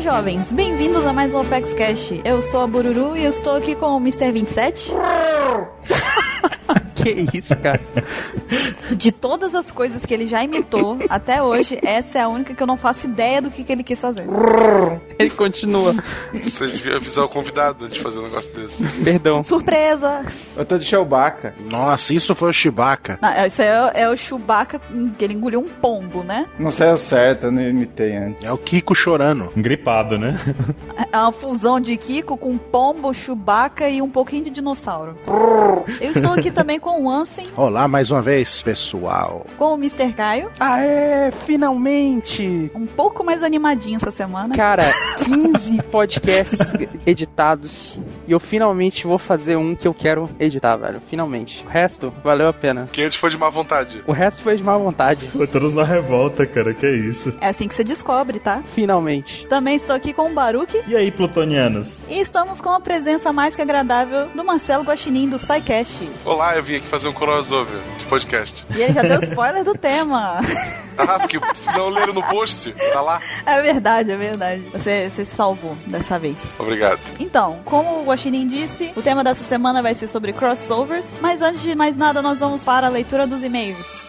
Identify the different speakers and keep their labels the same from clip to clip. Speaker 1: jovens! Bem-vindos a mais um Apex Cash. Eu sou a Bururu e eu estou aqui com o Mr. 27.
Speaker 2: que isso, cara?
Speaker 1: De todas as coisas que ele já imitou até hoje, essa é a única que eu não faço ideia do que, que ele quis fazer.
Speaker 2: Ele continua.
Speaker 3: Vocês deviam avisar o convidado antes de fazer um negócio desse.
Speaker 2: Perdão.
Speaker 1: Surpresa!
Speaker 4: Eu tô de Chewbacca.
Speaker 5: Nossa, isso foi o Chewbacca.
Speaker 1: Não, isso aí é, é o Chewbacca, hum, que ele engoliu um pombo, né?
Speaker 4: Não saiu certo, eu não imitei antes.
Speaker 5: É o Kiko chorando.
Speaker 6: Gripado, né?
Speaker 1: É uma fusão de Kiko com pombo, Chewbacca e um pouquinho de dinossauro. Eu estou aqui também com o Ansem,
Speaker 5: Olá mais uma vez, pessoal.
Speaker 1: com o Mr. Caio,
Speaker 2: Aê, finalmente!
Speaker 1: um pouco mais animadinho essa semana.
Speaker 2: Cara, 15 podcasts editados e eu finalmente vou fazer um que eu quero editar, velho. Finalmente. O resto valeu a pena.
Speaker 3: Quem antes foi de má vontade.
Speaker 2: O resto foi de má vontade.
Speaker 6: Foi todos na revolta, cara, que isso.
Speaker 1: É assim que você descobre, tá?
Speaker 2: Finalmente.
Speaker 1: Também estou aqui com o Baruque.
Speaker 6: E aí, plutonianos?
Speaker 1: E estamos com a presença mais que agradável do Marcelo Guaxinim do SciCast.
Speaker 3: Olá, eu vim aqui fazer um crossover de podcast.
Speaker 1: E ele já deu spoiler do tema.
Speaker 3: Ah, porque não leram no post? Tá lá?
Speaker 1: É verdade, é verdade. Você, você se salvou dessa vez.
Speaker 3: Obrigado.
Speaker 1: Então, como o Guaxinim disse, o tema dessa semana vai ser sobre crossovers. Mas antes de mais nada, nós vamos para a leitura dos e-mails.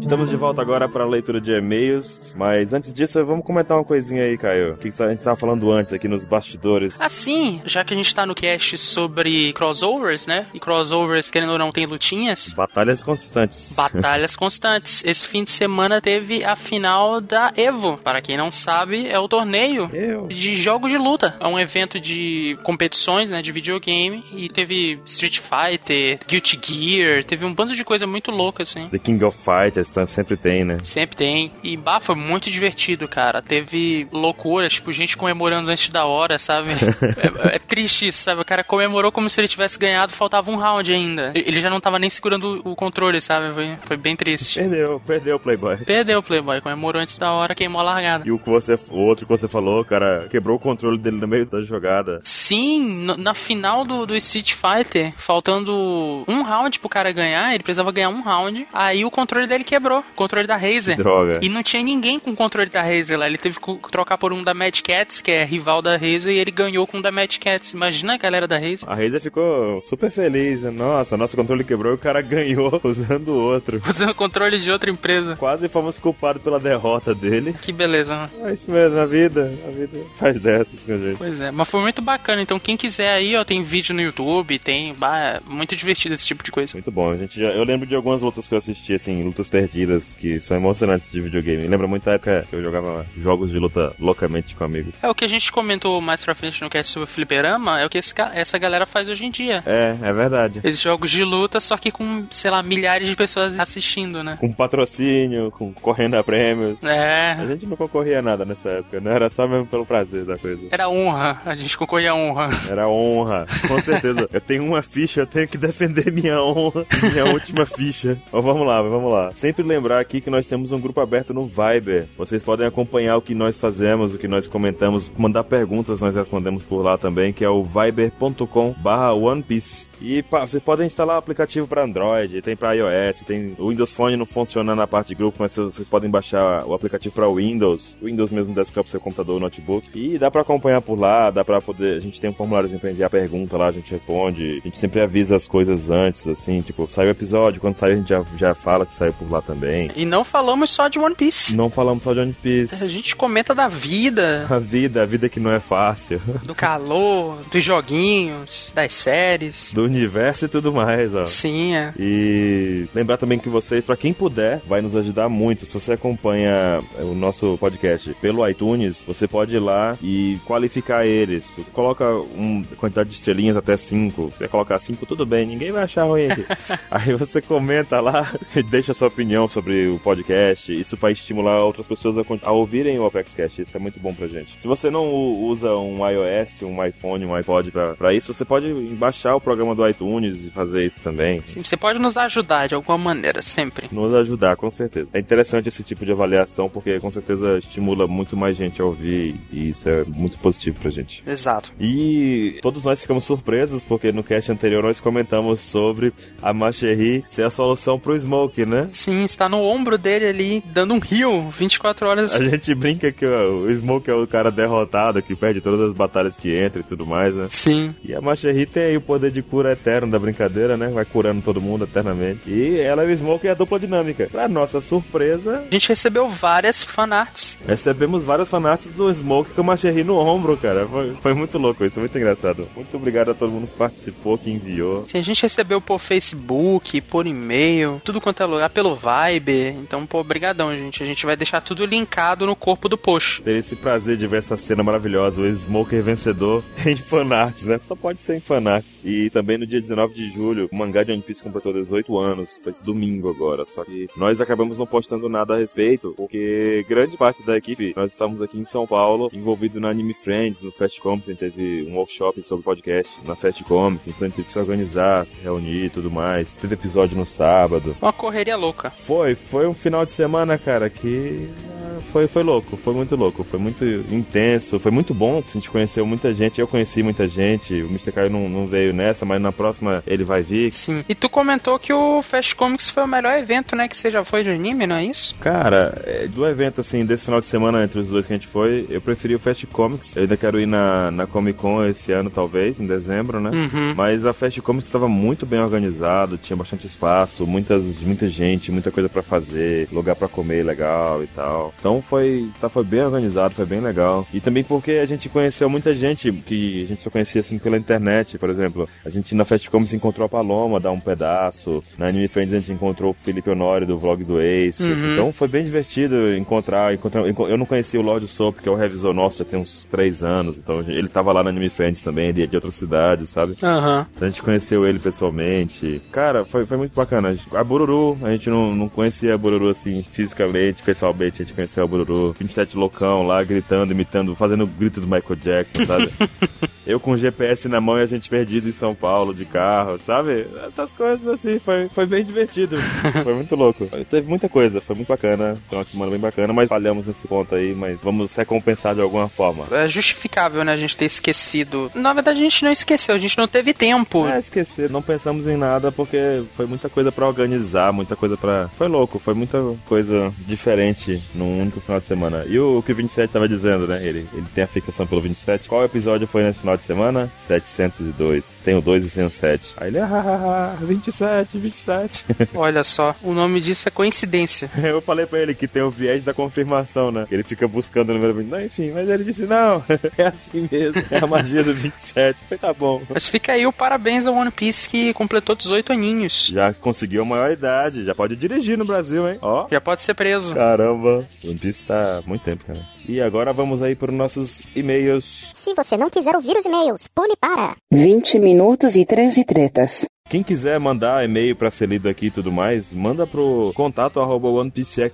Speaker 6: Estamos
Speaker 7: De volta agora para a leitura de e-mails, mas antes disso, vamos comentar uma coisinha aí, Caio. O que que a gente estava falando antes aqui nos bastidores?
Speaker 2: Assim, já que a gente tá no cast sobre crossovers, né? E crossovers, querendo ou não, tem lutinhas.
Speaker 7: Batalhas constantes.
Speaker 2: Batalhas constantes. Esse fim de semana teve a final da Evo. Para quem não sabe, é o torneio
Speaker 7: Eu.
Speaker 2: de jogos de luta. É um evento de competições, né, de videogame e teve Street Fighter, Guilty Gear, teve um bando de coisa muito louca assim.
Speaker 7: The King of Fighters tam- sempre tem, né?
Speaker 2: Sempre tem. E bah, foi muito divertido, cara. Teve loucura, tipo, gente comemorando antes da hora, sabe? é, é triste isso, sabe? O cara comemorou como se ele tivesse ganhado, faltava um round ainda. Ele já não tava nem segurando o controle, sabe? Foi, foi bem triste.
Speaker 7: Perdeu, perdeu o Playboy.
Speaker 2: Perdeu o Playboy, comemorou antes da hora, queimou a largada.
Speaker 7: E o que você, o outro que você falou, o cara, quebrou o controle dele no meio da jogada.
Speaker 2: Sim, no- na final do, do Street Fighter, faltando um round pro cara ganhar, ele precisava ganhar um round. Aí o controle dele quebrou, o controle da Razer.
Speaker 7: Droga.
Speaker 2: E não tinha ninguém com o controle da Razer lá. Ele teve que trocar por um da Mad Cats, que é rival da Razer, e ele ganhou com o da Mad Cats. Imagina a galera da Razer
Speaker 7: A Razer ficou super feliz. né? Nossa, nosso controle quebrou e o cara ganhou usando o outro.
Speaker 2: usando o controle de outra empresa.
Speaker 7: Quase fomos culpados pela derrota dele.
Speaker 2: Que beleza, né?
Speaker 7: É isso mesmo, a vida, a vida faz assim, dessas, meu jeito.
Speaker 2: Pois é, mas foi muito bacana. Então, quem quiser aí, ó, tem vídeo no YouTube, tem. Bah, é muito divertido esse tipo de coisa.
Speaker 7: Muito bom, a gente já, eu lembro de algumas lutas que eu assisti, assim, lutas perdidas, que são emocionantes de videogame. Lembra muito a época que eu jogava jogos de luta loucamente com amigos.
Speaker 2: É o que a gente comentou mais pra frente no cast sobre o Fliperama, é o que esse ca- essa galera faz hoje em dia.
Speaker 7: É, é verdade.
Speaker 2: Esses jogos de luta, só que com, sei lá, milhares de pessoas assistindo, né?
Speaker 7: Com patrocínio, com correndo a prêmios.
Speaker 2: É.
Speaker 7: A gente não concorria a nada nessa época, né? Era só mesmo pelo prazer da coisa.
Speaker 2: Era honra, a gente concorria a honra.
Speaker 7: Era honra, com certeza. eu tenho uma ficha, eu tenho que defender minha honra, minha última ficha. Ó, vamos lá, vamos lá. Sempre lembrar aqui que nós temos um grupo aberto no Viber. Vocês podem acompanhar o que nós fazemos, o que nós comentamos, mandar perguntas, nós respondemos por lá também, que é o viber.com barra One Piece. E pá, vocês podem instalar o aplicativo para Android, tem para iOS, tem o Windows Phone não funciona na parte de grupo, mas vocês podem baixar o aplicativo para Windows, Windows mesmo desktop, seu computador, notebook. E dá para acompanhar por lá, dá para poder, a gente tem um formuláriozinho para enviar pergunta lá, a gente responde, a gente sempre avisa as coisas antes assim, tipo, sai o episódio, quando sair a gente já, já fala que saiu por lá também.
Speaker 2: E não falamos só de One Piece.
Speaker 7: Não falamos só de One
Speaker 2: É, A
Speaker 7: Piece.
Speaker 2: gente comenta da vida,
Speaker 7: A vida, a vida que não é fácil,
Speaker 2: do calor, dos joguinhos, das séries.
Speaker 7: do universo e tudo mais, ó.
Speaker 2: Sim, é.
Speaker 7: E lembrar também que vocês, pra quem puder, vai nos ajudar muito. Se você acompanha eh, o nosso podcast pelo iTunes, você pode ir lá e qualificar eles. Coloca uma quantidade de estrelinhas até 5. Se quiser colocar 5, tudo bem, ninguém vai achar ruim aqui. Aí você comenta lá e deixa sua opinião sobre o podcast. Isso vai estimular outras pessoas a, con- a ouvirem o Apex Cash. Isso é muito bom pra gente. Se você não u- usa um iOS, um iPhone, um iPod pra, pra isso, você pode baixar o programa plataforma do iTunes e fazer isso também.
Speaker 2: Sim, você pode nos ajudar de alguma maneira, sempre.
Speaker 7: Nos ajudar, com certeza. É interessante esse tipo de avaliação, porque com certeza estimula muito mais gente a ouvir e isso é muito positivo pra gente.
Speaker 2: Exato.
Speaker 7: E todos nós ficamos surpresos porque no cast anterior nós comentamos sobre a Macherie ser a solução pro Smoke, né?
Speaker 2: Sim, está no ombro dele ali, dando um rio 24 horas.
Speaker 7: A gente brinca que o Smoke é o cara derrotado, que perde todas as batalhas que entra e tudo mais, né?
Speaker 2: Sim.
Speaker 7: E a Macherie tem aí o poder de cura eterno da brincadeira, né? Vai curando todo mundo eternamente. E ela e o Smoke é a dupla dinâmica. Pra nossa surpresa,
Speaker 2: A gente recebeu várias fanarts.
Speaker 7: recebemos várias fanarts do Smoke com a Macherie no ombro, cara. Foi, foi muito louco isso, muito engraçado. Muito obrigado a todo mundo que participou, que enviou.
Speaker 2: Assim, a gente recebeu por Facebook, por e-mail, tudo quanto é lugar, pelo Vibe. Então, pô, brigadão, gente. A gente vai deixar tudo linkado no corpo do post.
Speaker 7: Ter esse prazer de ver essa cena maravilhosa, o Smoker vencedor em fanarts, né? Só pode ser em fanarts. E também no dia 19 de julho, o mangá de One Piece completou 18 anos, foi esse domingo agora, só que nós acabamos não postando nada a respeito, porque grande parte da equipe, nós estávamos aqui em São Paulo, envolvido na Anime Friends, no Fast Company, teve um workshop sobre podcast na Fast Company, então a gente teve que se organizar, se reunir e tudo mais. Teve episódio no sábado,
Speaker 2: Uma correria louca.
Speaker 7: foi, foi um final de semana, cara, que ah, foi, foi louco, foi muito louco, foi muito intenso, foi muito bom. A gente conheceu muita gente, eu conheci muita gente. O Mr. Caio não, não veio nessa, mas na próxima ele vai vir.
Speaker 2: Sim. E tu comentou que o Fast Comics foi o melhor evento, né? Que você já foi de anime, não é isso?
Speaker 7: Cara, é, do evento assim, desse final de semana entre os dois que a gente foi, eu preferi o Fast Comics. Eu ainda quero ir na, na Comic Con esse ano, talvez, em dezembro, né?
Speaker 2: Uhum.
Speaker 7: Mas a Fast Comics estava muito bem organizado, tinha bastante espaço, muitas, muita gente, muita coisa pra fazer, lugar pra comer legal e tal. Então foi, tá, foi bem organizado, foi bem legal. E também porque a gente conheceu muita gente que a gente só conhecia assim pela internet, por exemplo. A gente na Fast Comics encontrou a Paloma, dá um pedaço. Na Anime Friends a gente encontrou o Felipe Honório do vlog do Ace.
Speaker 2: Uhum.
Speaker 7: Então foi bem divertido encontrar, encontrar. enco- Eu não conhecia o Lorde Soap, que é o revisor nosso, já tem uns três anos. Então ele tava lá na Anime Friends também, ele é de outra cidade, sabe?
Speaker 2: Aham.
Speaker 7: A gente conheceu ele pessoalmente. Cara, foi, foi muito bacana. A gente- A Bururu, a gente não, não conhecia a Bururu assim, fisicamente, pessoalmente. A gente conheceu a Bururu. 27 loucão lá, gritando, imitando, fazendo o grito do Michael Jackson, sabe? Eu com o GPS na mão e a gente perdido em São Paulo de carro, sabe? Essas coisas assim, foi, foi bem divertido. foi muito louco. Teve muita coisa, foi muito bacana. Foi uma semana bem bacana, mas falhamos nesse ponto aí, mas vamos recompensar de alguma forma.
Speaker 2: É justificável, né? A gente ter esquecido. Na verdade, a gente não esqueceu, a gente não teve tempo.
Speaker 7: É, esquecer, não pensamos em nada porque foi muita coisa pra organizar, muita coisa pra. Foi louco, foi muita coisa diferente num único final de semana. E o, o que o 27 tava dizendo, né? Ele, ele tem a fixação pelo 27. Qual episódio foi nesse final de semana? 702. Tem o 2 e tem o 7. Aí ele, ah, ah, ah, ah, 27, 27.
Speaker 2: Olha só, o nome disso é coincidência.
Speaker 7: Eu falei pra ele que tem o viés da confirmação, né? Ele fica buscando o número 20. Não, enfim, mas ele disse: não, é assim mesmo. É a magia do 27. Foi, tá bom.
Speaker 2: Mas fica aí o parabéns ao One Piece que completou 18 aninhos.
Speaker 7: Já conseguiu a maior idade, já pode dirigir no Brasil, hein? Ó.
Speaker 2: Já pode ser preso.
Speaker 7: Caramba, One Piece tá há muito tempo, cara. E agora vamos aí para os nossos e-mails.
Speaker 8: Se você não quiser ouvir os e-mails, pule para.
Speaker 9: 20 minutos e 13 tretas.
Speaker 7: Quem quiser mandar e-mail para ser lido aqui e tudo mais, manda pro contato arroba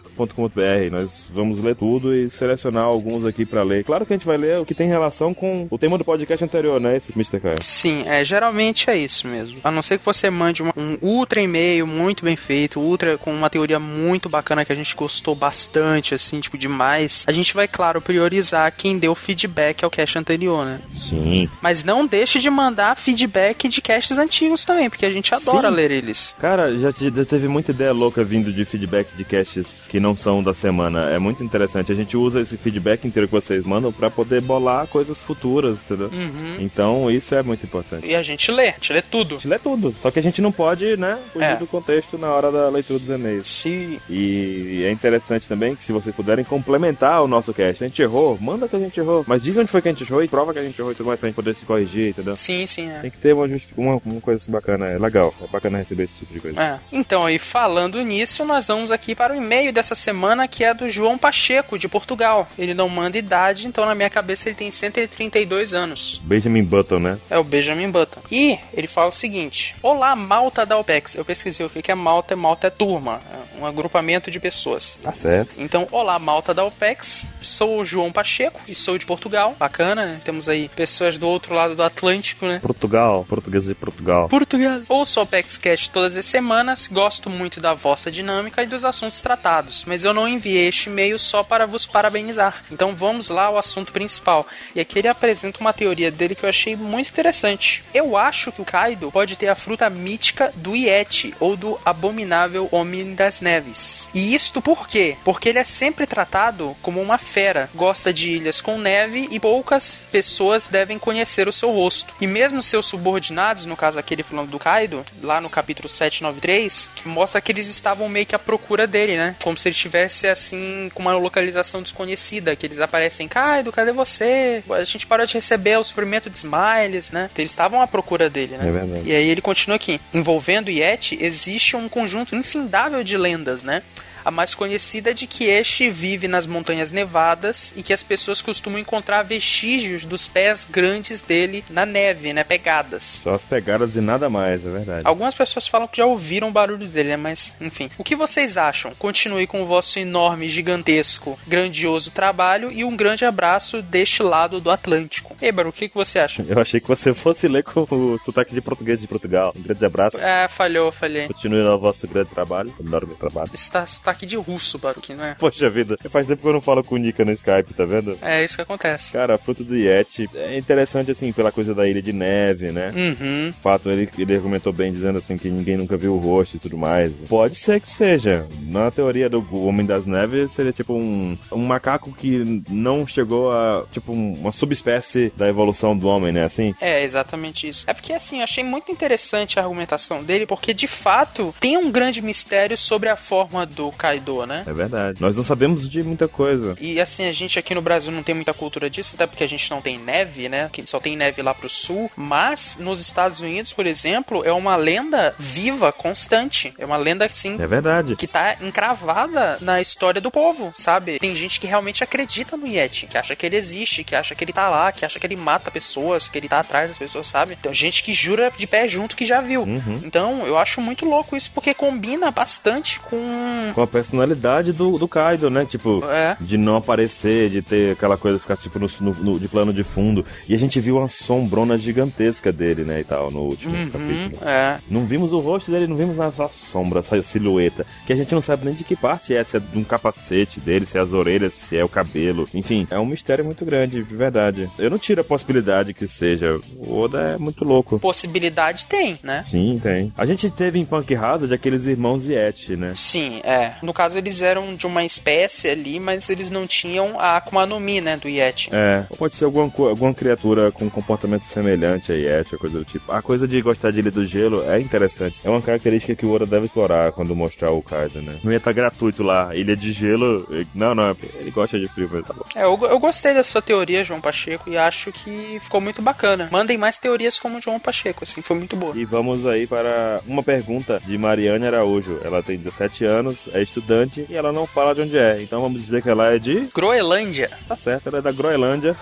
Speaker 7: onepcx.com.br. Nós vamos ler tudo e selecionar alguns aqui para ler. Claro que a gente vai ler o que tem relação com o tema do podcast anterior, né? Esse Mr. Caio.
Speaker 2: Sim, é, geralmente é isso mesmo. A não ser que você mande uma- um ultra e-mail muito bem feito, ultra com uma teoria muito bacana que a gente gostou bastante, assim, tipo, demais. A gente vai, claro, priorizar quem deu feedback ao cast anterior, né?
Speaker 7: Sim.
Speaker 2: Mas não deixe de mandar feedback de casts antigos também, porque a gente adora
Speaker 7: Sim.
Speaker 2: ler eles.
Speaker 7: Cara, já, te- já teve muita ideia louca vindo de feedback de casts que não são da semana. É muito interessante. A gente usa esse feedback inteiro que vocês mandam para poder bolar coisas futuras, entendeu? Então, isso é muito importante.
Speaker 2: Uhum. E a gente lê, a gente lê tudo.
Speaker 7: A gente lê tudo, só que a gente não pode, né, fugir
Speaker 2: É.
Speaker 7: do contexto na hora da leitura dos e-mails.
Speaker 2: Se
Speaker 7: E é interessante também que se vocês puderem complementar o nosso cast. A gente errou, manda que a gente errou, mas diz onde foi que a gente errou e prova que a gente errou e tudo mais pra gente poder se corrigir, entendeu?
Speaker 2: Sim, sim, é.
Speaker 7: Tem que ter uma, justi- uma, uma coisa assim bacana. é legal. É bacana receber esse tipo de coisa.
Speaker 2: É. Então, aí falando nisso, nós vamos aqui para o e-mail dessa semana, que é do João Pacheco, de Portugal. Ele não manda idade, então na minha cabeça ele tem 132 anos.
Speaker 7: Benjamin Button, né?
Speaker 2: É o Benjamin Button. E ele fala o seguinte: Olá, malta da OPEX. Eu pesquisei o que que é malta, malta é turma, é um agrupamento de pessoas.
Speaker 7: Tá certo.
Speaker 2: Então, olá, malta da OPEX. Sou o João Pacheco e sou de Portugal. Bacana, né? temos aí pessoas do outro lado do Atlântico, né?
Speaker 7: Portugal, português de Portugal.
Speaker 2: Portugal. Ouço o OPEXCast todas as semanas, gosto muito da vossa dinâmica e dos assuntos tratados, mas eu não enviei este e-mail só para vos parabenizar. Então vamos lá ao assunto principal. E aqui ele apresenta uma teoria dele que eu achei muito interessante. Eu acho que o Kaido pode ter a fruta mítica do Yeti, ou do abominável Homem das Neves. E isto por quê? Porque ele é sempre tratado como uma fera, gosta de ilhas com neve e poucas pessoas devem conhecer o seu rosto. E mesmo seus subordinados, no caso aquele falando do Kaido, lá no capítulo 793, que mostra que eles estavam meio que à procura dele, né? Como se ele estivesse assim, com uma localização desconhecida, que eles aparecem, Kaido, cadê você? A gente parou de receber o suprimento de Smiles, né? Então eles estavam à procura dele, né?
Speaker 7: É verdade.
Speaker 2: E aí ele continua aqui. Envolvendo Yeti, existe um conjunto infindável de lendas, né? A mais conhecida é de que este vive nas montanhas nevadas e que as pessoas costumam encontrar vestígios dos pés grandes dele na neve, né? Pegadas.
Speaker 7: Só as pegadas e nada mais, é verdade.
Speaker 2: Algumas pessoas falam que já ouviram o barulho dele, né? mas enfim. O que vocês acham? Continue com o vosso enorme, gigantesco, grandioso trabalho e um grande abraço deste lado do Atlântico. Eber, o que, que você acha?
Speaker 7: Eu achei que você fosse ler com o sotaque de português de Portugal. Um grande abraço.
Speaker 2: É, falhou, falhei.
Speaker 7: Continue no vosso grande trabalho. Enorme trabalho.
Speaker 2: Esse tá- sotaque de russo, Baruque, não é?
Speaker 7: Poxa vida, faz tempo que eu não falo com o Nika no Skype, tá vendo?
Speaker 2: É isso que acontece.
Speaker 7: Cara, a fruta do Yeti é interessante, assim, pela coisa da ilha de neve, né?
Speaker 2: Uhum.
Speaker 7: O fato, ele, ele argumentou bem, dizendo assim que ninguém nunca viu o rosto e tudo mais. Pode ser que seja. Na teoria do Homem das Neves, seria tipo um, um macaco que não chegou a. Tipo, um- uma subespécie da evolução do homem, né? Assim.
Speaker 2: É, exatamente isso. É porque, assim, eu achei muito interessante a argumentação dele, porque, de fato, tem um grande mistério sobre a forma do Kaido, né?
Speaker 7: É verdade. Nós não sabemos de muita coisa.
Speaker 2: E, assim, a gente aqui no Brasil não tem muita cultura disso, até porque a gente não tem neve, né? Que só tem neve lá pro sul. Mas, nos Estados Unidos, por exemplo, é uma lenda viva, constante. É uma lenda, assim,
Speaker 7: É verdade.
Speaker 2: que tá encravada na história do povo, sabe? Tem gente que realmente acredita no Yeti, que acha que ele existe, que acha que ele tá lá, que acha que ele mata pessoas, que ele tá atrás das pessoas, sabe? Tem gente que jura de pé junto que já viu.
Speaker 7: Uhum.
Speaker 2: Então, eu acho muito louco isso porque combina bastante com
Speaker 7: Com a personalidade do, do Kaido, né? Tipo.
Speaker 2: é,
Speaker 7: De não aparecer, de ter aquela coisa de ficar tipo no, no- no- de plano de fundo. E a gente viu uma sombrona gigantesca dele, né? E tal, no último
Speaker 2: uhum,
Speaker 7: capítulo.
Speaker 2: é.
Speaker 7: Não vimos o rosto dele, não vimos nada, só a sombra, só a silhueta. Que a gente não sabe nem de que parte é, se é de um capacete dele, se é as orelhas, se é o cabelo. Enfim, é um mistério muito grande, de verdade. Eu não tiro a possibilidade que seja. O Oda é muito louco.
Speaker 2: Possibilidade tem, né?
Speaker 7: Sim, tem. A gente teve em Punk Hazard aqueles irmãos Yeti, né?
Speaker 2: Sim, é. No caso, eles eram de uma espécie ali, mas eles não tinham a Akuma no Mi, né, do Yeti.
Speaker 7: É, ou pode ser alguma, co- alguma criatura com um comportamento semelhante a Yeti, ou coisa do tipo. A coisa de gostar de ilha do gelo é interessante. É uma característica que o Oda deve explorar quando mostrar o Kaido, né? Não ia estar gratuito lá. Ilha de gelo. eh, Não, não. Ele gosta de frio, mas tá bom.
Speaker 2: É, eu, go- eu gostei da sua teoria, João Pacheco, e acho que ficou muito bacana. Mandem mais teorias como o João Pacheco, assim, foi muito boa.
Speaker 7: E vamos aí para uma pergunta de Mariane Araújo. Ela tem 17 anos, é estudante e ela não fala de onde é. Então vamos dizer que ela é de.
Speaker 2: Groenlândia.
Speaker 7: Tá certo, ela é da Groenlândia.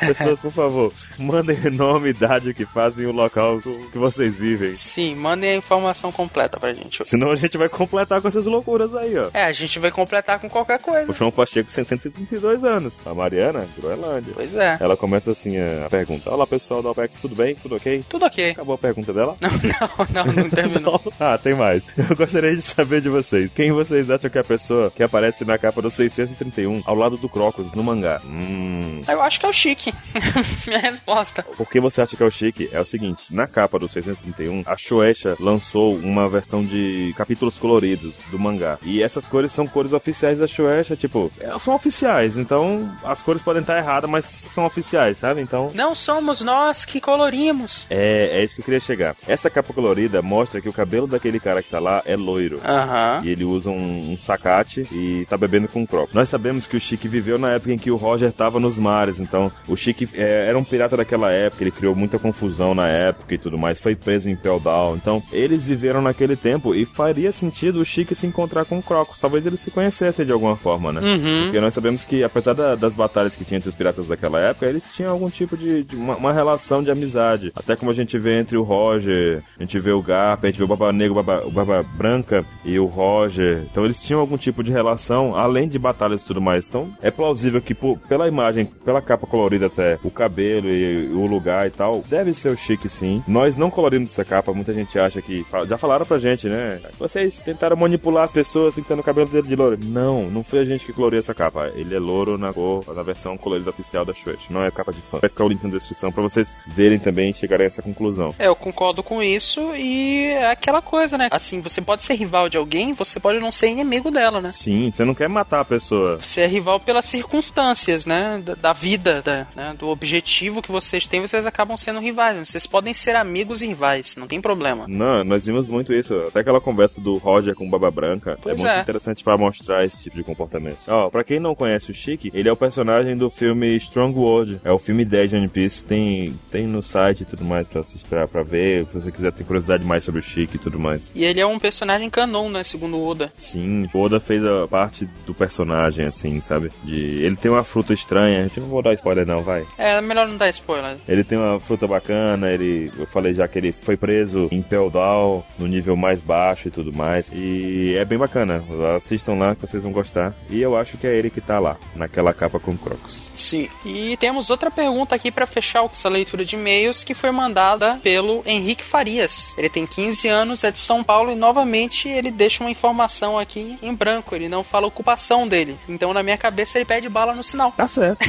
Speaker 7: Pessoas, por favor, mandem nome, idade, o que fazem e o local que vocês vivem.
Speaker 2: Sim, mandem a informação completa pra gente.
Speaker 7: Senão a gente vai completar com essas loucuras aí, ó.
Speaker 2: É, a gente vai completar com qualquer
Speaker 7: O
Speaker 2: coisa.
Speaker 7: João Pacheco tem 132 anos. A Mariana, Groenlândia.
Speaker 2: Pois é.
Speaker 7: Ela começa assim a pergunta: Olá pessoal da OPEX, tudo bem? Tudo ok?
Speaker 2: Tudo ok.
Speaker 7: Acabou a pergunta dela?
Speaker 2: Não, não, não, não terminou.
Speaker 7: Ah, tem mais. Eu gostaria de saber de vocês. Quem vocês acham que é a pessoa que aparece na capa do 631 ao lado do Crocus no mangá? Hum.
Speaker 2: Eu acho que é o Chique. Minha resposta.
Speaker 7: Por que você acha que é o Chique? É o seguinte, na capa do 631, a Shueisha lançou uma versão de capítulos coloridos do mangá. E essas cores são cores oficiais da Shueisha, tipo, elas são oficiais, então as cores podem estar erradas, mas são oficiais, sabe? Então,
Speaker 2: Não somos nós que colorimos.
Speaker 7: é, é isso que eu queria chegar. Essa capa colorida mostra que o cabelo daquele cara que tá lá é loiro.
Speaker 2: Aham.
Speaker 7: E Ele usa um, um sacate e tá bebendo com um croco. Nós sabemos que o Chique viveu na época em que o Roger tava nos mares, então o Chique é, era um pirata daquela época, ele criou muita confusão na época e tudo mais, foi preso em Pell Down. Então, eles viveram naquele tempo e faria sentido o Chique se encontrar com o Croco. Talvez eles se conhecessem de alguma forma, né?
Speaker 2: Uhum.
Speaker 7: Porque nós sabemos que, apesar da- das batalhas que tinha entre os piratas daquela época, eles tinham algum tipo de, de uma, uma relação de amizade. Até como a gente vê entre o Roger, a gente vê o Garp, a gente vê o Barba Negra, o Barba, o Barba Branca e o Roger. Então eles tinham algum tipo de relação, além de batalhas e tudo mais. Então é plausível que, por- pela imagem, pela capa colorida até, o cabelo e o lugar e tal, deve ser o Chique sim. Nós não colorimos essa capa, muita gente acha que. fa- Já falaram pra gente, né? Vocês tentaram manipular as pessoas pintando o cabelo dele de louro. Não, não foi a gente que coloriu essa capa. Ele é louro na cor, na versão colorida oficial da Shueisha. Não é capa de fã. Vai ficar o link na descrição pra vocês verem também e chegarem a essa conclusão.
Speaker 2: É, eu concordo com isso e é aquela coisa, né? Assim, você pode ser rival de alguém, você pode não ser inimigo dela, né?
Speaker 7: Sim, você não quer matar a pessoa.
Speaker 2: Você é rival pelas circunstâncias, né? Da, da vida, da- né? do objetivo que vocês têm, vocês acabam sendo rivais. né? Vocês podem ser amigos e rivais, não tem problema.
Speaker 7: Não, nós vimos muito isso. Até aquela conversa do Roger com o Baba Branca.
Speaker 2: Pois
Speaker 7: é muito
Speaker 2: é.
Speaker 7: interessante pra mostrar esse tipo de comportamento. Ó, pra quem não conhece o Chique, ele é o personagem do filme Strong World. É o filme 10 de One Piece. Tem, tem no site e tudo mais pra assistir, pra, pra ver. Se você quiser ter curiosidade mais sobre o Chique e tudo mais.
Speaker 2: E ele é um personagem canon, né? Segundo o Oda.
Speaker 7: Sim, o Oda fez a parte do personagem, assim, sabe? De, ele tem uma fruta estranha. Eu não vou dar spoiler, não, vai.
Speaker 2: É, melhor não dar spoiler.
Speaker 7: Ele tem uma fruta bacana, ele. Eu falei já que ele foi preso em Peldal, no nível mais baixo e tudo mais. E é bem bacana. Assistam lá que vocês vão gostar. E eu acho que é ele que tá lá, naquela capa com Crocos.
Speaker 2: Sim. E temos outra pergunta aqui pra fechar essa leitura de e-mails que foi mandada pelo Henrique Farias. Ele tem 15 anos, é de São Paulo e novamente ele deixa uma informação aqui em branco. Ele não fala a ocupação dele. Então na minha cabeça ele pede bala no sinal.
Speaker 7: Tá certo.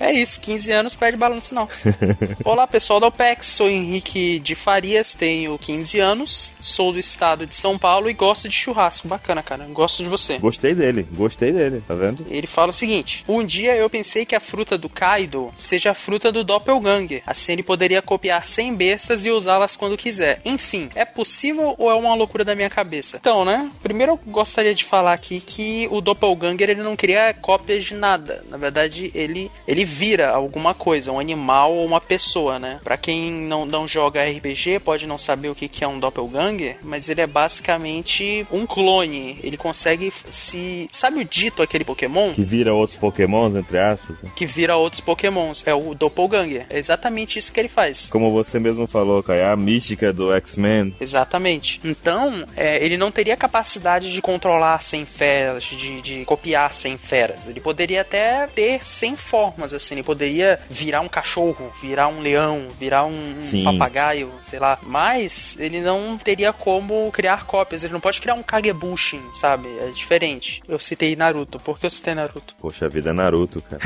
Speaker 2: É isso, 15 anos, perde bala no sinal. Olá, pessoal da OPEX, sou Henrique de Farias, tenho 15 anos, sou do estado de São Paulo e gosto de churrasco. Bacana, cara, gosto de você.
Speaker 7: Gostei dele, gostei dele, tá vendo?
Speaker 2: Ele fala o seguinte: Um dia eu pensei que a fruta do Kaido seja a fruta do Doppelganger. Assim ele poderia copiar 100 bestas e usá-las quando quiser. Enfim, é possível ou é uma loucura da minha cabeça? Então, né? Primeiro eu gostaria de falar aqui que o Doppelganger ele não cria é cópias de nada. Na verdade, ele, ele vira alguma coisa, um animal ou uma pessoa, né? Pra quem não, não joga RPG, pode não saber o que, que é um Doppelganger, mas ele é basicamente um clone. Ele consegue se. Sabe o dito aquele Pokémon?
Speaker 7: Que vira outros pokémons, entre aspas. né?
Speaker 2: que vira outros pokémons. É o Doppelganger. É exatamente isso que ele faz.
Speaker 7: Como você mesmo falou, Kai, a mística do X-Men.
Speaker 2: Exatamente. Então, é, ele não teria capacidade de controlar 100 feras, de, de copiar 100 feras. Ele poderia até ter 100 formas, assim. Ele poderia virar um cachorro, virar um leão, virar um, um
Speaker 7: Sim.
Speaker 2: papagaio, sei lá. Mas ele não teria como criar cópias. Ele não pode criar um Kagebushin, sabe? É diferente. Eu citei Naruto. Por que eu citei Naruto?
Speaker 7: Poxa vida, é Naruto, cara.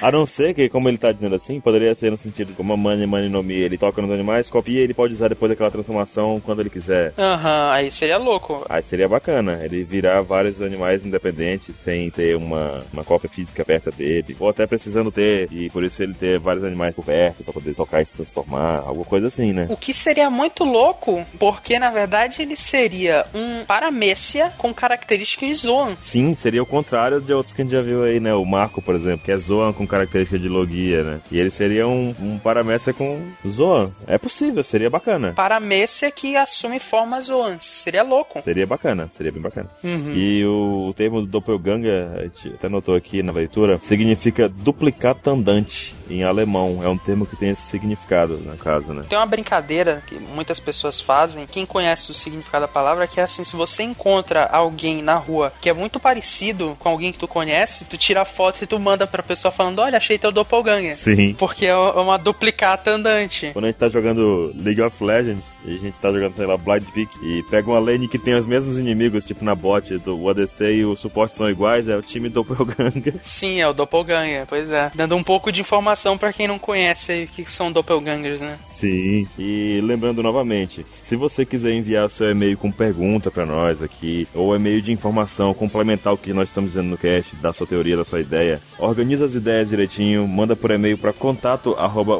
Speaker 7: a não ser que, como ele tá dizendo assim, poderia ser no sentido como a Mani Mani no Mi, ele toca nos animais, copia e ele pode usar depois aquela transformação quando ele quiser.
Speaker 2: Aham, aí seria louco.
Speaker 7: Aí seria bacana, ele virar vários animais independentes sem ter uma, uma cópia física perto dele, ou até precisando ter, e por isso ele ter vários animais por perto pra poder tocar e se transformar, alguma coisa assim, né?
Speaker 2: O que seria muito louco, porque na verdade ele seria um paramécia com características de Zoan.
Speaker 7: Sim, seria o contrário de outros que a gente já viu aí, né? O Marco, por exemplo, que é Zoan com característica de Logia, né? E ele seria um, um paramécia com Zoan. É possível, seria bacana.
Speaker 2: Paramécia é que assume forma Zoan. Seria louco.
Speaker 7: Seria bacana, seria bem bacana. E o, o termo doppelganger, a gente até notou aqui na leitura, significa duplicata andante em alemão. É um termo que tem esse significado, no caso, né?
Speaker 2: Tem uma brincadeira que muitas pessoas fazem, quem conhece o significado da palavra, que é assim, se você encontra alguém na rua que é muito parecido com alguém que tu conhece, tu tira a foto e tu manda pra pessoa falando, olha, achei teu doppelganger.
Speaker 7: Sim.
Speaker 2: Porque é uma duplicata andante.
Speaker 7: Quando a gente tá jogando League of Legends e a gente tá jogando, sei lá, Blind Peak e pega uma lane que tem os mesmos inimigos, tipo na bot do o ADC e o suporte são iguais, é o time doppelganger.
Speaker 2: Sim, é o doppelganger, pois é. dando um pouco de informação pra quem não conhece aí o que que são doppelgangers, né?
Speaker 10: Sim. E lembrando novamente, se você quiser enviar seu e-mail com pergunta pra nós aqui, ou e-mail de informação complementar o que nós estamos dizendo no cast, da sua teoria, da sua ideia, organiza as ideias direitinho, manda por e-mail para contato arroba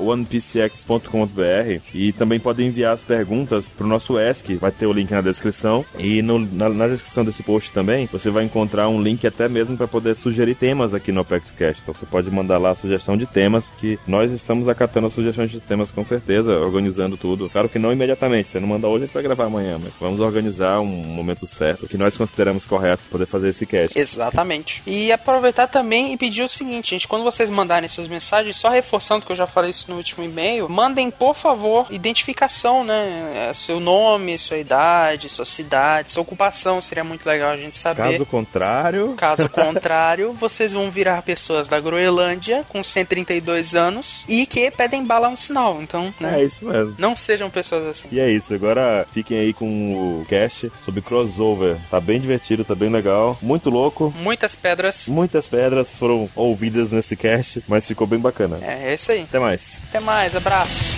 Speaker 10: onepcx.com.br e também pode enviar as perguntas pro nosso ESC, vai ter o link na descrição e no- na, na descrição desse post também, você vai encontrar um link até mesmo para poder sugerir temas aqui no Apex Cast. Então você pode mandar lá a sugestão de temas, que nós estamos acatando as sugestões de temas com certeza, organizando tudo. Claro que não imediatamente, você não manda hoje, a gente vai gravar amanhã, mas vamos organizar um momento certo, que nós consideramos correto para poder fazer esse cast.
Speaker 2: Exatamente. E aproveitar também e pedir o seguinte, gente, quando vocês mandarem suas mensagens, só reforçando que eu já falei isso no último e-mail, mandem, por favor, identificação, né? É, Seu nome, sua idade, sua cidade, sua ocupação, seria muito legal a gente saber.
Speaker 10: Caso contrário,
Speaker 2: Caso contrário, vocês vão virar pessoas da Groenlândia com 132 anos e que pedem bala a um sinal. Então, né?
Speaker 10: é isso mesmo.
Speaker 2: Não sejam pessoas assim.
Speaker 10: E é isso, agora fiquem aí com o cast sobre crossover. Tá bem divertido, tá bem legal, muito louco.
Speaker 2: Muitas pedras.
Speaker 10: Muitas pedras foram ouvidas nesse cast, mas ficou bem bacana.
Speaker 2: É, é isso aí.
Speaker 10: Até mais.
Speaker 2: Até mais, abraço.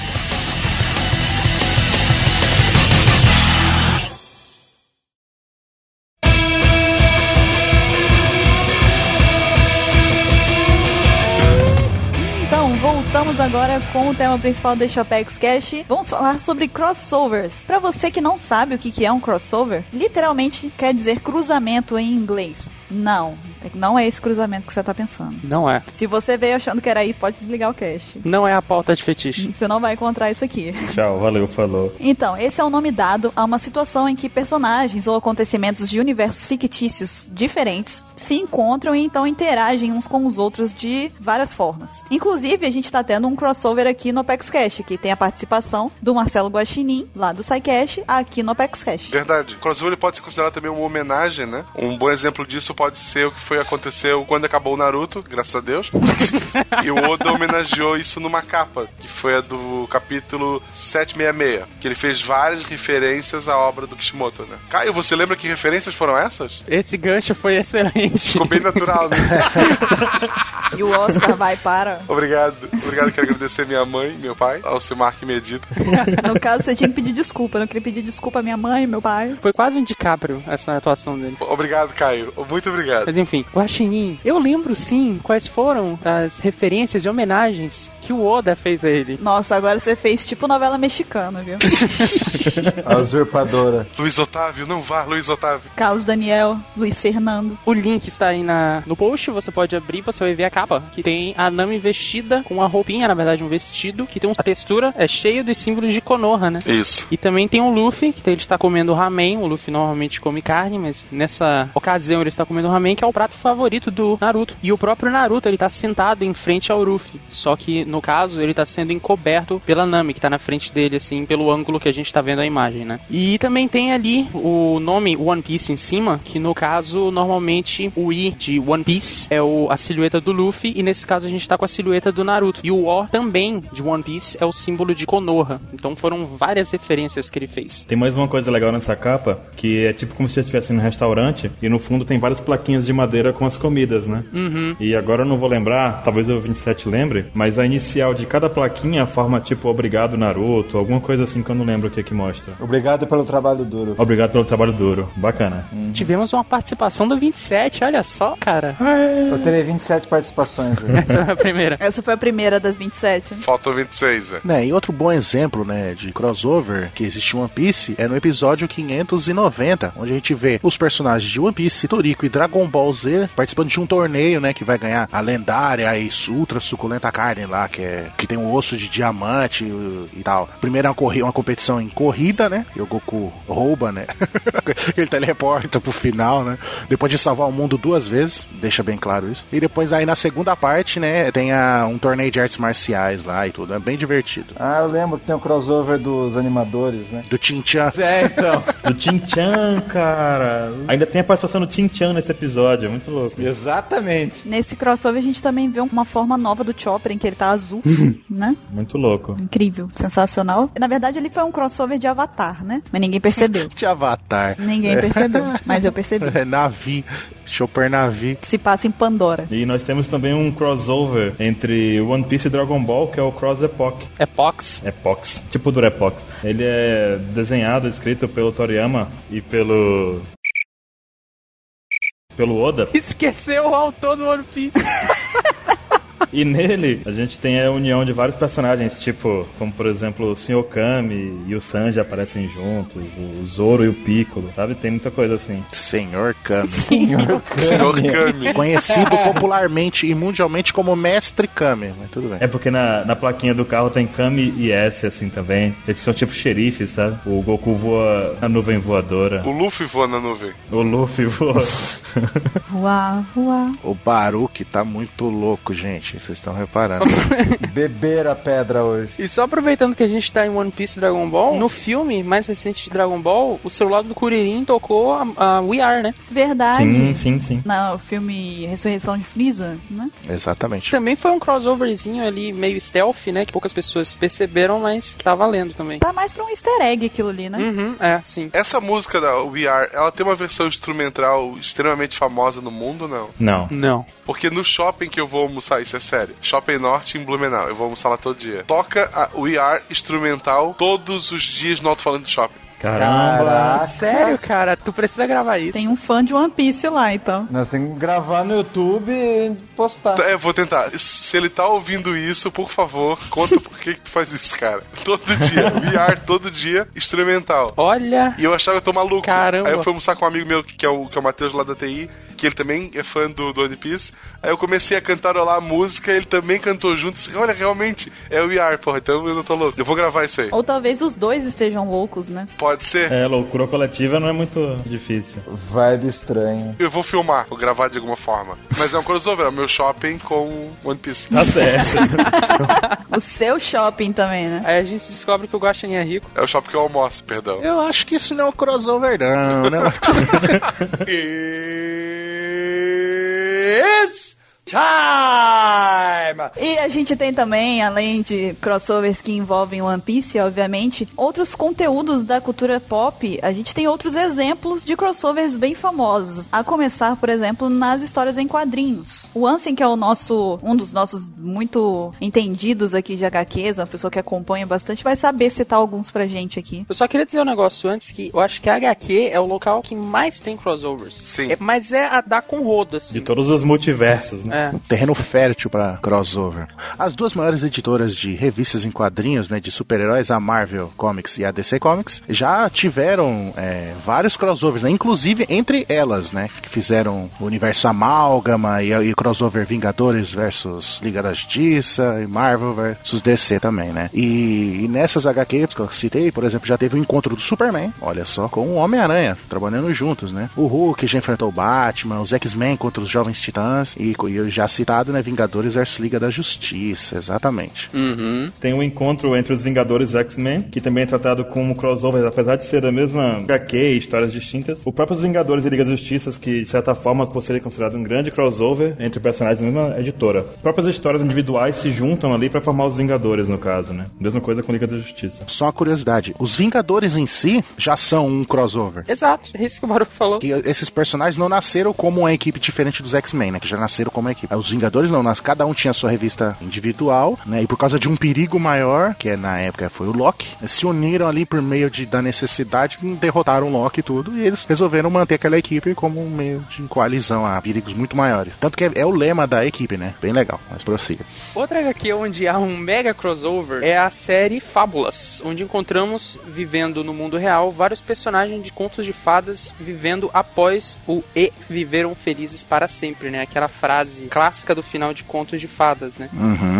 Speaker 1: Então, voltamos agora com o tema principal deste Apex Cash. Vamos falar sobre crossovers. Pra você que não sabe o que que é um crossover, literalmente quer dizer cruzamento em inglês. Não, não é esse cruzamento que você tá pensando.
Speaker 2: Não é.
Speaker 1: Se você veio achando que era isso, pode desligar o cache.
Speaker 2: Não é a pauta de fetiche.
Speaker 1: Você não vai encontrar isso aqui.
Speaker 7: Tchau, valeu, falou.
Speaker 1: Então, esse é o nome dado a uma situação em que personagens ou acontecimentos de universos fictícios diferentes se encontram e então interagem uns com os outros de várias formas. Inclusive, a gente tá tendo um crossover aqui no Apex Cash, que tem a participação do Marcelo Guaxinim, lá do SciCash, aqui no Apex Cash.
Speaker 3: Verdade. Crossover ele pode ser considerado também uma homenagem, né? Um bom exemplo disso pode ser o que foi aconteceu quando acabou o Naruto, graças a Deus. e o Oda homenageou isso numa capa, que foi a do capítulo 766, que ele fez várias referências à obra do Kishimoto, né? Caio, você lembra que referências foram essas?
Speaker 2: Esse gancho foi excelente.
Speaker 3: Ficou bem natural, né?
Speaker 1: E o Oscar vai para.
Speaker 3: Obrigado. Obrigado, quero agradecer minha mãe, meu pai, ao Simar que me edita.
Speaker 1: No caso, você tinha que pedir desculpa. Eu não queria pedir desculpa à minha mãe, meu pai.
Speaker 2: Foi quase um DiCaprio essa atuação dele.
Speaker 3: Obrigado, Caio. Muito obrigado.
Speaker 2: Mas enfim, Guaxinim, eu lembro sim quais foram as referências e homenagens que o Oda fez a ele.
Speaker 1: Nossa, agora você fez tipo novela mexicana, viu?
Speaker 11: A usurpadora.
Speaker 3: Luiz Otávio, não vá, Luiz Otávio.
Speaker 1: Carlos Daniel, Luiz Fernando.
Speaker 2: O link está aí na, no post, você pode abrir, você vai ver a capa, que tem a Nami vestida com uma roupinha, na verdade um vestido, que tem uma textura, é cheio dos símbolos de Konoha, né?
Speaker 3: Isso.
Speaker 2: E também tem o Luffy, que ele está comendo ramen. O Luffy normalmente come carne, mas nessa ocasião ele está comendo ramen, que é o prato favorito do Naruto. E o próprio Naruto, ele está sentado em frente ao Luffy. Só que, no caso, ele está sendo encoberto pela Nami, que está na frente dele, assim, pelo ângulo que a gente está vendo a imagem, né? E também tem ali o nome One Piece em cima, que no caso, normalmente, o I de One Piece é o, a silhueta do Luffy, e nesse caso a gente tá com a silhueta do Naruto. E o O também de One Piece é o símbolo de Konoha. Então foram várias referências que ele fez.
Speaker 7: Tem mais uma coisa legal nessa capa, que é tipo como se você estivesse num restaurante e no fundo tem várias plaquinhas de madeira com as comidas, né? Uhum. E agora eu não vou lembrar, talvez o 27 lembre, mas a inicial de cada plaquinha forma tipo obrigado Naruto, alguma coisa assim que eu não lembro o que que mostra.
Speaker 11: Obrigado pelo trabalho duro.
Speaker 7: Obrigado pelo trabalho duro. Bacana.
Speaker 2: Tivemos uma participação do 27, olha só, cara.
Speaker 11: Eu terei 27 participações. hoje.
Speaker 2: Essa foi a primeira.
Speaker 1: Essa foi a primeira das 27.
Speaker 3: Faltam 26, né?
Speaker 5: Né, e outro bom exemplo, né, de crossover que existe em One Piece é no episódio 590, onde a gente vê os personagens de One Piece, Toriko e Dragon Ball Z participando de um torneio, né, que vai ganhar a lendária e ultra suculenta carne lá, que é que tem um osso de diamante e, e tal. Primeiro é uma, corri- uma competição em corrida, né? E o Goku rouba, né? Ele teleporta pro final, né? Depois de salvar o mundo duas vezes, deixa bem claro isso. E depois aí na segunda parte, né, tem a, um torneio de artes marciais lá e tudo, é bem divertido.
Speaker 11: Ah, eu lembro que tem o crossover dos animadores, né?
Speaker 5: Do Tintia.
Speaker 11: É, então.
Speaker 7: Do Chin Chan, cara. Ainda tem a participação do Chin Chan nesse episódio. é muito louco.
Speaker 11: Exatamente.
Speaker 1: Nesse crossover a gente também vê uma forma nova do Chopper, em que ele tá azul,
Speaker 7: Uhum.
Speaker 1: né?
Speaker 7: Muito louco.
Speaker 1: Incrível, sensacional. Na verdade, ele foi um crossover de Avatar, né? Mas ninguém percebeu.
Speaker 5: De Avatar.
Speaker 7: É.
Speaker 1: Ninguém percebeu, mas eu percebi.
Speaker 5: É Navi. Chopper Navi.
Speaker 1: Que se passa em Pandora.
Speaker 7: E nós temos também um crossover entre One Piece e Dragon Ball, que é o Cross Epoch.
Speaker 2: É Pox?
Speaker 7: Epox, tipo Durepox. Ele é desenhado, escrito pelo Toriyama e pelo. pelo Oda.
Speaker 2: Esqueceu o autor do One Piece.
Speaker 7: E nele, a gente tem a união de vários personagens, tipo, como por exemplo, o Sr. Kami e o Sanji aparecem juntos, o Zoro e o Piccolo, sabe? Tem muita coisa assim.
Speaker 5: Senhor Kami.
Speaker 3: Senhor Kami.
Speaker 5: Conhecido popularmente e mundialmente como Mestre Kami. Mas tudo bem.
Speaker 7: É porque na, na plaquinha do carro tem Kami e S, assim, também. Eles são tipo xerifes, sabe? O Goku voa a nuvem voadora.
Speaker 3: O Luffy voa na nuvem.
Speaker 7: O Luffy voa...
Speaker 1: Voar, voar.
Speaker 5: O Baruque tá muito louco, gente. Vocês estão reparando.
Speaker 11: Beber a pedra hoje.
Speaker 2: E só aproveitando que a gente tá em One Piece e Dragon Ball, no filme mais recente de Dragon Ball, o celular do Kuririn tocou a, a We Are, né?
Speaker 1: Verdade.
Speaker 7: sim, sim, sim.
Speaker 1: No filme Ressurreição de Frieza, né?
Speaker 5: Exatamente.
Speaker 2: Também foi um crossoverzinho ali, meio stealth, né? Que poucas pessoas perceberam, mas que tá valendo também.
Speaker 1: Tá mais pra um easter egg aquilo ali, né?
Speaker 2: Uhum, é, sim.
Speaker 3: Essa música da We Are, ela tem uma versão instrumental extremamente famosa no mundo, não?
Speaker 7: Não.
Speaker 2: Não.
Speaker 3: Porque no shopping que eu vou almoçar, isso é sério. Shopping Norte em Blumenau, eu vou almoçar lá todo dia. Toca a We Are instrumental todos os dias no alto-falante do shopping.
Speaker 7: Caramba.
Speaker 2: Sério, cara, tu precisa gravar isso.
Speaker 1: Tem um fã de One Piece lá, então.
Speaker 11: Nós temos que gravar no YouTube e postar.
Speaker 3: É, eu vou tentar. Se ele tá ouvindo isso, por favor, conta por que, que tu faz isso, cara. Todo dia, We Are, todo dia, instrumental.
Speaker 2: Olha.
Speaker 3: E eu achava que eu tô maluco.
Speaker 2: Caramba.
Speaker 3: Aí eu fui almoçar com um amigo meu, que é o, que é o Matheus lá da TI, que ele também é fã do, do One Piece. Aí eu comecei a cantarolar a música, ele também cantou junto. Disse, Olha, realmente, é o ER, porra, então eu não tô louco. Eu vou gravar isso aí.
Speaker 1: Ou talvez os dois estejam loucos, né?
Speaker 3: Pode ser?
Speaker 7: É, loucura coletiva não é muito difícil.
Speaker 4: Uhum.
Speaker 11: Vibe estranha.
Speaker 3: Eu vou filmar, vou gravar de alguma forma. Mas é um crossover, é o meu shopping com One Piece.
Speaker 7: Tá certo.
Speaker 1: O seu shopping também, né?
Speaker 2: Aí a gente descobre que o Guaxinim é rico.
Speaker 3: É o shopping que eu almoço, perdão.
Speaker 5: Eu acho que isso não é um crossover, não, né?
Speaker 3: It's
Speaker 12: Time!
Speaker 1: E a gente tem também, além de crossovers que envolvem One Piece, obviamente, outros conteúdos da cultura pop. A gente tem outros exemplos de crossovers bem famosos. A começar, por exemplo, nas histórias em quadrinhos. O Ansem, que é o nosso, um dos nossos muito entendidos aqui de HQs, uma pessoa que acompanha bastante, vai saber citar alguns pra gente aqui.
Speaker 2: Eu só queria dizer um negócio antes que eu acho que a HQ é o local que mais tem crossovers.
Speaker 3: Sim.
Speaker 2: É, mas é a dar com rodo, assim.
Speaker 7: De todos os multiversos, né?
Speaker 2: É.
Speaker 5: terreno fértil para crossover. As duas maiores editoras de revistas em quadrinhos, né, de super-heróis, a Marvel Comics e a DC Comics, já tiveram é, vários crossovers, né, inclusive entre elas, né, que fizeram o universo Amálgama e, e crossover Vingadores versus Liga da Justiça e Marvel versus DC também, né. E, e nessas HQs que eu citei, por exemplo, já teve o encontro do Superman, olha só, com o Homem-Aranha, trabalhando juntos, né. O Hulk já enfrentou o Batman, os X-Men contra os Jovens Titãs e, e eu já citado, né? Vingadores versus Liga da Justiça, exatamente.
Speaker 7: Tem um encontro entre os Vingadores e X-Men, que também é tratado como crossover, apesar de ser da mesma HQ e histórias distintas. O próprio Vingadores e Liga da Justiça, que de certa forma pode ser considerado um grande crossover entre personagens da mesma editora. As próprias histórias individuais se juntam ali pra formar os Vingadores, no caso, né? Mesma coisa com Liga da Justiça.
Speaker 5: Só uma curiosidade, os Vingadores em si já são um crossover.
Speaker 2: Exato, é isso que o Baruco falou.
Speaker 5: Que esses personagens não nasceram como uma equipe diferente dos X-Men, né? Que já nasceram como uma equipe. Os Vingadores não, nas, cada um tinha sua revista individual, né? E por causa de um perigo maior, que é, na época foi o Loki, se uniram ali por meio de, da necessidade, derrotaram o Loki e tudo, e eles resolveram manter aquela equipe como um meio de coalizão a perigos muito maiores. Tanto que é, é o lema da equipe, né? Bem legal, mas prossiga.
Speaker 2: Outra HQ onde há um mega crossover é a série Fábulas, onde encontramos, vivendo no mundo real, vários personagens de contos de fadas vivendo após o E viveram felizes para sempre, né? Aquela frase clássica do final de contos de fadas, piratas, né?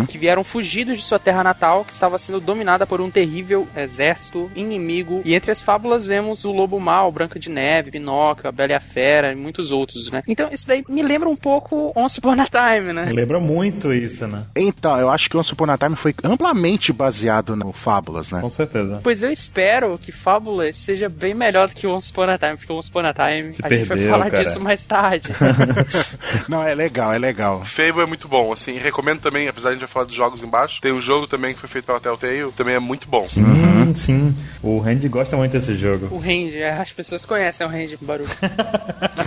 Speaker 2: Que vieram fugidos de sua terra natal, que estava sendo dominada por um terrível exército inimigo. E entre as fábulas vemos o Lobo Mal, Branca de Neve, Pinóquio, a Bela e a Fera e muitos outros, né? Então isso daí me lembra um pouco Once Upon a Time, né?
Speaker 7: Lembra muito isso, né?
Speaker 5: Então, eu acho que Once Upon a Time foi amplamente baseado no Fábulas, né?
Speaker 7: Com certeza.
Speaker 2: Pois eu espero que Fábula seja bem melhor do que Once Upon a Time, porque Once Upon a Time
Speaker 7: Se
Speaker 2: a gente vai
Speaker 7: perdeu,
Speaker 2: falar
Speaker 7: cara.
Speaker 2: disso mais tarde.
Speaker 5: Não, é legal, é legal.
Speaker 3: Fable é muito bom, assim, recomendo também, apesar de a gente vai falar dos jogos embaixo. Tem um jogo também que foi feito pela Telltale, também é muito bom.
Speaker 7: Sim, sim. O Randy gosta muito desse jogo.
Speaker 2: o Range, é, as pessoas conhecem o Range barulho.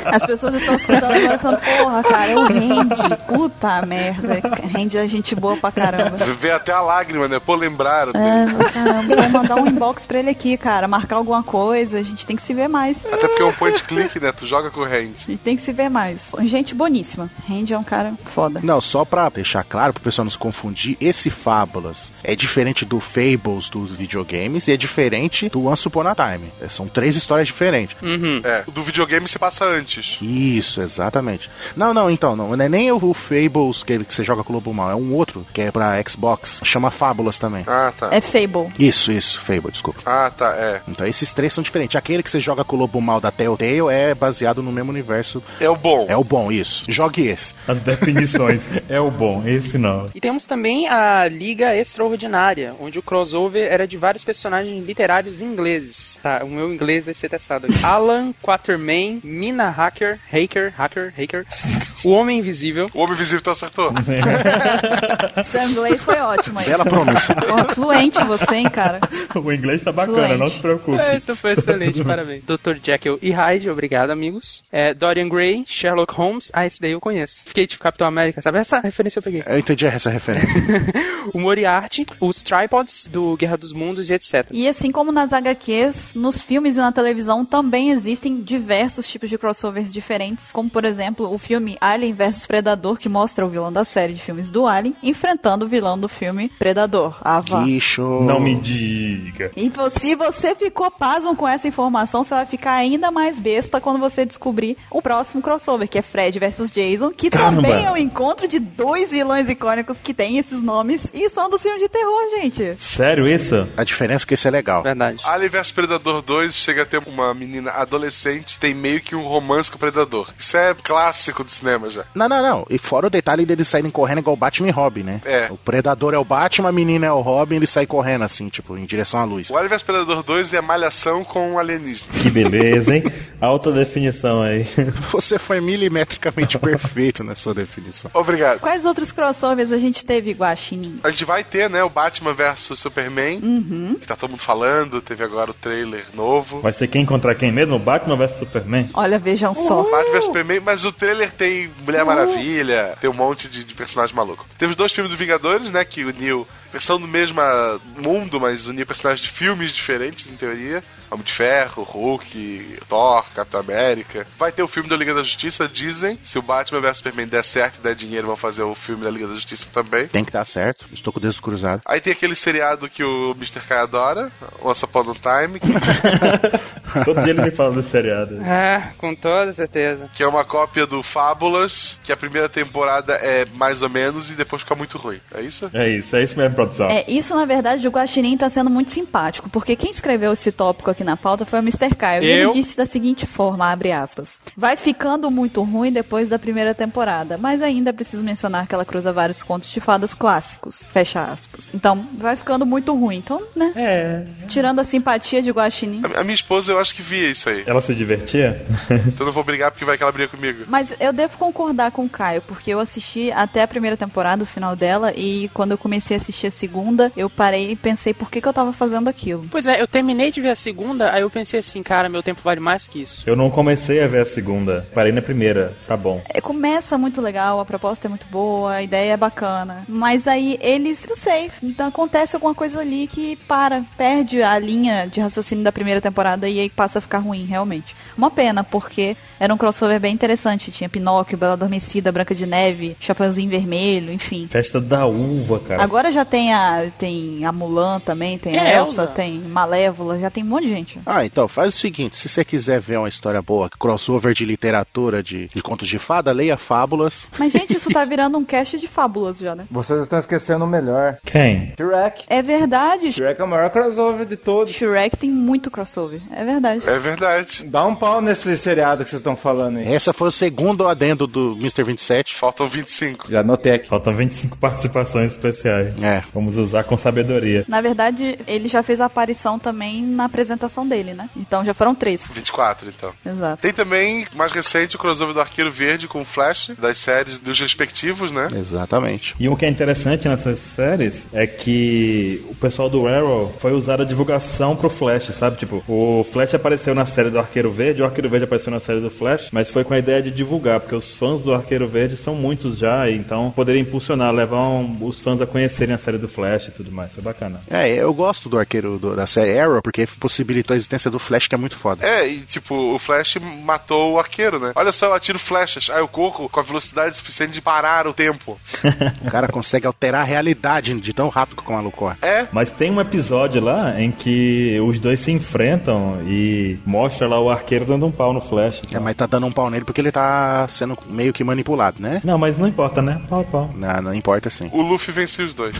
Speaker 1: As pessoas estão escutando agora e falando, porra, cara, eu rende. Puta merda. Rende é gente boa pra caramba.
Speaker 3: Vê até a lágrima, né? Pô, lembraram.
Speaker 1: É, caramba, vou mandar um inbox pra ele aqui, cara. Marcar alguma coisa, a gente tem que se ver mais.
Speaker 3: Até porque é um point click, né? Tu joga com o hand.
Speaker 1: A gente tem que se ver mais. Gente boníssima. Randy é um cara foda.
Speaker 5: Não, só pra deixar claro, pro pessoal não se confundir, esse Fábulas é diferente do Fables dos videogames e é diferente do Once Upon a Time. É, São três histórias diferentes.
Speaker 7: Uhum.
Speaker 3: É. O do videogame se passa antes.
Speaker 5: Isso, exatamente. Não, não, então, não, não é nem o o Fables que, que você joga com o Lobo Mal, é um outro que é pra Xbox, chama Fábulas também.
Speaker 3: Ah, tá.
Speaker 1: É Fable.
Speaker 5: Isso, isso, Fable, desculpa.
Speaker 3: Ah, tá, é.
Speaker 5: Então esses três são diferentes. Aquele que você joga com o Lobo Mal da Telltale é baseado no mesmo universo.
Speaker 3: É o bom.
Speaker 5: É o bom, isso. Jogue esse.
Speaker 7: As definições. é o bom, esse não.
Speaker 2: E temos também a Liga Extraordinária, onde o crossover era de vários personagens literários ingleses. Tá, o meu inglês vai ser testado aqui. Alan Quatermain, Mina Hacker, Hacker, Hacker, Hacker, O Homem Invisível,
Speaker 3: O Homem Visível tu acertou.
Speaker 1: Ah, Seu inglês foi ótimo aí.
Speaker 5: Bela pronúncia.
Speaker 1: Pô, fluente você, hein, cara.
Speaker 7: O inglês tá bacana,
Speaker 1: Fluente.
Speaker 7: não se preocupe.
Speaker 2: É, Isso foi excelente, parabéns. Dr. Jekyll e Hyde, obrigado, amigos. É, Dorian Gray, Sherlock Holmes, ah, esse daí eu conheço. Fiquei tipo Capitão América, sabe? Essa referência eu peguei.
Speaker 5: Eu entendi essa referência.
Speaker 2: O Moriarty, os Tripods do Guerra dos Mundos e etc.
Speaker 1: E assim como nas HQs, nos filmes e na televisão também existem diversos tipos de crossovers diferentes, como por exemplo o filme Alien vs Predador, que mostra o vilão da série de filmes do Alien enfrentando o vilão do filme Predador, Ava.
Speaker 5: que show.
Speaker 7: Não me diga.
Speaker 1: E vo- se você ficou pasmo com essa informação, você vai ficar ainda mais besta quando você descobrir o próximo crossover, que é Fred versus Jason, que
Speaker 7: Caramba.
Speaker 1: também é o encontro de dois vilões icônicos que têm esses nomes e são dos filmes de terror, gente.
Speaker 7: Sério isso?
Speaker 5: A diferença é que esse é legal.
Speaker 2: Verdade.
Speaker 3: Alien vs Predador 2 chega a ter uma menina adolescente, tem meio que um romance com o Predador. Isso é clássico do cinema já.
Speaker 5: Não, não, não. E fora o detalhe deles saírem correndo igual Batman e Robin, né?
Speaker 3: É.
Speaker 5: O predador é o Batman, a menina é o Robin, ele sai correndo assim, tipo, em direção à luz.
Speaker 3: O Alien vs Predador 2 é malhação com um alienígena.
Speaker 7: Que beleza, hein? Alta definição aí.
Speaker 5: Você foi milimetricamente perfeito na sua definição.
Speaker 3: Obrigado.
Speaker 1: Quais outros crossovers a gente teve, Guaxinim?
Speaker 3: A gente vai ter, né, o Batman versus Superman, que tá todo mundo falando, teve agora o trailer novo.
Speaker 7: Vai ser quem contra quem mesmo? O Batman vs Superman?
Speaker 1: Olha, vejam só.
Speaker 3: Batman vs Superman, mas o trailer tem Mulher Maravilha, tem um monte de, de personagem maluco. Temos dois filmes do Vingadores, né, que uniu, versão do mesmo ah, mundo, mas uniu personagens de filmes diferentes, em teoria. Homem de Ferro, Hulk, Thor, Capitão América. Vai ter o filme da Liga da Justiça, dizem. Se o Batman vs Superman der certo e der dinheiro, vão fazer o filme da Liga da Justiça também.
Speaker 5: Tem que dar certo. Estou com o dedo cruzado.
Speaker 3: Aí tem aquele seriado que o Mr. Kai adora, Once Upon a Time,
Speaker 7: Todo dia ele me fala desse seriado.
Speaker 2: É, com toda certeza.
Speaker 3: que é uma cópia do Fábulas, que a primeira temporada é mais ou menos e depois fica muito ruim. É isso?
Speaker 7: É isso, é isso mesmo, produção.
Speaker 1: É, isso na verdade o Guaxinim tá sendo muito simpático, porque quem escreveu esse tópico aqui na pauta foi o Mr. Caio. E
Speaker 2: Eu?
Speaker 1: ele disse da seguinte forma, abre aspas. Vai ficando muito ruim depois da primeira temporada, mas ainda preciso mencionar que ela cruza vários contos de fadas clássicos, fecha aspas. Então, vai ficando muito ruim, então, né?
Speaker 7: É.
Speaker 1: Tirando a simpatia de Guaxinim.
Speaker 3: A, a minha esposa eu acho que via isso aí.
Speaker 7: Ela se divertia?
Speaker 3: Então eu não vou brigar porque vai que ela briga comigo.
Speaker 1: Mas eu devo concordar com o Caio, porque eu assisti até a primeira temporada, o final dela, e quando eu comecei a assistir a segunda, eu parei e pensei por que, que eu tava fazendo aquilo.
Speaker 2: Pois é, eu terminei de ver a segunda, aí eu pensei assim, cara, meu tempo vale mais que isso.
Speaker 7: Eu não comecei a ver a segunda. Parei na primeira. Tá bom.
Speaker 1: É, Começa muito legal, a proposta é muito boa, a ideia é bacana. Mas aí eles, não sei, então acontece alguma coisa ali que para, perde a linha de raciocínio da primeira temporada e aí passa a ficar ruim, realmente. Uma pena, porque era um crossover bem interessante. Tinha Pinóquio, Bela Adormecida, Branca de Neve, Chapeuzinho Vermelho, enfim.
Speaker 7: Festa da uva, cara.
Speaker 1: Agora já tem tem a, tem a Mulan também, tem
Speaker 5: É
Speaker 1: a Elsa,
Speaker 5: Elsa.
Speaker 1: tem Malévola, já tem um monte de gente.
Speaker 5: Ah, então faz o seguinte: se você quiser ver uma história boa, crossover de literatura, de, de contos de fada, leia Fábulas.
Speaker 1: Mas, gente, isso tá virando um cast de fábulas já, né?
Speaker 4: Vocês estão esquecendo o melhor.
Speaker 7: Quem?
Speaker 4: Shrek.
Speaker 1: É verdade.
Speaker 4: Shrek é o maior crossover de todos.
Speaker 1: Shrek tem muito crossover. É verdade.
Speaker 3: É verdade.
Speaker 4: Dá um pau nesse seriado que vocês estão falando aí.
Speaker 5: Essa foi o segundo adendo do Mr. 27.
Speaker 3: Faltam 25.
Speaker 4: Já anotei aqui.
Speaker 7: Faltam 25 participações especiais.
Speaker 5: É.
Speaker 7: Vamos usar com sabedoria.
Speaker 1: Na verdade, ele já fez a aparição também na apresentação dele, né? Então já foram três.
Speaker 3: 24, então.
Speaker 1: Exato.
Speaker 3: Tem também, mais recente, o crossover do Arqueiro Verde com o Flash, das séries dos respectivos, né?
Speaker 5: Exatamente.
Speaker 7: E o que é interessante nessas séries é que o pessoal do Arrow foi usar a divulgação pro Flash, sabe? Tipo, o Flash apareceu na série do Arqueiro Verde, o Arqueiro Verde apareceu na série do Flash, mas foi com a ideia de divulgar, porque os fãs do Arqueiro Verde são muitos já, e então poderia impulsionar, levar um- os fãs a conhecerem a série do Flash e tudo mais. Foi bacana.
Speaker 5: É, eu gosto do arqueiro do- da série Arrow, porque possibilitou a existência do Flash, que é muito foda.
Speaker 3: É, e tipo, o Flash matou o arqueiro, né? Olha só, eu atiro flechas, aí eu corro com a velocidade suficiente de parar o tempo.
Speaker 5: O cara consegue alterar a realidade de tão rápido que o maluco corre.
Speaker 3: É.
Speaker 7: Mas tem um episódio lá em que os dois se enfrentam e mostra lá o arqueiro dando um pau no Flash.
Speaker 5: É, mas tá dando um pau nele porque ele tá sendo meio que manipulado, né?
Speaker 7: Não, mas não importa, né? Pau, pau.
Speaker 5: Não, não importa sim.
Speaker 3: O Luffy venceu os dois.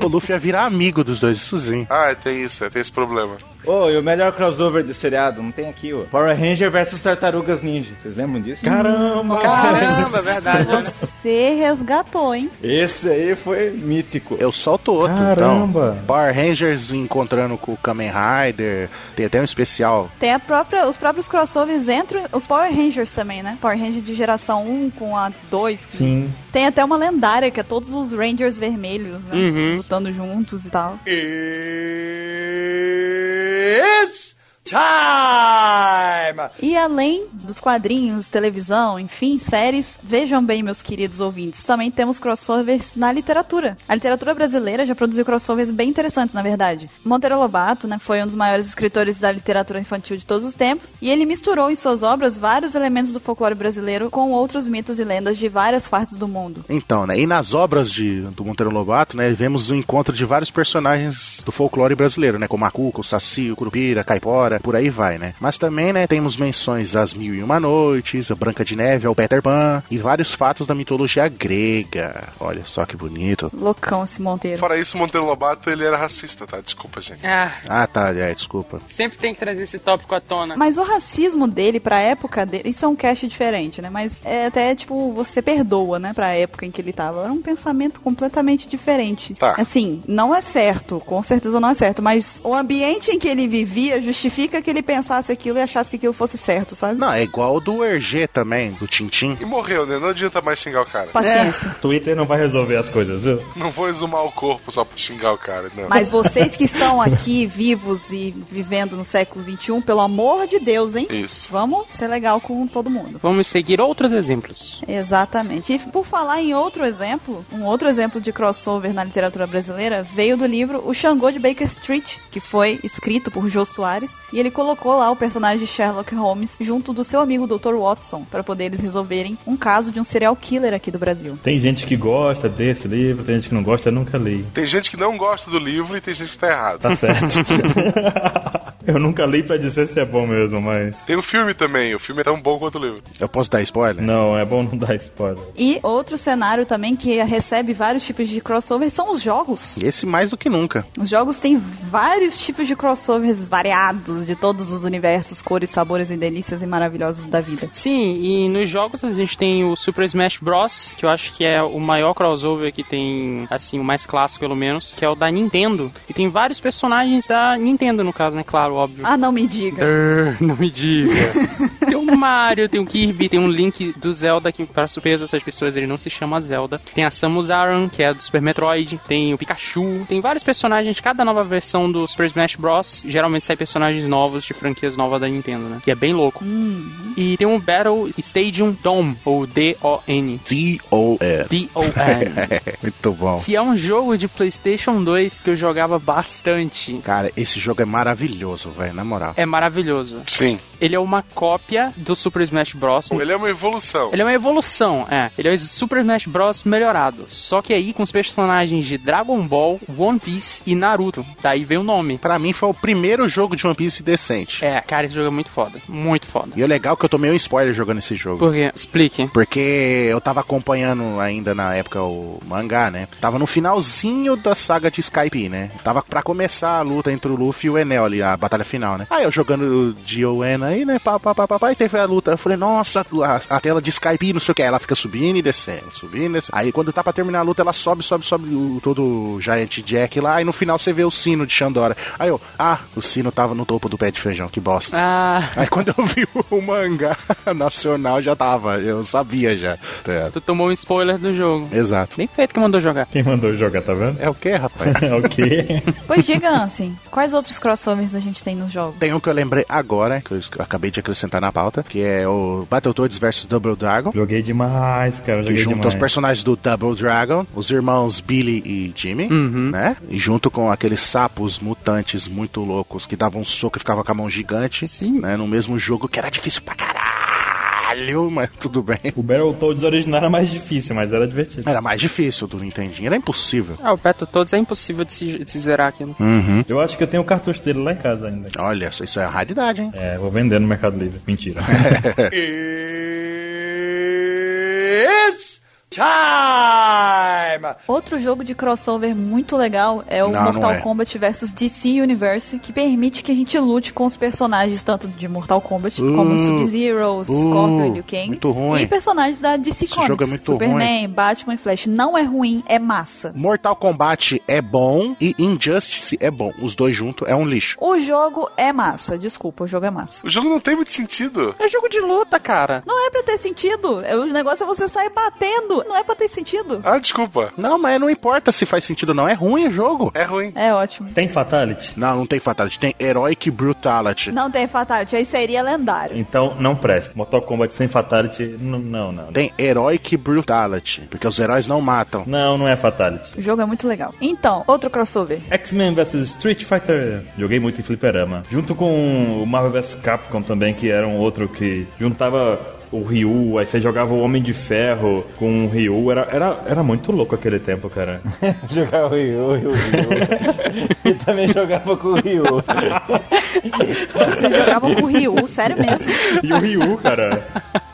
Speaker 5: O Luffy ia virar amigo dos dois, isso sim.
Speaker 3: ah, tem isso, é, tem esse problema.
Speaker 4: Ô, e o melhor crossover do seriado? Não tem aqui, ó. Power Ranger versus Tartarugas Ninja. Vocês lembram disso?
Speaker 7: Caramba!
Speaker 2: Caramba, é verdade. né?
Speaker 1: Você resgatou, hein?
Speaker 4: Esse aí foi mítico.
Speaker 5: Eu solto outro,
Speaker 7: Caramba.
Speaker 5: então. Power Rangers encontrando com o Kamen Rider. Tem até um especial.
Speaker 1: Tem a própria, os próprios crossovers entre os Power Rangers também, né? Power Ranger de geração 1 com a 2.
Speaker 7: Sim.
Speaker 1: Tem até uma lendária que é todos os Rangers vermelhos, né?
Speaker 2: Uhum.
Speaker 1: Lutando juntos e tal.
Speaker 13: It's time!
Speaker 1: E além dos quadrinhos, televisão, enfim, séries, vejam bem, meus queridos ouvintes, também temos crossovers na literatura. A literatura brasileira já produziu crossovers bem interessantes, na verdade. Monteiro Lobato, né, foi um dos maiores escritores da literatura infantil de todos os tempos, e ele misturou em suas obras vários elementos do folclore brasileiro com outros mitos e lendas de várias partes do mundo.
Speaker 5: Então, né? E nas obras de, do Monteiro Lobato, né? Vemos o encontro de vários personagens do folclore brasileiro, né? Como a Cuca, o Saci, o Curupira, Caipora, por aí vai, né? Mas também, né? Temos menções às Mil e Uma Noites, a Branca de Neve, ao Peter Pan e vários fatos da mitologia grega. Olha só que bonito.
Speaker 1: Loucão esse Monteiro.
Speaker 3: Fora isso, o Monteiro Lobato, ele era racista, tá? Desculpa, gente.
Speaker 2: Ah,
Speaker 5: Ah, tá. É, desculpa.
Speaker 2: sempre tem que trazer esse tópico à tona.
Speaker 1: Mas o racismo dele pra época dele, isso é um cast diferente, né? Mas é até tipo, você perdoa, né, pra época em que ele tava. Era um pensamento completamente diferente.
Speaker 3: Tá.
Speaker 1: Assim, não é certo, com certeza não é certo, mas o ambiente em que ele vivia justifica que ele pensasse aquilo e achasse que aquilo fosse certo, sabe?
Speaker 5: Não, é igual o do Hergé também, do Tintim.
Speaker 3: E morreu, né? Não adianta mais xingar o cara.
Speaker 1: Paciência.
Speaker 7: Twitter não vai resolver as coisas, viu?
Speaker 3: Não vou exumar o corpo só pra xingar o cara, não.
Speaker 1: Mas vocês que estão aqui vivos e vivendo no século XXI, pelo amor de Deus, hein?
Speaker 3: Isso.
Speaker 1: Vamos ser legal com todo mundo.
Speaker 2: Vamos seguir outros exemplos.
Speaker 1: Exatamente. E por falar em outro exemplo, um outro exemplo de crossover na literatura brasileira veio do livro O Xangô de Baker Street, que foi escrito por Jô Soares, e ele colocou lá o personagem Sherlock Holmes junto do seu amigo Dr. Watson para poder eles resolverem um caso de um serial killer aqui do Brasil.
Speaker 7: Tem gente que gosta desse livro, tem gente que não gosta, eu nunca li.
Speaker 3: Tem gente que não gosta do livro e tem gente que tá errado.
Speaker 7: Tá certo. eu nunca li pra dizer se é bom mesmo, mas.
Speaker 3: Tem o filme também, o filme é tão bom quanto o livro.
Speaker 5: Eu posso dar spoiler?
Speaker 7: Não, é bom não dar spoiler.
Speaker 1: E outro cenário também que recebe vários tipos de crossover são os jogos.
Speaker 5: Esse mais do que nunca.
Speaker 1: Os jogos têm vários tipos de crossovers variados de todos os universos, cores, sabores e delícias e maravilhosos da vida.
Speaker 2: Sim, e nos jogos a gente tem o Super Smash Bros, que eu acho que é o maior crossover que tem, assim, o mais clássico pelo menos, que é o da Nintendo. E tem vários personagens da Nintendo, no caso, né? Claro, óbvio.
Speaker 1: Ah, não me diga.
Speaker 2: Err, Não me diga. tem o Mario, tem o Kirby, tem um Link do Zelda, que para surpresa das outras pessoas ele não se chama Zelda. Tem a Samus Aran, que é do Super Metroid. Tem o Pikachu. Tem vários personagens. Cada nova versão do Super Smash Bros. geralmente sai personagens novos de franquias novas da Nintendo, né? Que é bem louco. E tem o Battle Stadium Dome, ou D-O-N.
Speaker 5: D.O.R.
Speaker 2: D-O-N.
Speaker 5: Muito bom.
Speaker 2: que é um jogo de PlayStation 2 que eu jogava bastante.
Speaker 5: Cara, esse jogo é maravilhoso, velho, na moral.
Speaker 2: É maravilhoso.
Speaker 3: Sim.
Speaker 2: Ele é uma cópia do Super Smash Bros.
Speaker 3: Ele é uma evolução.
Speaker 2: Ele é uma evolução, é. Ele é o Super Smash Bros. melhorado. Só que aí com os personagens de Dragon Ball, One Piece e Naruto. Daí vem o nome.
Speaker 5: Pra mim foi o primeiro jogo de One Piece decente.
Speaker 2: É, cara, esse jogo é muito foda. Muito foda.
Speaker 5: E o legal é que eu tomei um spoiler jogando esse jogo.
Speaker 2: Por quê? Explique.
Speaker 5: Porque eu tava acompanhando ainda na época o mangá, né? Tava no finalzinho da saga de Skype, né? Tava pra começar a luta entre o Luffy e o Enel ali, a batalha final, né? Aí eu jogando de Owen aí, né? Pá, pá, pá, pá, pá, e teve a luta. Eu falei, nossa, a, a tela de Skype, não sei o que. Ela fica subindo e descendo, subindo e descendo. Aí quando tá pra terminar a luta, ela sobe, sobe, sobe o, todo o Giant Jack lá. E no final você vê o sino de Xandora. Aí eu, ah, o sino tava no topo do pé de feijão, que bosta.
Speaker 2: Ah,
Speaker 5: Aí quando eu vi o mangá nacional já tava, eu sabia já. É,
Speaker 2: tu tomou um spoiler do jogo.
Speaker 3: É.
Speaker 5: Exato.
Speaker 2: Bem feito que mandou jogar.
Speaker 7: Quem mandou jogar, tá vendo?
Speaker 5: É o que, rapaz?
Speaker 7: É o quê?
Speaker 1: Pois diga, Ansem, quais outros crossovers a gente tem nos jogos?
Speaker 5: Tem um que eu lembrei agora, que eu es- acabei de acrescentar na pauta, que é o Battletoads vs Double Dragon.
Speaker 7: Joguei demais, cara.
Speaker 5: Que
Speaker 7: Joguei
Speaker 5: junta os
Speaker 7: demais.
Speaker 5: personagens do Double Dragon, os irmãos Billy e Jimmy, né? E junto com aqueles sapos mutantes muito loucos que davam um soco e ficavam com a mão gigante,
Speaker 2: Sim.
Speaker 5: né? No mesmo jogo que era difícil pra caralho, mas tudo bem.
Speaker 7: O Battletoads original era mais difícil, mas era divertido.
Speaker 5: Era mais difícil do Nintendinho, era impossível.
Speaker 2: Ah, o Beto Todos é impossível de se, de se zerar aqui. né?
Speaker 5: Uhum.
Speaker 7: Eu acho que eu tenho o cartucho dele lá em casa ainda.
Speaker 5: Olha, isso isso é uma raridade, hein?
Speaker 7: É, vou vender no Mercado Livre. Mentira.
Speaker 3: It's time!
Speaker 1: Outro jogo de crossover muito legal é o
Speaker 5: Não,
Speaker 1: Mortal
Speaker 5: não é.
Speaker 1: Kombat vs DC Universe, que permite que a gente lute com os personagens tanto de Mortal Kombat
Speaker 5: Uh,
Speaker 1: como Sub-Zero, Scorpion, Liu Kang.
Speaker 5: muito ruim.
Speaker 1: E personagens da DC
Speaker 5: Esse
Speaker 1: Comics,
Speaker 5: jogo é muito
Speaker 1: Superman, Batman e Flash. Não é ruim, é massa.
Speaker 5: Mortal Kombat é bom e Injustice é bom. Os dois juntos é um lixo.
Speaker 1: O jogo é massa, desculpa, o jogo é massa.
Speaker 3: O jogo não tem muito sentido.
Speaker 2: É jogo de luta, cara.
Speaker 1: Não é pra ter sentido, é- o negócio é você sair batendo, não é pra ter sentido.
Speaker 3: Ah, desculpa.
Speaker 5: Não, mas não importa se faz sentido ou não, é ruim o jogo.
Speaker 3: É ruim.
Speaker 1: É ótimo.
Speaker 7: Tem Fatality?
Speaker 5: Não, não tem fatality, tem Heroic Brutality.
Speaker 1: Não tem Fatality, aí seria lendário.
Speaker 7: Então, não presta. Mortal Kombat sem Fatality, não, não, não.
Speaker 5: Tem Heroic Brutality, porque os heróis não matam.
Speaker 7: Não, não é Fatality.
Speaker 1: O jogo é muito legal. Então, outro crossover.
Speaker 7: X-Men vs Street Fighter. Joguei muito em fliperama. Junto com o Marvel vs Capcom também, que era um outro que juntava o Ryu, aí você jogava o Homem de Ferro com o Ryu. Era, era, era muito louco aquele tempo, cara.
Speaker 11: Jogava o Ryu, o Ryu, o Ryu. e também jogava com o Ryu.
Speaker 1: Vocês jogavam com o Ryu, sério mesmo.
Speaker 7: E o Ryu, cara.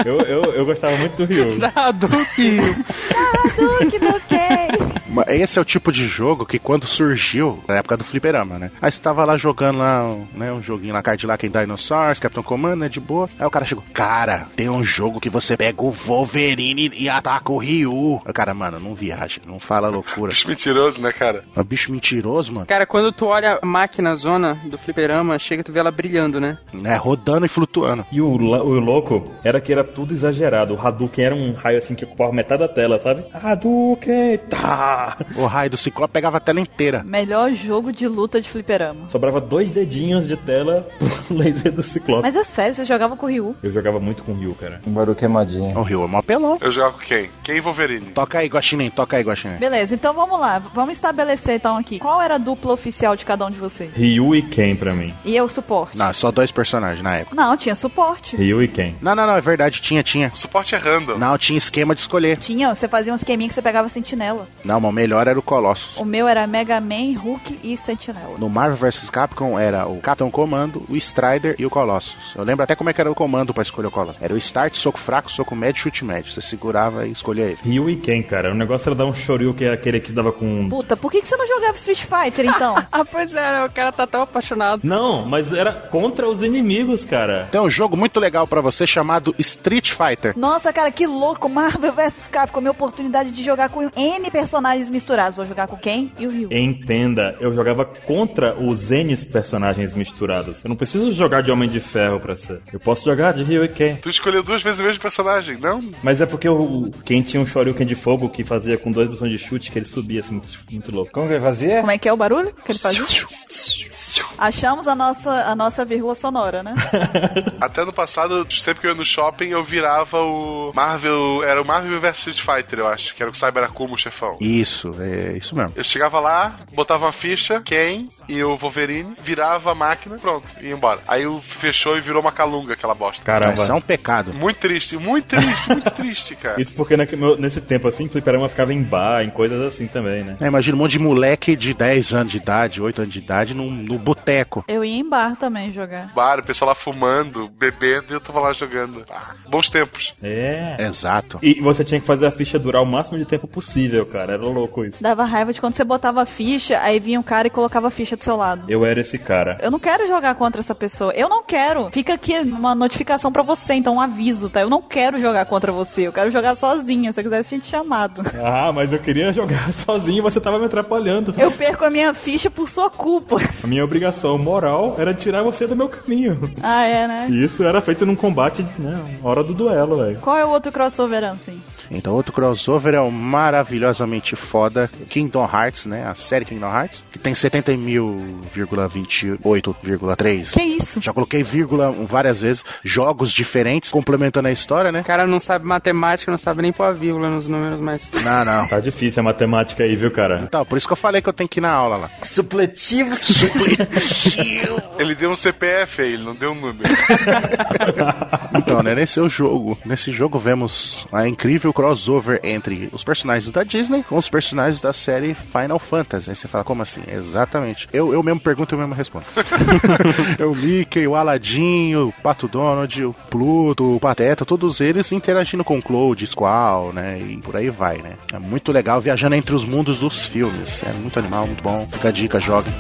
Speaker 7: Eu, eu, eu gostava muito do Ryu.
Speaker 2: Da Duke.
Speaker 1: Duke, Duke.
Speaker 5: Ma- Esse é o tipo de jogo que quando surgiu, na época do fliperama, né? Aí você tava lá jogando lá, um, né, um joguinho lá, Cadillac em Dinosaurs, Capitão Comando, né, de boa. Aí o cara chegou, cara, tem um jogo que você pega o Wolverine e ataca o Ryu. Aí o cara, mano, não viaja, não fala loucura.
Speaker 3: Bicho mentiroso, né, cara?
Speaker 5: É um bicho mentiroso, mano,
Speaker 2: Cara, quando tu olha a máquina zona do fliperama, chega tu vê ela brilhando, né?
Speaker 5: né? Rodando e flutuando.
Speaker 7: E o, la- o louco era que era tudo exagerado. O Hadouken era um raio assim que ocupava metade da tela, sabe? Hadouken! Tá!
Speaker 5: O raio do Ciclope pegava a tela inteira.
Speaker 1: Melhor jogo de luta de fliperama.
Speaker 7: Sobrava dois dedinhos de tela pro laser do Ciclope.
Speaker 1: Mas é sério, vocês jogavam com o Ryu.
Speaker 7: Eu jogava muito com o Ryu, cara.
Speaker 11: Um barulho queimadinho.
Speaker 5: O Ryu é mó pelão.
Speaker 3: Eu jogava com quem? Quem e Wolverine?
Speaker 5: Toca aí, Guaxinim, toca aí, Guaxinim.
Speaker 1: Beleza, então vamos lá. Vamos estabelecer então aqui. Qual era a dupla oficial de cada um de vocês?
Speaker 7: Ryu e Ken pra mim.
Speaker 1: E eu suporte.
Speaker 5: Não, só dois personagens na época.
Speaker 1: Não, tinha suporte.
Speaker 7: Ryu e Ken.
Speaker 5: Não, não, não, é verdade, tinha, tinha.
Speaker 3: O suporte é random.
Speaker 5: Não, tinha esquema de escolher.
Speaker 1: Tinha, você fazia um esqueminha que você pegava sentinela.
Speaker 5: Não, mas o melhor era o Colossus.
Speaker 1: O meu era Mega Man, Hulk e Sentinela.
Speaker 5: No Marvel vs Capcom era o Capitão Comando, o Strider e o Colossus. Eu lembro até como é que era o comando pra escolher o Colossus. Era o start, soco fraco, soco médio, chute médio. Você segurava e escolhia ele.
Speaker 7: Ryu e Ken, cara. O negócio era dar um choril que era aquele que dava com. um-
Speaker 1: Puta, por que, que você não jogava Street Fighter então?
Speaker 2: Ah, pois é, o cara tá tão apaixonado.
Speaker 7: Não, mas era contra os inimigos, cara.
Speaker 5: Tem um jogo muito legal pra você chamado Street Fighter.
Speaker 1: Nossa, cara, que louco! Marvel vs Capcom, minha oportunidade de jogar com N personagens misturados. Vou jogar com quem? E o Ryu.
Speaker 7: Entenda, eu jogava contra os N personagens misturados. Eu não preciso jogar de Homem de Ferro pra ser. Eu posso jogar de Ryu e Ken.
Speaker 3: Tu escolheu duas vezes o mesmo personagem, não?
Speaker 7: Mas é porque o, o- quem tinha um Shoryuken de fogo que fazia com dois botões de chute que ele subia assim, muito, muito louco.
Speaker 11: Como que ele fazia?
Speaker 1: Como é que é o barulho que ele fazia? Achamos a nossa, a nossa vírgula sonora, né?
Speaker 3: Até no passado, sempre que eu ia no shopping, eu virava o Marvel. Era o Marvel vs Street Fighter, eu acho, que era o Cyber Akuma, o chefão.
Speaker 5: Isso, é isso mesmo.
Speaker 3: Eu chegava lá, botava uma ficha, Ken e o Wolverine, virava a máquina, pronto, ia embora. Aí o fechou e virou uma calunga aquela bosta.
Speaker 7: Caramba.
Speaker 5: Mas é um pecado.
Speaker 3: Muito triste, muito triste, muito triste, cara.
Speaker 7: Isso porque naque- meu- nesse tempo assim, fliperama ficava em bar, em coisas assim também, né?
Speaker 5: É, imagina um monte de moleque de 10 anos de idade, 8 anos de idade, num, no boteco.
Speaker 1: Eu ia em bar também jogar.
Speaker 3: Bar, o pessoal lá fumando, bebendo, e eu tava lá jogando. Ah, bons tempos.
Speaker 7: É.
Speaker 5: Exato.
Speaker 7: E você tinha que fazer a ficha durar o máximo de tempo possível, cara. Era louco isso.
Speaker 1: Dava raiva de quando você botava a ficha, aí vinha um cara e colocava a ficha do seu lado.
Speaker 7: Eu era esse cara.
Speaker 1: Eu não quero jogar contra essa pessoa. Eu não quero. Fica aqui uma notificação pra você, então um aviso, tá? Eu não quero jogar contra você. Eu quero jogar sozinha. Se eu quisesse, tinha te chamado.
Speaker 7: Ah, mas eu queria jogar sozinho e você tava me atrapalhando.
Speaker 1: Eu perco a minha ficha por sua culpa.
Speaker 7: A minha obrigação moral era tirar você do meu caminho.
Speaker 1: Ah, é, né?
Speaker 7: E isso era feito num combate, né? Hora do duelo, velho.
Speaker 1: Qual é o outro crossover, assim?
Speaker 5: Então, outro crossover é o maravilhosamente foda Kingdom Hearts, né? A série Kingdom Hearts, que tem 70 mil,28,3.
Speaker 1: Que isso?
Speaker 5: Já coloquei vírgula um várias vezes, jogos diferentes, complementando a história, né?
Speaker 12: O cara não sabe matemática, não sabe nem pôr a vírgula nos números, mas.
Speaker 5: Não, não.
Speaker 7: Tá difícil a matemática aí, viu, cara?
Speaker 5: Então, por isso que eu falei que eu tenho que ir na aula lá.
Speaker 11: Supletivos.
Speaker 3: Ele deu um CPF aí, ele não deu um número.
Speaker 5: Então, né, nesse é o jogo. Nesse jogo vemos a incrível crossover entre os personagens da Disney com os personagens da série Final Fantasy. Aí você fala, como assim? Exatamente. Eu, eu mesmo pergunto, eu mesmo respondo. é o Mickey, o Aladdin, o Pato Donald, o Pluto, o Pateta, todos eles interagindo com o Cloud, Squall, né, e por aí vai, né. É muito legal viajando entre os mundos dos filmes. É muito animal, muito bom. Fica a dica, joga.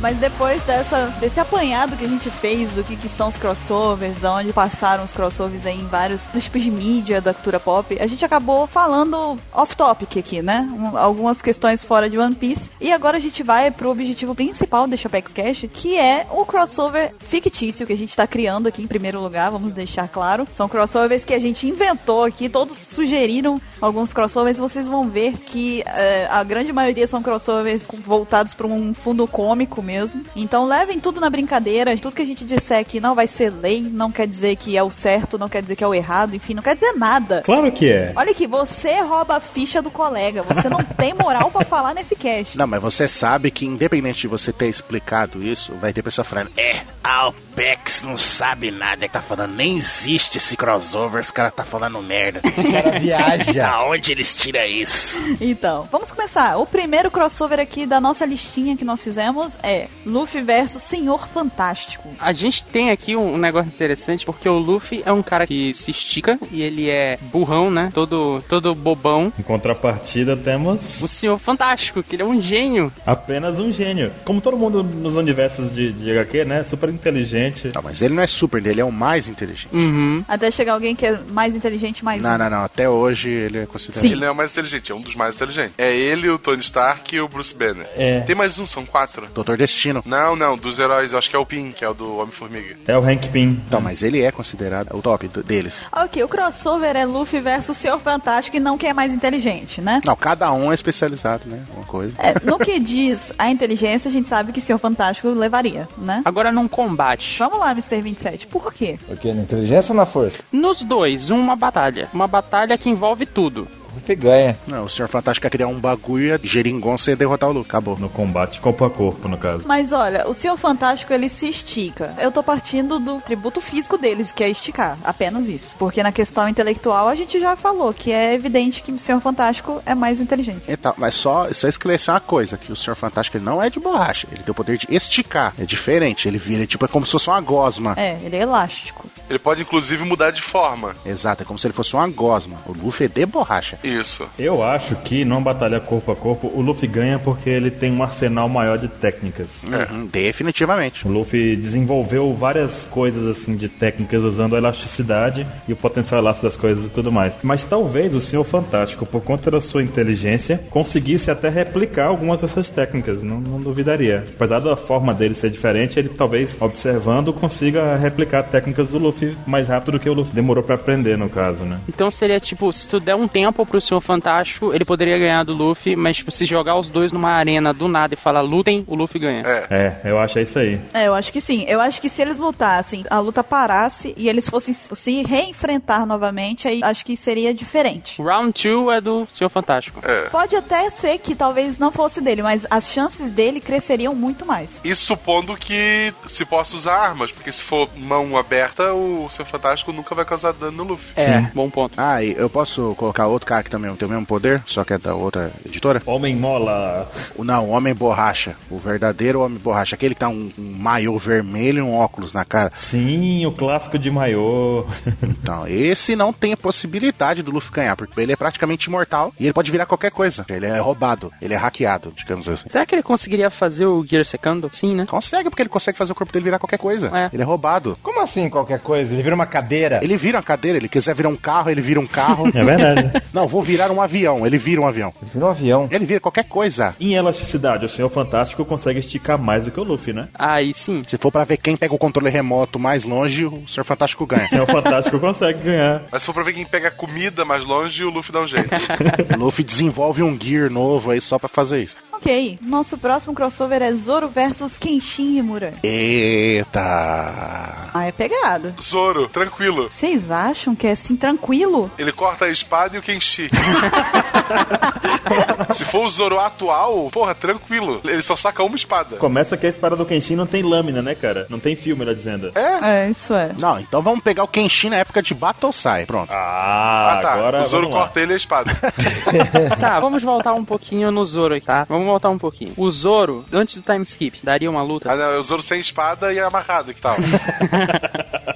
Speaker 1: Mas depois dessa, desse apanhado que a gente fez do que, que são os crossovers, aonde passaram os crossovers aí em vários tipos de mídia da cultura pop, a gente acabou falando off-topic aqui, né? Um- algumas questões fora de One Piece. E agora a gente vai pro objetivo principal deste Apex Cash, que é o crossover fictício que a gente tá criando aqui em primeiro lugar, vamos deixar claro. São crossovers que a gente inventou aqui, todos sugeriram alguns crossovers, vocês vão ver que eh, a grande maioria são crossovers voltados para um fundo cômico mesmo. Então levem tudo na brincadeira, tudo que a gente disser aqui não vai ser lei, não quer dizer que é o certo, não quer dizer que é o errado, enfim, não quer dizer nada.
Speaker 7: Claro que é.
Speaker 1: Olha aqui, você rouba a ficha do colega, você não tem moral pra falar nesse cast.
Speaker 5: Não, mas você sabe que independente de você ter explicado isso, vai ter pessoa falando, é, a Alpex não sabe nada, tá falando, nem existe esse crossover, os caras tá falando merda.
Speaker 11: cara
Speaker 1: É
Speaker 11: viaja.
Speaker 5: Aonde eles tiram isso?
Speaker 1: Então, vamos começar. O primeiro crossover aqui da nossa listinha que nós fizemos é Luffy versus Senhor Fantástico.
Speaker 12: A gente tem aqui um um negócio interessante, porque o Luffy é um cara que se estica e ele é burrão, né? Todo, todo bobão.
Speaker 7: Em contrapartida,
Speaker 12: O
Speaker 7: temos
Speaker 12: senhor fantástico, que ele é um gênio.
Speaker 7: apenas um gênio. Como todo mundo nos universos de, de HQ, né? Super inteligente.
Speaker 5: Não, mas ele não é super, ele é o mais inteligente.
Speaker 12: Uhum.
Speaker 1: Até chegar alguém que é mais inteligente, mais. um.
Speaker 5: Não, não, não, até hoje ele é considerado...
Speaker 1: Sim.
Speaker 3: Ele não é o mais inteligente, é um dos mais inteligentes. É ele, o Tony Stark e o Bruce Banner.
Speaker 7: É.
Speaker 3: Tem mais um, são quatro.
Speaker 5: Doutor Destino.
Speaker 3: Não, não, dos heróis, eu acho que é o Pin, que é o do Homem-Formiga.
Speaker 7: É o Hank Pym.
Speaker 5: Então, mas ele é considerado o top do- deles.
Speaker 1: Ok, o crossover é Luffy versus Senhor Fantástico e não quem é mais inteligente, né?
Speaker 5: Não, cada um é especializado, né? Uma coisa.
Speaker 1: É, no que diz a inteligência, a gente sabe que Senhor Fantástico levaria, né?
Speaker 12: Agora num combate.
Speaker 1: Vamos lá, Mr. 27, por quê?
Speaker 11: Porque na inteligência ou na força?
Speaker 12: Nos dois, uma batalha. Uma batalha que envolve tudo.
Speaker 11: Luffy ganha.
Speaker 5: Não, o Senhor Fantástico ia criar um bagulho e a geringonça ia derrotar o Luke. Acabou.
Speaker 7: No combate corpo a corpo, no caso.
Speaker 1: Mas olha, o Senhor Fantástico ele se estica. Eu tô partindo do tributo físico deles, que é esticar, apenas isso. Porque na questão intelectual a gente já falou que é evidente que o Senhor Fantástico é mais inteligente.
Speaker 5: Então, mas só, só esclarecer uma coisa, que o Senhor Fantástico ele não é de borracha, ele tem o poder de esticar, é diferente, ele vira tipo, é como se fosse uma gosma.
Speaker 1: É, ele é elástico.
Speaker 3: Ele pode, inclusive, mudar de forma.
Speaker 5: Exato, é como se ele fosse uma gosma. O Luffy é de borracha.
Speaker 3: Isso.
Speaker 7: Eu acho que não batalha corpo a corpo, o Luffy ganha porque ele tem um arsenal maior de técnicas.
Speaker 5: Uhum, definitivamente.
Speaker 7: O Luffy desenvolveu várias coisas assim de técnicas usando a elasticidade e o potencial elástico das coisas e tudo mais. Mas talvez o Senhor Fantástico, por conta da sua inteligência, conseguisse até replicar algumas dessas técnicas, não, não duvidaria. Apesar da forma dele ser diferente, ele talvez, observando, consiga replicar técnicas do Luffy mais rápido do que o Luffy demorou pra aprender, no caso, né?
Speaker 12: Então seria tipo, se tu der um tempo pro Senhor Fantástico, ele poderia ganhar do Luffy, mas tipo, se jogar os dois numa arena do nada e falar lutem, o Luffy ganha.
Speaker 3: É.
Speaker 7: É, eu acho é isso aí.
Speaker 1: É, eu acho que sim. Eu acho que se eles lutassem, a luta parasse e eles fossem se reenfrentar novamente, aí acho que seria diferente.
Speaker 12: Round 2 é do Senhor Fantástico.
Speaker 3: É.
Speaker 1: Pode até ser que talvez não fosse dele, mas as chances dele cresceriam muito mais.
Speaker 3: E supondo que se possa usar armas, porque se for mão aberta, o seu fantástico nunca vai causar dano no Luffy.
Speaker 12: É, bom ponto.
Speaker 5: Ah, e eu posso colocar outro cara que também tem o mesmo poder, só que é da outra editora?
Speaker 7: Homem mola.
Speaker 5: O- Não, o Homem Borracha. O verdadeiro Homem Borracha. Aquele que tá um, um maiô vermelho e um óculos na cara.
Speaker 7: Sim, o clássico de maiô.
Speaker 5: Então, esse não tem a possibilidade do Luffy ganhar, porque ele é praticamente imortal e ele pode virar qualquer coisa. Ele é roubado, ele é hackeado, digamos assim.
Speaker 12: Será que ele conseguiria fazer o Gear Secando? Sim, né?
Speaker 5: Consegue, porque ele consegue fazer o corpo dele virar qualquer coisa.
Speaker 12: É.
Speaker 5: Ele é roubado.
Speaker 11: Como assim qualquer coisa? Ele vira uma cadeira?
Speaker 5: Ele vira uma cadeira, ele quiser virar um carro, ele vira um carro.
Speaker 7: É verdade.
Speaker 3: né?
Speaker 5: não, vou virar um avião, ele vira um avião.
Speaker 11: Ele vira um avião.
Speaker 5: Ele vira qualquer coisa.
Speaker 7: Em elasticidade, o Senhor Fantástico consegue esticar mais do que o Luffy, né?
Speaker 12: Aí sim.
Speaker 5: Se for pra ver quem pega o controle remoto mais longe, o Sr. Fantástico ganha.
Speaker 7: O Senhor Fantástico consegue ganhar.
Speaker 3: Mas se for pra ver quem pega comida mais longe, o Luffy dá um jeito.
Speaker 5: o Luffy desenvolve um gear novo aí só pra fazer isso.
Speaker 1: Ok, nosso próximo crossover é Zoro versus Kenshin Himura.
Speaker 5: Eita!
Speaker 1: Ah, é pegado.
Speaker 3: Zoro, tranquilo.
Speaker 1: Vocês acham que é assim tranquilo?
Speaker 3: Ele corta a espada e o Kenshi. se for o Zoro atual, porra, tranquilo. Ele só saca uma espada.
Speaker 7: Começa que a espada do Kenshin não tem lâmina, né, cara? Não tem filme, melhor dizendo.
Speaker 1: É, isso é.
Speaker 5: Não, então vamos pegar o Kenshin na época de Battle Sai. Pronto.
Speaker 7: Ah,
Speaker 3: Ah, tá.
Speaker 7: agora
Speaker 3: o Zoro
Speaker 7: vamos lá.
Speaker 3: corta ele e a espada.
Speaker 12: Tá, vamos voltar um pouquinho no Zoro, tá? Vamos voltar um pouquinho. O Zoro, antes do time skip, daria uma
Speaker 3: ah,
Speaker 12: luta?
Speaker 3: não, é o Zoro sem espada e amarrado, que tal?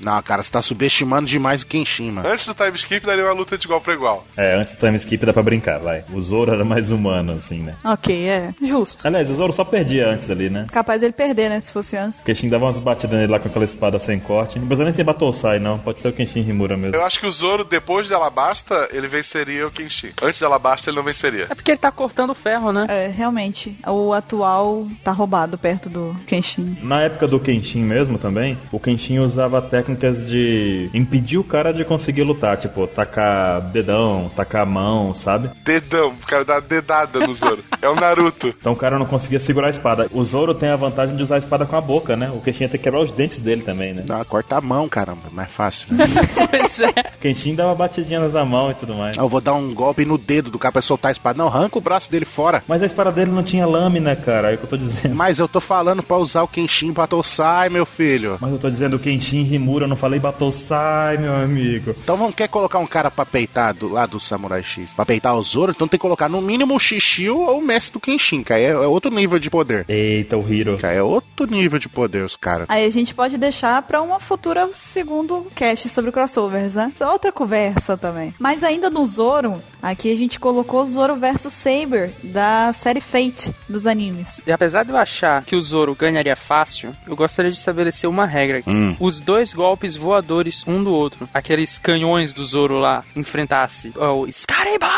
Speaker 5: Não, cara, você tá subestimando demais o Kenshin, mano.
Speaker 3: Antes do time skip, daria uma luta de igual pra igual.
Speaker 7: É, antes do time skip dá pra brincar, vai. O Zoro era mais humano, assim, né?
Speaker 1: Ok, é. Justo.
Speaker 7: Aliás, o Zoro só perdia antes ali, né?
Speaker 1: Capaz ele perder, né? Se fosse antes.
Speaker 7: O Kenshin dava umas batidas nele lá com aquela espada sem corte. Não precisa nem ser Batosai, não. Pode ser o Kenshin Himura mesmo.
Speaker 3: Eu acho que o Zoro, depois de Alabasta, ele venceria o Kenshi. Antes de Alabasta, ele não venceria.
Speaker 12: É porque ele tá cortando ferro, né?
Speaker 1: É, realmente, o atual tá roubado perto do Kenshin.
Speaker 7: Na época do Kenshin mesmo também, o Kenshin usava técnicas de impedir o cara de conseguir lutar, tipo, tacar dedão, tacar mão, sabe?
Speaker 3: Dedão, o cara dá dedada no Zoro. É o Naruto.
Speaker 7: Então o cara não conseguia segurar a espada. O Zoro tem a vantagem de usar a espada com a boca, né? O Kenshin ia ter que quebrar os dentes dele também, né?
Speaker 5: Não, corta a mão, caramba, mais fácil. Né?
Speaker 12: Pois é.
Speaker 7: O Kenshin dava batidinhas na mão e tudo mais.
Speaker 5: Ah, Eu vou dar um golpe no dedo do cara pra soltar a espada. Não, arranca o braço dele fora.
Speaker 7: Mas a espada dele não tinha lâmina, cara, é o que eu tô dizendo.
Speaker 5: Mas eu tô falando pra usar o Kenshin Battle Sai, meu filho.
Speaker 7: Mas eu tô dizendo Kenshin Himura, eu não falei Batosai, meu amigo.
Speaker 5: Então vamos quer colocar um cara pra peitar do, lá do Samurai X. Pra peitar o Zoro, então tem que colocar no mínimo o Shishio ou o mestre do Kenshin, cara. É, é outro nível de poder.
Speaker 7: Eita, o Hiro.
Speaker 5: Cara, é outro nível de poder, os caras.
Speaker 1: Aí a gente pode deixar pra uma futura segundo cast sobre crossovers, né? Isso é outra conversa também. Mas ainda no Zoro, aqui a gente colocou Zoro versus Saber da série Fate dos animes.
Speaker 12: E apesar de eu achar que o Zoro ganharia fácil, eu gostaria de estabelecer uma regra aqui. Os dois golpes voadores um do outro, aqueles canhões do Zoro lá, enfrentasse ó, o Scariba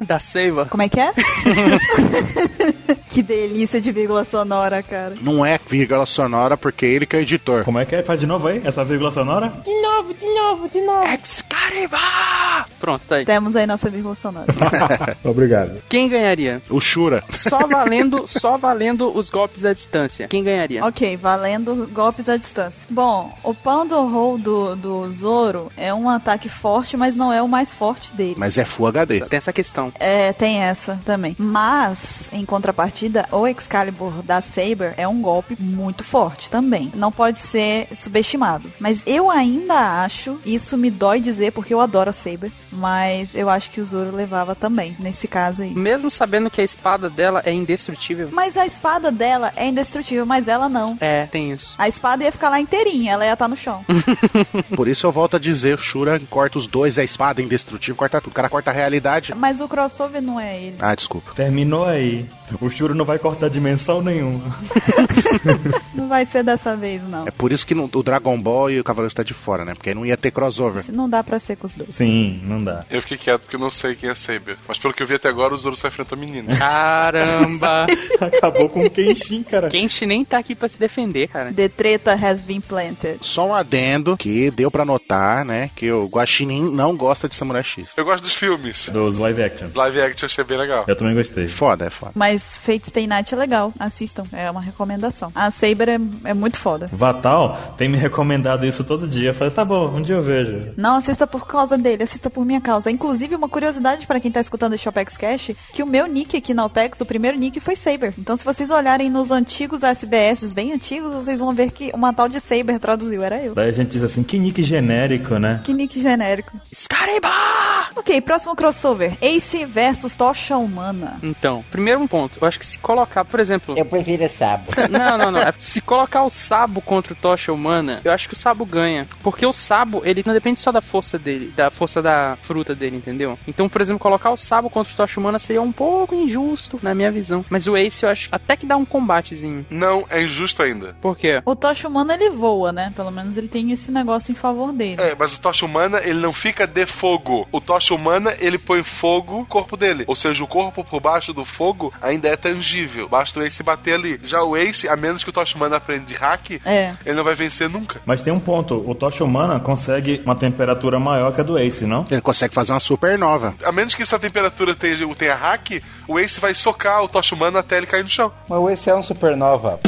Speaker 12: da Seiva.
Speaker 1: Como é que é? que delícia de vírgula sonora, cara.
Speaker 5: Não é vírgula sonora porque ele que é o editor.
Speaker 7: Como é que é? Faz de novo aí, essa vírgula sonora?
Speaker 12: Excariba! Pronto, tá aí.
Speaker 1: Temos aí nossa vírgula sonora.
Speaker 7: Obrigado.
Speaker 12: Quem ganharia?
Speaker 5: O Shura.
Speaker 12: Só valendo, só valendo os golpes à distância. Quem ganharia?
Speaker 1: Ok, valendo golpes à distância. Bom, o Pando Roll do, do Zoro é um ataque forte, mas não é o mais forte dele.
Speaker 5: Mas é Full HD.
Speaker 12: Tem essa questão.
Speaker 1: É, tem essa também. Mas, em contrapartida, o Excalibur da Saber é um golpe muito forte também. Não pode ser subestimado. Mas eu ainda acho, isso me dói dizer, porque porque eu adoro a Saber, mas eu acho que o Zoro levava também, nesse caso aí.
Speaker 2: Mesmo sabendo que a espada dela é indestrutível.
Speaker 1: Mas a espada dela é indestrutível, mas ela não.
Speaker 2: É, tem isso.
Speaker 1: A espada ia ficar lá inteirinha, ela ia estar no chão.
Speaker 5: Por isso eu volto a dizer, o Shura corta os dois, a espada é indestrutível, corta tudo. O cara corta a realidade.
Speaker 1: mas o crossover não é ele.
Speaker 5: Ah, desculpa.
Speaker 7: Terminou aí. O Shuro não vai cortar dimensão nenhuma.
Speaker 1: Não vai ser dessa vez, não.
Speaker 5: É por isso que não- o Dragon Ball e o Cavaleiro está de fora, né? Porque aí não ia ter crossover.
Speaker 1: Se Não dá pra ser com os dois.
Speaker 7: Sim, não dá.
Speaker 3: Eu fiquei quieto porque eu não sei quem é Saber. Mas pelo que eu vi até agora, o Zoro só enfrentou menina.
Speaker 2: Caramba!
Speaker 7: Acabou com o Kenshin, cara.
Speaker 2: Kenshin nem tá aqui pra se defender, cara.
Speaker 1: The treta has been planted.
Speaker 5: Só um adendo que deu pra notar, né? Que o Guaxinim não gosta de Samurai X. É
Speaker 3: Eu gosto dos filmes.
Speaker 7: Dos live actions.
Speaker 3: Live action eu achei bem legal.
Speaker 7: Eu também gostei.
Speaker 5: Foda, é foda.
Speaker 1: Mas Fate Stay Night é legal, assistam, é uma recomendação. A Saber é, é muito foda.
Speaker 7: Vatal tem me recomendado isso todo dia. Eu falei, tá bom, um dia eu vejo.
Speaker 1: Não assista por causa dele, assista por minha causa. Inclusive, uma curiosidade pra quem tá escutando este Opex Cash, que o meu nick aqui na Opex, o primeiro nick foi Saber. Então, se vocês olharem nos antigos SBS, bem antigos, vocês vão ver que uma tal de Saber traduziu, era eu.
Speaker 7: Daí a gente diz assim, que nick genérico, né?
Speaker 1: Que nick genérico.
Speaker 2: Scariba!
Speaker 1: Ok, próximo crossover. Ace versus Tocha Humana.
Speaker 2: Então, primeiro um ponto. Eu acho que se colocar, por exemplo.
Speaker 14: Eu prefiro Sabo.
Speaker 2: Não, não, não. É, Se colocar o Sabo contra o Tocha Humana, eu acho que o Sabo ganha. Porque o Sabo, ele não depende só da força dele, da força da fruta dele, entendeu? Então, por exemplo, colocar o Sabo contra o Tocha Humana seria um pouco injusto, na minha visão. Mas o Ace, eu acho até que dá um combatezinho.
Speaker 3: Não, é injusto ainda.
Speaker 2: Por quê?
Speaker 1: O Tocha Humana ele voa, né? Pelo menos ele tem esse negócio em favor dele.
Speaker 3: É, mas o Tocha Humana, ele não fica de fogo. O Tocha Humana, ele põe fogo no corpo dele. Ou seja, o corpo por baixo do fogo ainda é tangível. Basta o Ace bater ali. Já o Ace, a menos que o Tocha Humana aprenda de hack,
Speaker 1: É.
Speaker 3: ele não vai vencer nunca.
Speaker 7: Mas tem um ponto, o Tocha Humana consegue uma temperatura maior que a do Ace, não?
Speaker 5: Ele consegue fazer uma supernova.
Speaker 3: A menos que essa temperatura tenha, tenha hack, o Ace vai socar o Tocha Humana até ele cair no chão.
Speaker 4: Mas esse é um supernova.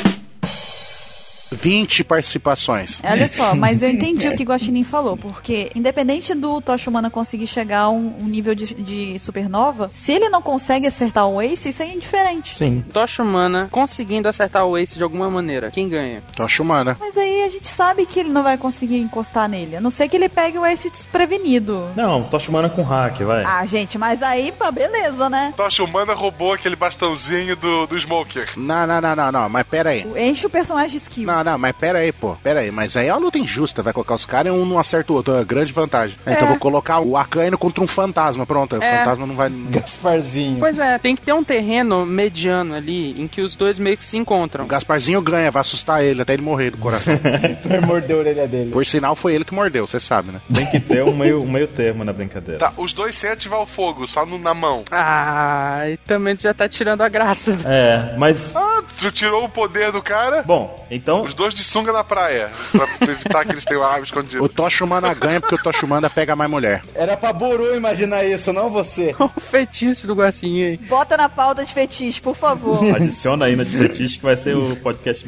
Speaker 5: 20 participações.
Speaker 1: Olha só, mas eu entendi o que o Guaxinim falou, porque independente do Tocha Humana conseguir chegar a um, um nível de, de supernova, se ele não consegue acertar o Ace, isso é indiferente.
Speaker 7: Sim.
Speaker 2: Tocha Humana conseguindo acertar o Ace de alguma maneira. Quem ganha?
Speaker 5: Tocha humana.
Speaker 1: Mas aí a gente sabe que ele não vai conseguir encostar nele, a não ser que ele pegue o Ace desprevenido.
Speaker 7: Não, Tocha Humana com hack, vai.
Speaker 1: Ah, gente, mas aí, pá, beleza, né?
Speaker 3: Tocha Humana roubou aquele bastãozinho do, do Smoker.
Speaker 5: Não, não, não, não, não. Mas pera aí.
Speaker 1: Enche o personagem de skill.
Speaker 5: Não, não, mas pera aí, pô. Pera aí. Mas aí é uma luta injusta. Vai colocar os caras e um não acerta o outro. É uma grande vantagem. É, Então eu vou colocar o Arcano contra um fantasma. Pronto, o
Speaker 2: É.
Speaker 5: fantasma não vai.
Speaker 4: Gasparzinho.
Speaker 2: Pois é, tem que ter um terreno mediano ali em que os dois meio que se
Speaker 5: O
Speaker 2: encontram.
Speaker 5: Gasparzinho ganha, vai assustar ele até ele morrer do coração.
Speaker 4: Vai morder a orelha dele.
Speaker 5: Por sinal, foi ele que mordeu, você sabe, né?
Speaker 7: Tem que ter um meio, um meio termo na brincadeira.
Speaker 3: Tá, os dois sem ativar o fogo, só no- na mão.
Speaker 2: Ah, e também já tá tirando a graça.
Speaker 7: É, mas...
Speaker 3: Ah, tu tirou o poder do cara.
Speaker 7: Bom, então...
Speaker 3: Os dois de sunga na praia, pra evitar que eles tenham a arma escondida.
Speaker 5: O Tocha Humana ganha porque o Tocha Humana pega mais mulher.
Speaker 4: Era pra Buru imaginar isso, não você.
Speaker 2: O feitiço do Guacinho aí.
Speaker 1: Bota na pauta de fetiche, por favor.
Speaker 7: Adiciona aí na de fetiche que vai ser o podcast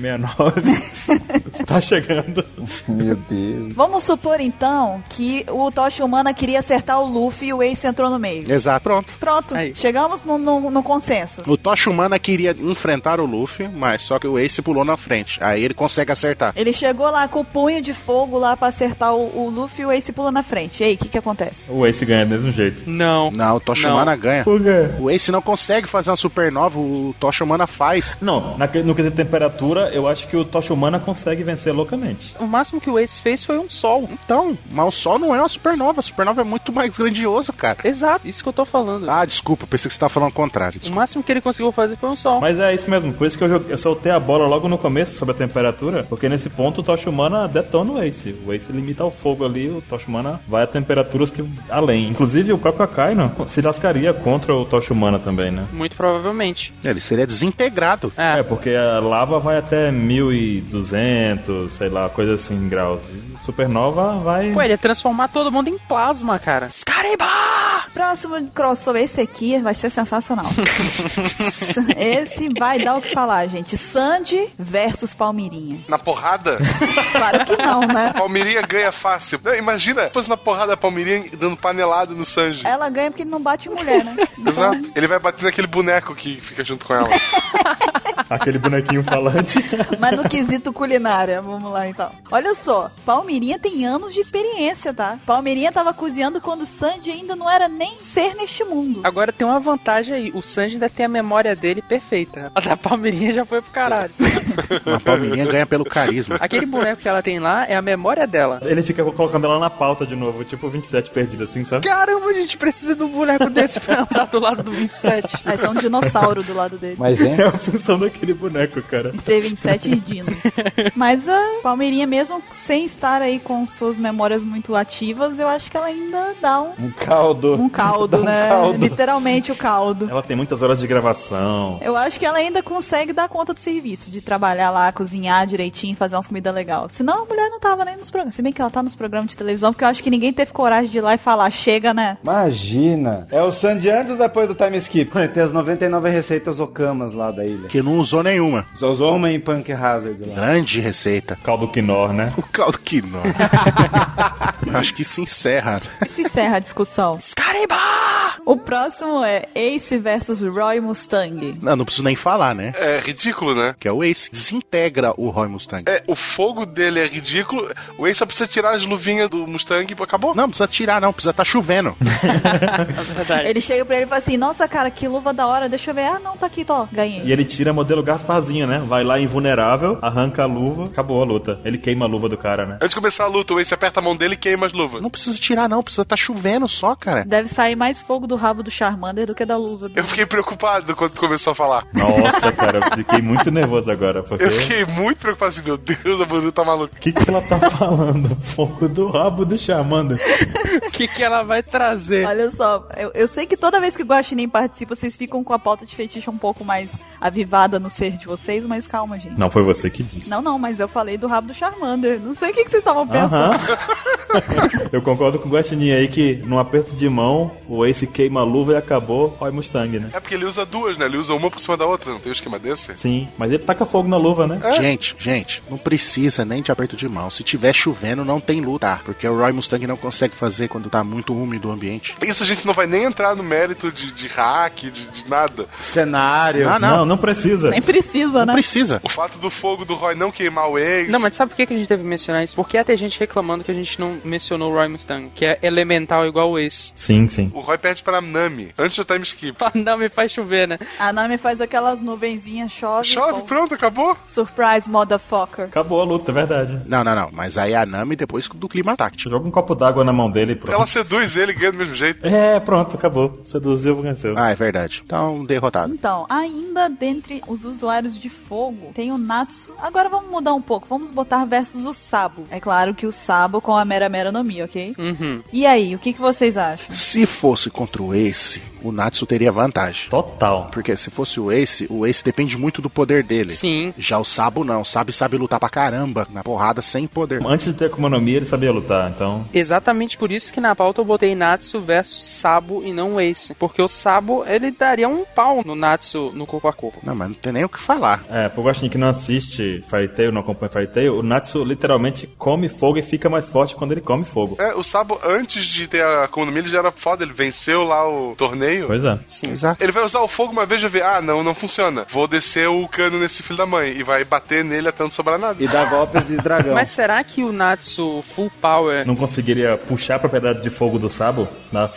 Speaker 7: 69. tá chegando.
Speaker 14: Meu Deus.
Speaker 1: Vamos supor então que o Tocha Humana queria acertar o Luffy e o Ace entrou no meio.
Speaker 5: Exato, pronto.
Speaker 1: Pronto,
Speaker 2: Aí.
Speaker 1: chegamos no, no- no consenso.
Speaker 5: O Tocha Humana queria enfrentar o Luffy, mas só que o Ace pulou na frente. Aí ele consegue acertar.
Speaker 1: Ele chegou lá com o punho de fogo lá pra acertar o, o Luffy e o Ace pula na frente. E aí, o que que acontece?
Speaker 7: O Ace ganha do mesmo jeito.
Speaker 2: Não.
Speaker 5: Não, o Tocha
Speaker 2: Não.
Speaker 5: Humana ganha.
Speaker 7: Por quê?
Speaker 5: O Ace não consegue fazer uma supernova, o Tocha Humana faz.
Speaker 7: Não, na, no quesito temperatura, eu acho que o Tocha Humana consegue vencer loucamente.
Speaker 2: O máximo que o Ace fez foi um sol.
Speaker 5: Então, mas o Sol não é uma supernova. A supernova é muito mais grandioso, cara.
Speaker 2: Exato, isso que eu tô falando.
Speaker 5: Ah, desculpa, pensei que você tava falando o contrário.
Speaker 2: O
Speaker 5: Desculpa.
Speaker 2: máximo que ele conseguiu fazer foi um sol.
Speaker 7: Mas é isso mesmo, por isso que eu, joguei- eu soltei a bola logo no começo sobre a temperatura, porque nesse ponto o Tocha Humana detona o Ace. O Ace limita o fogo ali, o Tocha Humana vai a temperaturas que além. Inclusive o próprio Akaino se lascaria contra o Tocha Humana também, né?
Speaker 2: Muito provavelmente.
Speaker 5: Ele seria desintegrado.
Speaker 2: É.
Speaker 7: É, porque a lava vai até 1200, sei lá, coisa assim, graus. E Supernova vai...
Speaker 2: Pô, ele ia transformar todo mundo em plasma, cara. Scariba!
Speaker 1: Próximo crossover, esse aqui vai ser sensacional. esse vai dar o que falar, gente. Sandy versus Palmirinha.
Speaker 3: Na porrada?
Speaker 1: Claro que não, né?
Speaker 3: Palmeirinha ganha fácil. Não, imagina, depois na porrada a Palmeirinha dando panelada no
Speaker 5: É.
Speaker 3: Sanji.
Speaker 1: Ela ganha porque ele não bate em mulher, né?
Speaker 3: Exato. Ele vai bater naquele boneco que fica junto com ela.
Speaker 7: Aquele bonequinho falante.
Speaker 1: Mas no quesito culinária, vamos lá então. Olha só, Palmeirinha tem anos de experiência, tá? Palmeirinha tava cozinhando quando Sandy ainda não era nem um ser neste mundo.
Speaker 12: Agora tem uma vantagem aí, o Sanji ainda tem a memória dele perfeita. A da Palmeirinha já foi pro caralho.
Speaker 5: A Palmeirinha ganha pelo carisma.
Speaker 12: Aquele boneco que ela tem lá é a memória dela.
Speaker 7: Ele fica colocando ela na pauta de novo, tipo 27 perdido, assim, sabe?
Speaker 12: Caramba, a gente precisa de um boneco desse pra andar do lado do 27.
Speaker 1: Aí são um dinossauro do lado dele.
Speaker 7: é a função daquele boneco, cara.
Speaker 1: E ser 27 irdino. Mas a Palmeirinha, mesmo sem estar aí com suas memórias muito ativas, eu acho que ela ainda dá um,
Speaker 11: Um caldo.
Speaker 1: um caldo,
Speaker 11: Dá um
Speaker 1: né?
Speaker 11: caldo.
Speaker 1: Literalmente o caldo.
Speaker 7: Ela tem muitas horas de gravação.
Speaker 1: Eu acho que ela ainda consegue dar conta do serviço, de trabalhar lá, cozinhar direitinho, fazer umas comidas legais. Senão a mulher não tava nem nos programas. Se bem que ela tá nos programas de televisão, porque eu acho que ninguém teve coragem de ir lá e falar, chega, né?
Speaker 11: Imagina. É o Sandy antes ou depois do time skip? Tem as 99 receitas okamas lá da ilha.
Speaker 5: Que não usou nenhuma.
Speaker 11: Só usou uma em Punk Hazard lá.
Speaker 5: Grande receita.
Speaker 7: Caldo Quinor, né?
Speaker 5: O caldo Quinor. Acho que se encerra.
Speaker 1: Se encerra a discussão.
Speaker 12: Caramba!
Speaker 1: O próximo é Ace versus Roy Mustang.
Speaker 5: Não, não preciso nem falar, né?
Speaker 3: É ridículo, né?
Speaker 5: Que é o Ace. Desintegra o Roy Mustang.
Speaker 3: É, o fogo dele é ridículo. O Ace só precisa tirar as luvinhas do Mustang e acabou.
Speaker 5: Não, precisa tirar, não. Precisa tá chovendo.
Speaker 1: Ele chega pra ele e fala assim: Nossa, cara, que luva da hora, deixa eu ver. Ah, não, tá aqui, tô, ganhei.
Speaker 7: E ele tira modelo Gasparzinho, né? Vai lá invulnerável, arranca a luva, acabou a luta. Ele queima a luva do cara, né?
Speaker 3: Antes de começar a luta, o Ace aperta a mão dele e queima as luvas.
Speaker 5: Não precisa tirar, não. Precisa tá chovendo só, cara.
Speaker 1: Deve sair mais fogo do rabo do Charmander do que da luva.
Speaker 3: Eu fiquei preocupado quando começou a falar.
Speaker 7: Nossa, cara, eu fiquei muito nervoso agora, porque...
Speaker 5: É?
Speaker 3: Eu fiquei muito preocupado assim, meu Deus, a Buru tá maluca.
Speaker 7: O que, que ela tá falando? Fogo do rabo do Charmander.
Speaker 12: O que, que ela vai trazer?
Speaker 1: Olha só, eu, eu sei que toda vez que o Guaxinim participa, vocês ficam com a pauta de fetiche um pouco mais avivada no ser de vocês, mas calma, gente.
Speaker 7: Não foi você que disse.
Speaker 1: Não, não, mas eu falei do rabo do Charmander. Não sei o que, que vocês estavam pensando.
Speaker 7: Aham. Eu concordo com o Guaxinim aí que num aperto de mão, o Ace queima a luva e acabou. Olha o Mustang, né?
Speaker 3: É porque ele usa duas, né? Ele usa uma por cima da outra, não tem um esquema desse?
Speaker 7: Sim, mas ele taca fogo na luva, né?
Speaker 5: Gente, gente, não precisa nem de aperto de mão. Se tiver chovendo, não tem luta. Porque o Roy Mustang não consegue fazer quando tá muito úmido o ambiente.
Speaker 3: Isso a gente não vai nem entrar no mérito de, de hack, de, de nada.
Speaker 11: Cenário.
Speaker 5: Ah,
Speaker 7: Não,
Speaker 5: não.
Speaker 7: não precisa.
Speaker 1: Nem precisa,
Speaker 5: Não
Speaker 1: né?
Speaker 5: precisa.
Speaker 3: O fato do fogo do Roy não queimar o Ace.
Speaker 12: Não, mas sabe por que que a gente deve mencionar isso? Porque até gente reclamando que a gente não mencionou o Roy Mustang, que é elemental igual o Ace. Ah,
Speaker 7: Sim, sim.
Speaker 3: O Roy perde pra Nami, antes do time skip.
Speaker 12: Não me faz chover, né?
Speaker 1: A Nami faz aquelas nuvenzinhas, chove.
Speaker 3: Chove,
Speaker 1: pô.
Speaker 3: pronto, acabou.
Speaker 1: Tá Surprise, motherfucker.
Speaker 7: Acabou a luta, é verdade.
Speaker 5: Não, não, não. Mas aí é a Nami depois do clima táctico.
Speaker 7: Joga um copo d'água na mão dele e pronto.
Speaker 3: Ela seduz ele, ganha do mesmo jeito.
Speaker 7: É, pronto, acabou. Seduziu, venceu.
Speaker 5: Ah, é verdade. Então, derrotado.
Speaker 1: Então, ainda dentre os usuários de fogo, tem o Natsu. Agora vamos mudar um pouco. Vamos botar versus o Sabo. É claro que o Sabo com a Mera Mera no Mi, ok?
Speaker 2: Hum.
Speaker 12: Uhum.
Speaker 1: E aí, o que, que vocês acham?
Speaker 5: Se fosse contra o Ace, o Natsu teria vantagem.
Speaker 7: Total.
Speaker 5: Porque se fosse o Ace, o Ace depende muito do poder dele.
Speaker 12: Sim.
Speaker 5: Já o Sabo não. O Sabo sabe lutar pra caramba, na porrada, sem poder.
Speaker 7: Antes de ter Akuma no Mi, ele sabia lutar, então...
Speaker 12: Exatamente por isso que na pauta eu botei Natsu versus Sabo e não Ace. Porque o Sabo, ele daria um pau no Natsu no corpo a corpo.
Speaker 5: Não, mas não tem nem o que falar.
Speaker 7: É, pro Guaxinim que não assiste Fairy Tail, não acompanha Fairy Tail, o Natsu literalmente come fogo e fica mais forte quando ele come fogo.
Speaker 3: É, o Sabo, antes de ter a economia, ele já era foda, ele venceu lá o torneio.
Speaker 7: Pois é.
Speaker 12: Sim.
Speaker 5: Exato.
Speaker 3: Ele vai usar o fogo uma vez e vai ver, ah, não, não funciona. Vou descer o cano nesse filho da mãe e vai bater nele até não sobrar nada.
Speaker 11: E dá golpes de dragão.
Speaker 12: Mas será que o Natsu full power...
Speaker 7: Não conseguiria puxar a propriedade de fogo do Sabo? Na...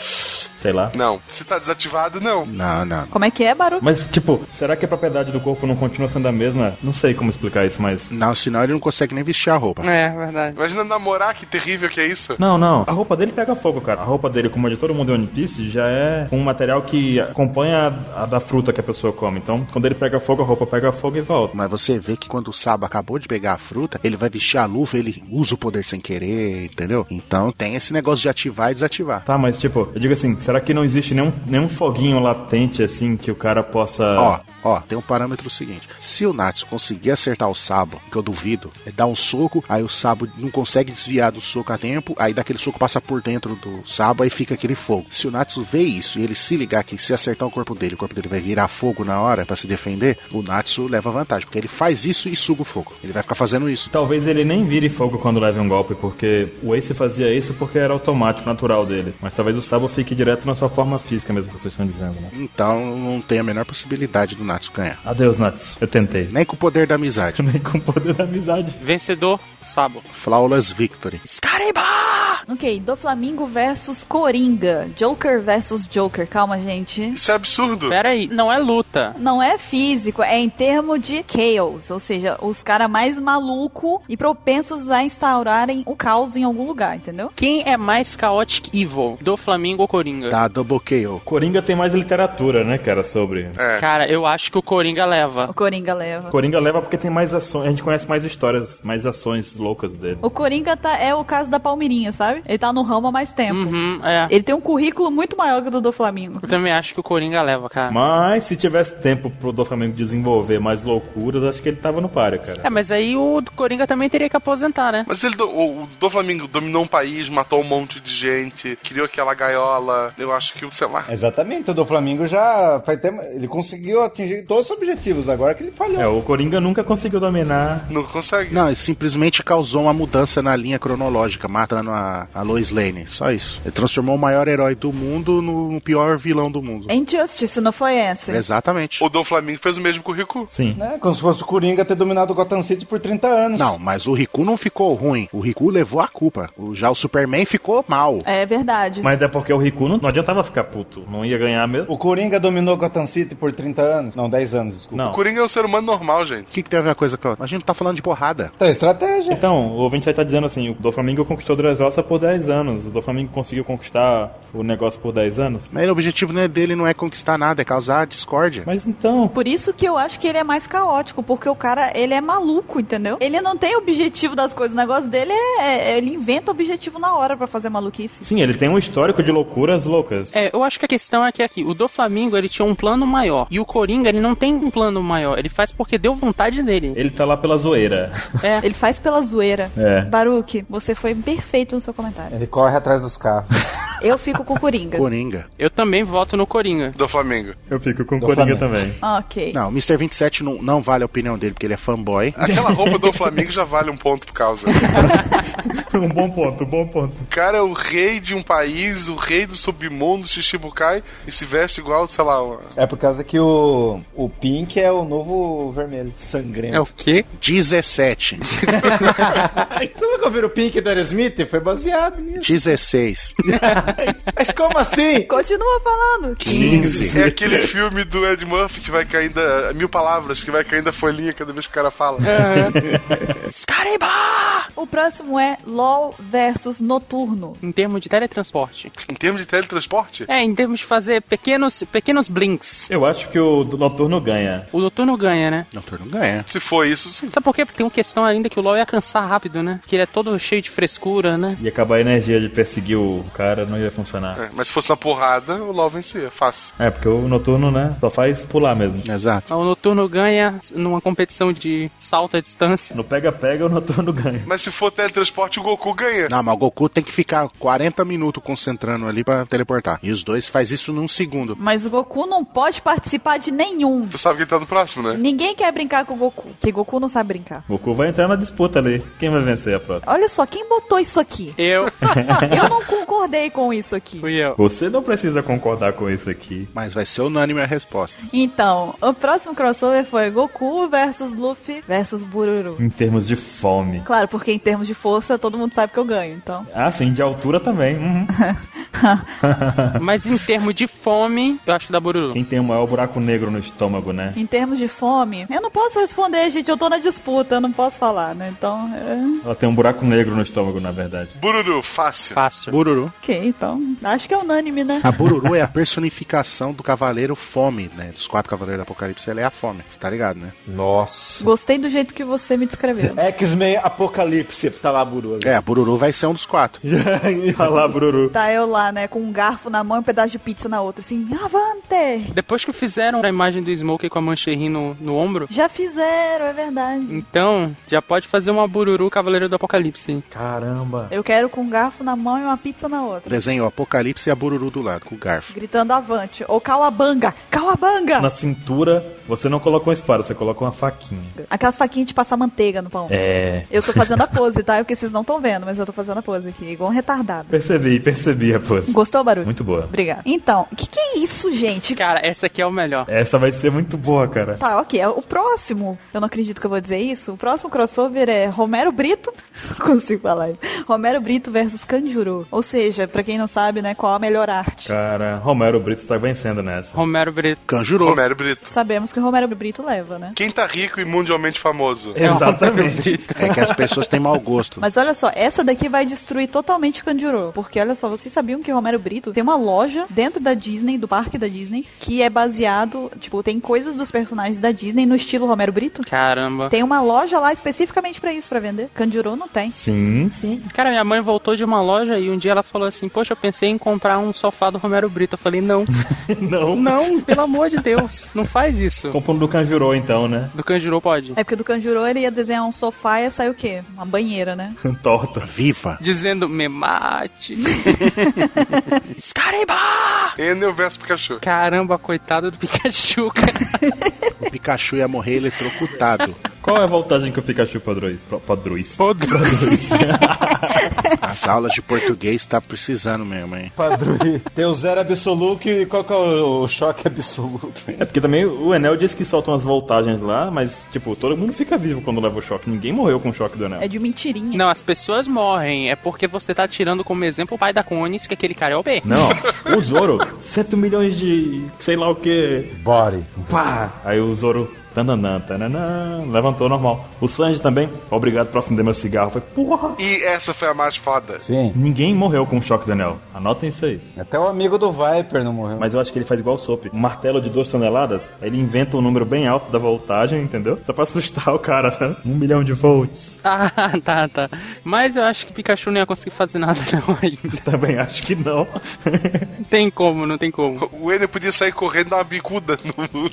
Speaker 7: Sei lá.
Speaker 3: Não, se tá desativado, não.
Speaker 5: Não, não.
Speaker 1: Como é que é, Baru?
Speaker 7: Mas, tipo, será que a propriedade do corpo não continua sendo a mesma? Não sei como explicar isso, mas...
Speaker 5: Não, senão ele não consegue nem vestir a roupa.
Speaker 12: É, verdade.
Speaker 3: Imagina um namorar, que terrível que é isso.
Speaker 7: Não, não. A roupa dele pega fogo, cara. A roupa dele, como a de todo mundo em One Piece, já é um material que acompanha a, a da fruta que a pessoa come. Então, quando ele pega fogo, a roupa pega fogo e volta.
Speaker 5: Mas você vê que quando o Sabo acabou de pegar a fruta, ele vai vestir a luva, ele usa o poder sem querer, entendeu? Então tem esse negócio de ativar e desativar.
Speaker 7: Tá, mas tipo, eu digo assim, será que não existe nenhum, nenhum foguinho latente assim que o cara possa.
Speaker 5: Ó, ó, tem um parâmetro seguinte. Se o Natsu conseguir acertar o Sabo, que eu duvido, é dar um soco, aí o Sabo não consegue desviar do soco, a tempo, aí daquele soco passa por dentro do Sabo aí fica aquele fogo. Se o Natsu vê isso e ele se ligar que se acertar o corpo dele, o corpo dele vai virar fogo na hora pra se defender, o Natsu leva vantagem, porque ele faz isso e suga o fogo. Ele vai ficar fazendo isso.
Speaker 7: Talvez ele nem vire fogo quando leve um golpe, porque o Ace fazia isso porque era automático, natural dele. Mas talvez o Sabo fique direto na sua forma física mesmo que vocês estão dizendo, né?
Speaker 5: Então não tem a menor possibilidade do Natsu ganhar.
Speaker 7: Adeus, Natsu. Eu tentei.
Speaker 5: Nem com o poder da amizade.
Speaker 7: Nem com o poder da amizade.
Speaker 2: Vencedor, Sabo.
Speaker 5: Flawless Victory.
Speaker 1: Ok, do Flamingo versus Coringa. Joker versus Joker. Calma, gente.
Speaker 3: Isso é absurdo.
Speaker 2: Pera aí, não é luta.
Speaker 1: Não é físico, é em termo de chaos, ou seja, os caras mais maluco e propensos a instaurarem o caos em algum lugar, entendeu?
Speaker 2: Quem é mais Chaotic Evil? Do Flamengo ou Coringa?
Speaker 5: Tá, double KO.
Speaker 7: Coringa tem mais literatura, né, cara, sobre.
Speaker 12: É.
Speaker 2: Cara, eu acho que o Coringa leva.
Speaker 1: O Coringa leva.
Speaker 7: Coringa leva porque tem mais ações, a gente conhece mais histórias, mais ações loucas dele.
Speaker 1: O Coringa tá, é o caso da Palmeirinha, sabe? Ele tá no ramo há mais tempo.
Speaker 2: Uhum, é.
Speaker 1: Ele tem um currículo muito maior que o do do Flamengo.
Speaker 2: Eu também acho que o Coringa leva, cara.
Speaker 7: Mas se tivesse tempo pro do Flamengo desenvolver mais loucuras, acho que ele tava no páreo, cara.
Speaker 2: É, mas aí o Coringa também teria que aposentar, né?
Speaker 3: Mas ele, do- o, o do Flamengo dominou um país, matou um monte de gente, criou aquela gaiola. Eu acho que, sei lá.
Speaker 11: Exatamente, o do Flamengo já faz tempo. Ele conseguiu atingir todos os objetivos, agora que ele falhou.
Speaker 7: É, o Coringa nunca conseguiu dominar.
Speaker 3: Não consegue.
Speaker 5: Não, ele simplesmente causou uma mudança na linha cronológica, matando a, a Lois Lane. Só isso. Ele transformou o maior herói do mundo no, no pior vilão do mundo.
Speaker 1: É Injustice, não foi esse?
Speaker 5: Exatamente.
Speaker 3: O Dom Flamengo fez o mesmo com o Rico.
Speaker 7: Sim.
Speaker 11: É, como se fosse o Coringa ter dominado o Gotham City por 30 anos.
Speaker 5: Não, mas o Riku não ficou ruim. O Riku levou a culpa. O- já o Superman ficou mal.
Speaker 1: É verdade.
Speaker 7: Mas é porque o Riku não, não adiantava ficar puto. Não ia ganhar mesmo.
Speaker 11: O Coringa dominou Gotham City por 30 anos? Não, 10 anos, desculpa.
Speaker 3: O
Speaker 7: Não.
Speaker 3: Coringa é um ser humano normal, gente.
Speaker 5: O que, que tem a ver uma coisa com a outra? A gente não tá falando de porrada.
Speaker 11: Então, estratégia.
Speaker 7: Então, o ouvinte aí tá dizendo assim, o do Flamengo conquistou Dressrosa por 10 anos. O do Flamengo conseguiu conqutar o negócio por 10 anos.
Speaker 5: Mas o objetivo né, dele não é conquistar nada, é causar discórdia.
Speaker 7: Mas então,
Speaker 1: Por isso que eu acho que ele é mais caótico, porque o cara, ele é maluco, entendeu? Ele não tem objetivo das coisas, o negócio dele é, é- ele inventa objetivo na hora pra fazer maluquice.
Speaker 7: sim, ele tem um histórico de loucuras loucas.
Speaker 2: É, eu acho que a questão é que aqui, o do Flamengo ele tinha um plano maior. E o Coringa, ele não tem um plano maior. Ele faz porque deu vontade dele.
Speaker 7: Ele tá lá pela zoeira.
Speaker 2: É.
Speaker 1: Ele faz pela zoeira.
Speaker 7: É.
Speaker 1: Baruque, você foi perfeito no seu comentário.
Speaker 11: Ele corre atrás dos carros.
Speaker 1: Eu fico com o Coringa.
Speaker 5: Coringa.
Speaker 2: Eu também voto no Coringa.
Speaker 3: Do Flamengo.
Speaker 7: Eu fico com o
Speaker 11: Do
Speaker 7: Coringa
Speaker 11: Flamengo.
Speaker 7: também.
Speaker 1: ok.
Speaker 5: Não, o Mr. 27 não, não vale a opinião dele, porque ele é fanboy.
Speaker 3: Aquela roupa do Flamengo já vale um ponto por causa.
Speaker 7: um bom ponto, um bom ponto.
Speaker 3: O cara é o rei de um país, o rei do submundo, Shichibukai, e se veste igual, sei lá, uma-
Speaker 11: É por causa que o, o Pink é o novo vermelho.
Speaker 2: É o
Speaker 11: Sangrento.
Speaker 2: quê?
Speaker 5: 17,
Speaker 11: Você Então, nunca ouviu o Pink da Smith? Foi baseado nisso.
Speaker 5: 16,
Speaker 11: Mas como assim?
Speaker 1: Continua falando.
Speaker 5: 15.
Speaker 3: É aquele filme do Ed Murphy que vai caindo a- mil palavras, que vai caindo a folhinha cada vez que o cara fala.
Speaker 1: O próximo é LOL versus Noturno.
Speaker 2: Em termos de teletransporte.
Speaker 3: Em termos de teletransporte,
Speaker 2: É, em termos de fazer pequenos, pequenos blinks.
Speaker 7: Eu acho que o do Noturno ganha.
Speaker 2: O Noturno ganha, né?
Speaker 5: Não, tu não ganha.
Speaker 3: se for isso, sim.
Speaker 2: Sabe por quê? Porque tem uma questão ainda que o LoL ia cansar rápido, né? Que ele é todo cheio de frescura, né?
Speaker 7: E acabar a energia de perseguir o cara não ia funcionar.
Speaker 3: É, mas se fosse na porrada, o LOL vencia, fácil.
Speaker 7: É, porque o Noturno, né, só faz pular mesmo.
Speaker 5: Exato.
Speaker 2: O Noturno ganha numa competição de salto à distância.
Speaker 7: No pega-pega, o Noturno ganha.
Speaker 3: Mas se for teletransporte, o Goku ganha.
Speaker 5: Não, mas o Goku tem que ficar 40 minutos concentrando ali pra teleportar. E os dois faz isso num segundo.
Speaker 1: Mas o Goku não pode participar de nenhum.
Speaker 3: Tu sabe quem tá no próximo, né?
Speaker 1: Ninguém quer brincar com o Goku, porque Goku não sabe brincar.
Speaker 7: Goku vai entrar na disputa ali. Quem vai vencer a próxima?
Speaker 1: Olha só, quem botou isso aqui?
Speaker 2: Eu
Speaker 1: Eu não concordei com isso aqui.
Speaker 2: fui eu.
Speaker 7: Você não precisa concordar com isso aqui.
Speaker 5: Mas vai ser unânime a resposta.
Speaker 1: Então, o próximo crossover foi Goku versus Luffy versus Bururu.
Speaker 7: Em termos de fome.
Speaker 1: Claro, porque em termos de força, todo mundo sabe que eu ganho, então.
Speaker 7: Ah, sim, de altura também. Uhum.
Speaker 2: Mas em termos de fome, eu acho que dá Bururu.
Speaker 7: Quem tem o maior buraco negro no estômago, né?
Speaker 1: Em termos de fome, eu não posso responder, gente. Eu tô na disputa, eu não posso falar, né? Então, é...
Speaker 7: Ela tem um buraco negro no estômago, na verdade.
Speaker 3: Bururu, fácil.
Speaker 2: Fácil.
Speaker 5: Bururu.
Speaker 1: ok. Então, acho que é unânime, né?
Speaker 5: A Bururu é a personificação do cavaleiro fome, né? Dos quatro cavaleiros do Apocalipse, ela é a fome. Você tá ligado, né?
Speaker 11: Nossa.
Speaker 1: Gostei do jeito que você me descreveu.
Speaker 11: X-Men Apocalipse, tá lá a Bururu.
Speaker 5: É, a Bururu vai ser um dos quatro.
Speaker 11: tá lá a Bururu.
Speaker 1: Tá eu lá, né, com um garfo na mão e um pedaço de pizza na outra, assim, avante!
Speaker 2: Depois que fizeram a imagem do Smokey com a mancherrinha no, no ombro,
Speaker 1: Já fizeram, é verdade.
Speaker 2: então já pode fazer uma bururu Cavaleiro do Apocalipse.
Speaker 11: Caramba.
Speaker 1: Eu quero com um garfo na mão e uma pizza na outra.
Speaker 5: Desenho o Apocalipse e a Bururu do lado, com o garfo.
Speaker 1: Gritando avante. Ou calabanga! Calabanga!
Speaker 7: Na cintura, você não coloca uma espada, você coloca uma faquinha.
Speaker 1: Aquelas faquinhas de passar manteiga no pão.
Speaker 7: É.
Speaker 1: Eu tô fazendo a pose, tá? Porque vocês não estão vendo, mas eu tô fazendo a pose aqui, igual um retardado.
Speaker 7: Percebi, percebi a pose.
Speaker 1: Gostou, barulho?
Speaker 7: Muito boa.
Speaker 1: Obrigada. Então, o que, que é isso, gente?
Speaker 2: Cara, essa aqui é o melhor.
Speaker 7: Essa vai ser muito boa, cara.
Speaker 1: Tá, ok. é O próximo, eu não acredito que eu vou dizer isso. O próximo crossover é Romero Brito. Não consigo falar isso. Romero Brito versus Kanjuru. Ou seja, pra quem não sabe, né, qual a melhor arte.
Speaker 7: Cara, Romero Brito tá vencendo nessa.
Speaker 2: Romero Brito.
Speaker 5: Canjurou. né?
Speaker 3: Romero Brito.
Speaker 1: Sabemos que o Romero Brito leva, né?
Speaker 3: Quem tá rico e mundialmente famoso?
Speaker 7: Exatamente.
Speaker 5: É que as pessoas têm mau gosto.
Speaker 1: Mas olha só, essa daqui vai destruir totalmente Kanjuro. Porque olha só, vocês sabiam que Romero Brito tem uma loja dentro da Disney, do parque da Disney, que é baseado, tipo, tem coisas dos personagens da Disney no estilo Romero Brito?
Speaker 2: Caramba.
Speaker 1: Tem uma loja lá especificamente pra isso, pra vender. Kanjuro não tem.
Speaker 7: Sim.
Speaker 2: Sim. Cara, minha mãe voltou de uma loja e um dia ela falou assim: Poxa, eu pensei em comprar um sofá do Romero Brito. Eu falei: Não,
Speaker 7: Não.
Speaker 2: não, pelo amor de Deus, não faz isso.
Speaker 7: Compondo do Canjurou, então, né?
Speaker 2: Do Kanjuro pode.
Speaker 1: É porque do Kanjuro ele ia desenhar um sofá e ia sair o quê? Uma banheira, né?
Speaker 7: Torta.
Speaker 5: Viva.
Speaker 2: Dizendo, me mate. Scariba!
Speaker 3: Enel versus Pikachu.
Speaker 2: Caramba, coitado do Pikachu, cara.
Speaker 5: O Pikachu ia morrer eletrocutado.
Speaker 7: Qual é a voltagem que o Pikachu padrões? Pro- Padrões.
Speaker 2: Podre.
Speaker 5: As aulas de português tá precisando mesmo, hein?
Speaker 11: Padre, tem o zero absoluto e qual que é o, o choque absoluto?
Speaker 7: É porque também o Enel disse que soltam umas voltagens lá, mas, tipo, todo mundo fica vivo quando leva o choque. Ninguém morreu com o choque do Enel.
Speaker 1: É de mentirinha.
Speaker 2: Não, as pessoas morrem. É porque você tá tirando como exemplo o pai da Conis, que aquele cara é o B.
Speaker 7: Não, o Zoro, 7 milhões de sei lá o que.
Speaker 4: Body.
Speaker 7: Pá! Aí o Zoro, tananã, tananã, levantou normal. O Sanji também, obrigado por acender meu cigarro. Foi, porra!
Speaker 3: E essa foi a mais foda.
Speaker 4: Sim.
Speaker 7: Ninguém morreu com o choque do Enel. Anotem isso aí.
Speaker 4: Até o amigo do Viper não morreu.
Speaker 7: Mas eu acho que ele faz igual o Soap. Um martelo de 2 toneladas, ele inventa um número bem alto da voltagem, entendeu? Só pra assustar o cara, né? Um milhão de volts.
Speaker 2: Ah, tá, tá. Mas eu acho que Pikachu não ia conseguir fazer nada não ainda.
Speaker 7: Também acho que não.
Speaker 2: Não tem como, não tem como.
Speaker 3: O Enel podia sair correndo dar uma bicuda no, no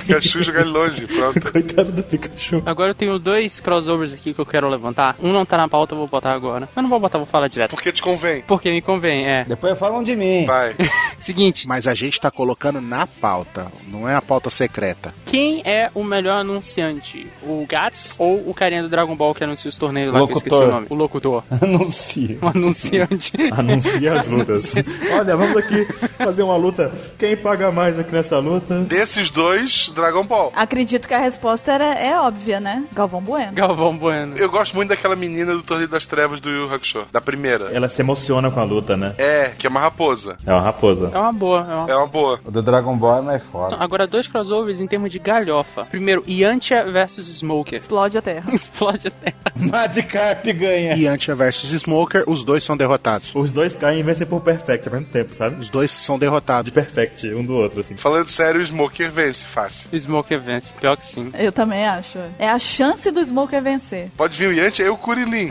Speaker 3: Pikachu e jogar ele longe. Pronto.
Speaker 7: Coitado do Pikachu.
Speaker 2: Agora eu tenho dois crossovers aqui que eu quero levantar. Um não tá na pauta, eu vou botar agora. Eu não vou botar, vou falar direto.
Speaker 3: Porque te convém.
Speaker 2: Porque me convém, é.
Speaker 4: Depois falam de mim.
Speaker 3: Vai.
Speaker 2: Seguinte,
Speaker 5: Mas a gente tá colocando na pauta, não é a pauta secreta.
Speaker 2: quem é o melhor anunciante? O Gats ou o carinha do Dragon Ball que anuncia os torneios lá, que eu esqueci o
Speaker 4: Locutor.
Speaker 2: nome? O locutor.
Speaker 4: Anuncia.
Speaker 2: O anunciante.
Speaker 7: Ah. Anuncia as lutas. Olha, vamos aqui fazer uma luta. Quem paga mais aqui nessa luta?
Speaker 3: Desses dois, Dragon Ball.
Speaker 1: Acredito que a resposta era, é óbvia, né? Galvão Bueno.
Speaker 2: Galvão Bueno.
Speaker 3: Eu gosto muito daquela menina do Torneio das Trevas do Yu Hakusho. Da primeira.
Speaker 7: Ela se emociona com a luta, né?
Speaker 3: É, que é uma raposa.
Speaker 7: É uma raposa.
Speaker 2: É uma boa, é uma
Speaker 3: É uma boa.
Speaker 4: O do Dragon Ball é mais foda.
Speaker 2: Agora, dois crossovers em termos de galhofa. Primeiro, Yantia versus Smoker.
Speaker 1: Explode a terra.
Speaker 2: Explode até.
Speaker 11: Madcap ganha.
Speaker 5: E Antia versus Smoker, os dois são derrotados.
Speaker 7: Os dois caem e vencem por perfect ao mesmo tempo, sabe?
Speaker 5: Os dois são
Speaker 7: De
Speaker 5: derrotados.
Speaker 7: perfect, um do outro, assim.
Speaker 3: Falando sério, o Smoker vence fácil.
Speaker 2: Smoker vence, pior que sim.
Speaker 1: Eu também acho. É a chance do Smoker vencer.
Speaker 3: Pode vir o Yanti, eu o Kurilin.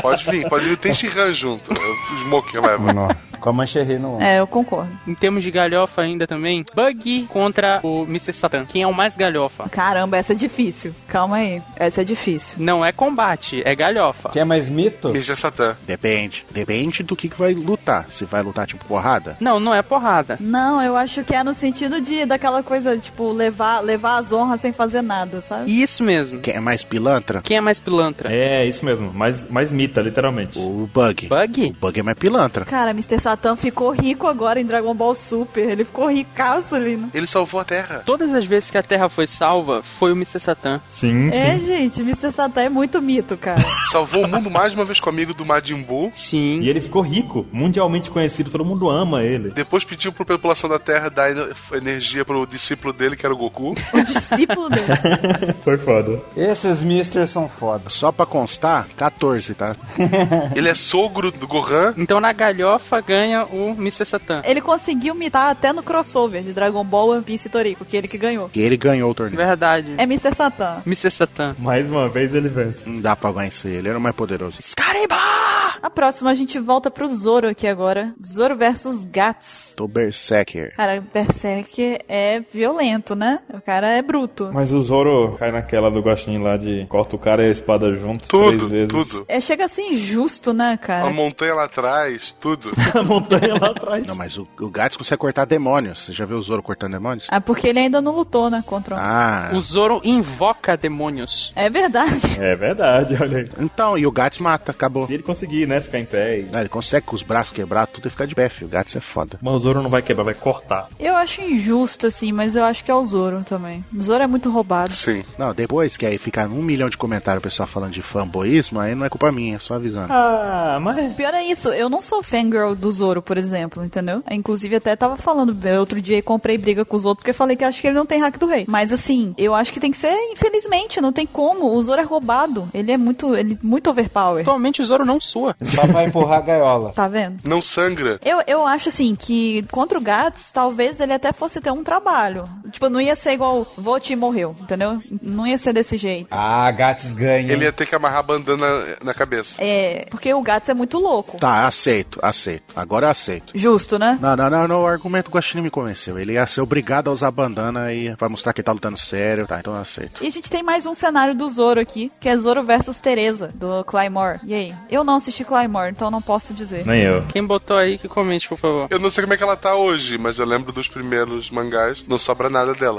Speaker 3: pode vir, pode vir o Tenshinhan junto. O Smoker leva.
Speaker 4: Não. Com a mancherri no ombro.
Speaker 1: É, eu concordo.
Speaker 2: Em termos de galhofa ainda também, Buggy contra o Mr. Satan. Quem é o mais galhofa?
Speaker 1: Caramba, essa é difícil. Calma aí. Essa é difícil.
Speaker 2: Não é combate, é galhofa.
Speaker 4: Quer mais mito?
Speaker 3: Mija Satã.
Speaker 5: Depende. Depende do que, que vai lutar. Se vai lutar tipo porrada?
Speaker 2: Não, não é porrada.
Speaker 1: Não, eu acho que é no sentido de daquela coisa, tipo, levar, levar as honras sem fazer nada, sabe?
Speaker 2: Isso mesmo.
Speaker 5: Quem é mais pilantra?
Speaker 2: Quem é mais pilantra?
Speaker 7: É, isso mesmo. Mais, mais mita, literalmente.
Speaker 5: O Bug. O
Speaker 2: Bug?
Speaker 5: Bug é mais pilantra.
Speaker 1: Cara, Mr. Satan ficou rico agora em Dragon Ball Super. Ele ficou ricaço ali. né?
Speaker 3: Ele salvou a Terra.
Speaker 2: Todas as vezes que a Terra foi salva, foi o Mr. Satan.
Speaker 7: Sim,
Speaker 1: É,
Speaker 7: sim.
Speaker 1: gente, Mr. Satan é muito mito, cara.
Speaker 3: Salvou o mundo mais uma vez com o amigo do Majin Buu.
Speaker 2: Sim.
Speaker 7: E ele ficou rico, mundialmente conhecido, todo mundo ama ele.
Speaker 3: Depois pediu pra população da Terra dar ener- energia pro discípulo dele, que era o Goku.
Speaker 1: O discípulo dele.
Speaker 7: Foi foda.
Speaker 4: Esses misters são foda.
Speaker 5: Só pra constar, 14, tá?
Speaker 3: Ele é sogro do Gohan.
Speaker 2: Então na galhofa ganha o Mr. Satan.
Speaker 1: Ele conseguiu mitar até no crossover de Dragon Ball, One Piece e Toriko, que é ele que ganhou.
Speaker 5: E ele ganhou o torneio.
Speaker 2: Verdade.
Speaker 1: É Mr. Satan.
Speaker 2: Mr. Satan.
Speaker 7: Mais uma vez ele vence.
Speaker 5: Não dá pra vencer, ele era o mais poderoso.
Speaker 2: Excalibur!
Speaker 1: A próxima a gente volta pro Zoro aqui agora. Zoro versus Gats.
Speaker 5: Do Berserker.
Speaker 1: Cara, Berserk é violento, né? O cara é bruto.
Speaker 7: Mas o Zoro cai naquela do guaxinim lá de corta o cara e a espada junto
Speaker 3: Tudo,
Speaker 7: três vezes.
Speaker 3: tudo.
Speaker 1: É, chega assim injusto, né, cara?
Speaker 3: A montanha lá atrás, tudo.
Speaker 7: A montanha lá atrás.
Speaker 5: Não, mas o, o Gats consegue cortar demônios. Você já viu o Zoro cortando demônios?
Speaker 1: Ah, porque ele ainda não lutou, né, contra o...
Speaker 5: Ah.
Speaker 2: O Zoro invoca demônios.
Speaker 1: É verdade.
Speaker 7: É verdade, olha aí.
Speaker 5: Então, e o Gats mata, acabou.
Speaker 7: Se ele conseguir, né, ficar em pé e...
Speaker 5: Ah, ele consegue com os braços quebrar tudo e ficar de pé, filho. O Gats é foda.
Speaker 7: Mas o Zoro não vai quebrar, vai cortar.
Speaker 1: Eu acho injusto, assim, mas eu acho que é o Zoro também. O Zoro é muito roubado.
Speaker 3: Sim.
Speaker 5: Não, depois que aí ficar um milhão de comentários o pessoal falando de fanboísmo, aí não é culpa minha, só avisando.
Speaker 7: Ah, mas...
Speaker 1: Pior é isso, eu não sou fangirl do Zoro, por exemplo, entendeu? Inclusive, até tava falando eh, outro dia e comprei briga com os outros porque falei que acho que ele não tem hack do rei. Mas assim, eu acho que tem que ser, infelizmente, não tem como. O Zoro é roubado. Ele é muito, ele é muito overpower.
Speaker 2: Atualmente o Zoro não sua.
Speaker 4: Só pra empurrar a gaiola.
Speaker 1: Tá vendo?
Speaker 3: Não sangra.
Speaker 1: Eu, eu acho assim que contra o Gats, talvez ele até fosse ter um trabalho. Tipo, não ia ser igual vou te morreu, entendeu? Não ia ser desse jeito.
Speaker 4: Ah, Gats
Speaker 7: É.
Speaker 4: ganha.
Speaker 3: Ele ia ter que amarrar a bandana na cabeça.
Speaker 1: É, porque o Gats é muito louco.
Speaker 5: Tá, aceito, aceito. Agora eu aceito.
Speaker 1: Justo, né?
Speaker 5: Não, não, não, não, o argumento do Guaxinim me convenceu. Ele ia ser obrigado a usar bandana aí pra mostrar que ele tá lutando sério. Tá, então eu aceito.
Speaker 1: E a gente tem mais um cenário do Zoro aqui, que é Zoro versus Teresa, do Claymore. E aí? Eu não assisti Claymore, então não posso dizer.
Speaker 7: Nem eu.
Speaker 2: Quem botou aí que comente, por favor.
Speaker 3: Eu não sei como é que ela tá hoje, mas eu lembro dos primeiros mangás, não sobra nada dela.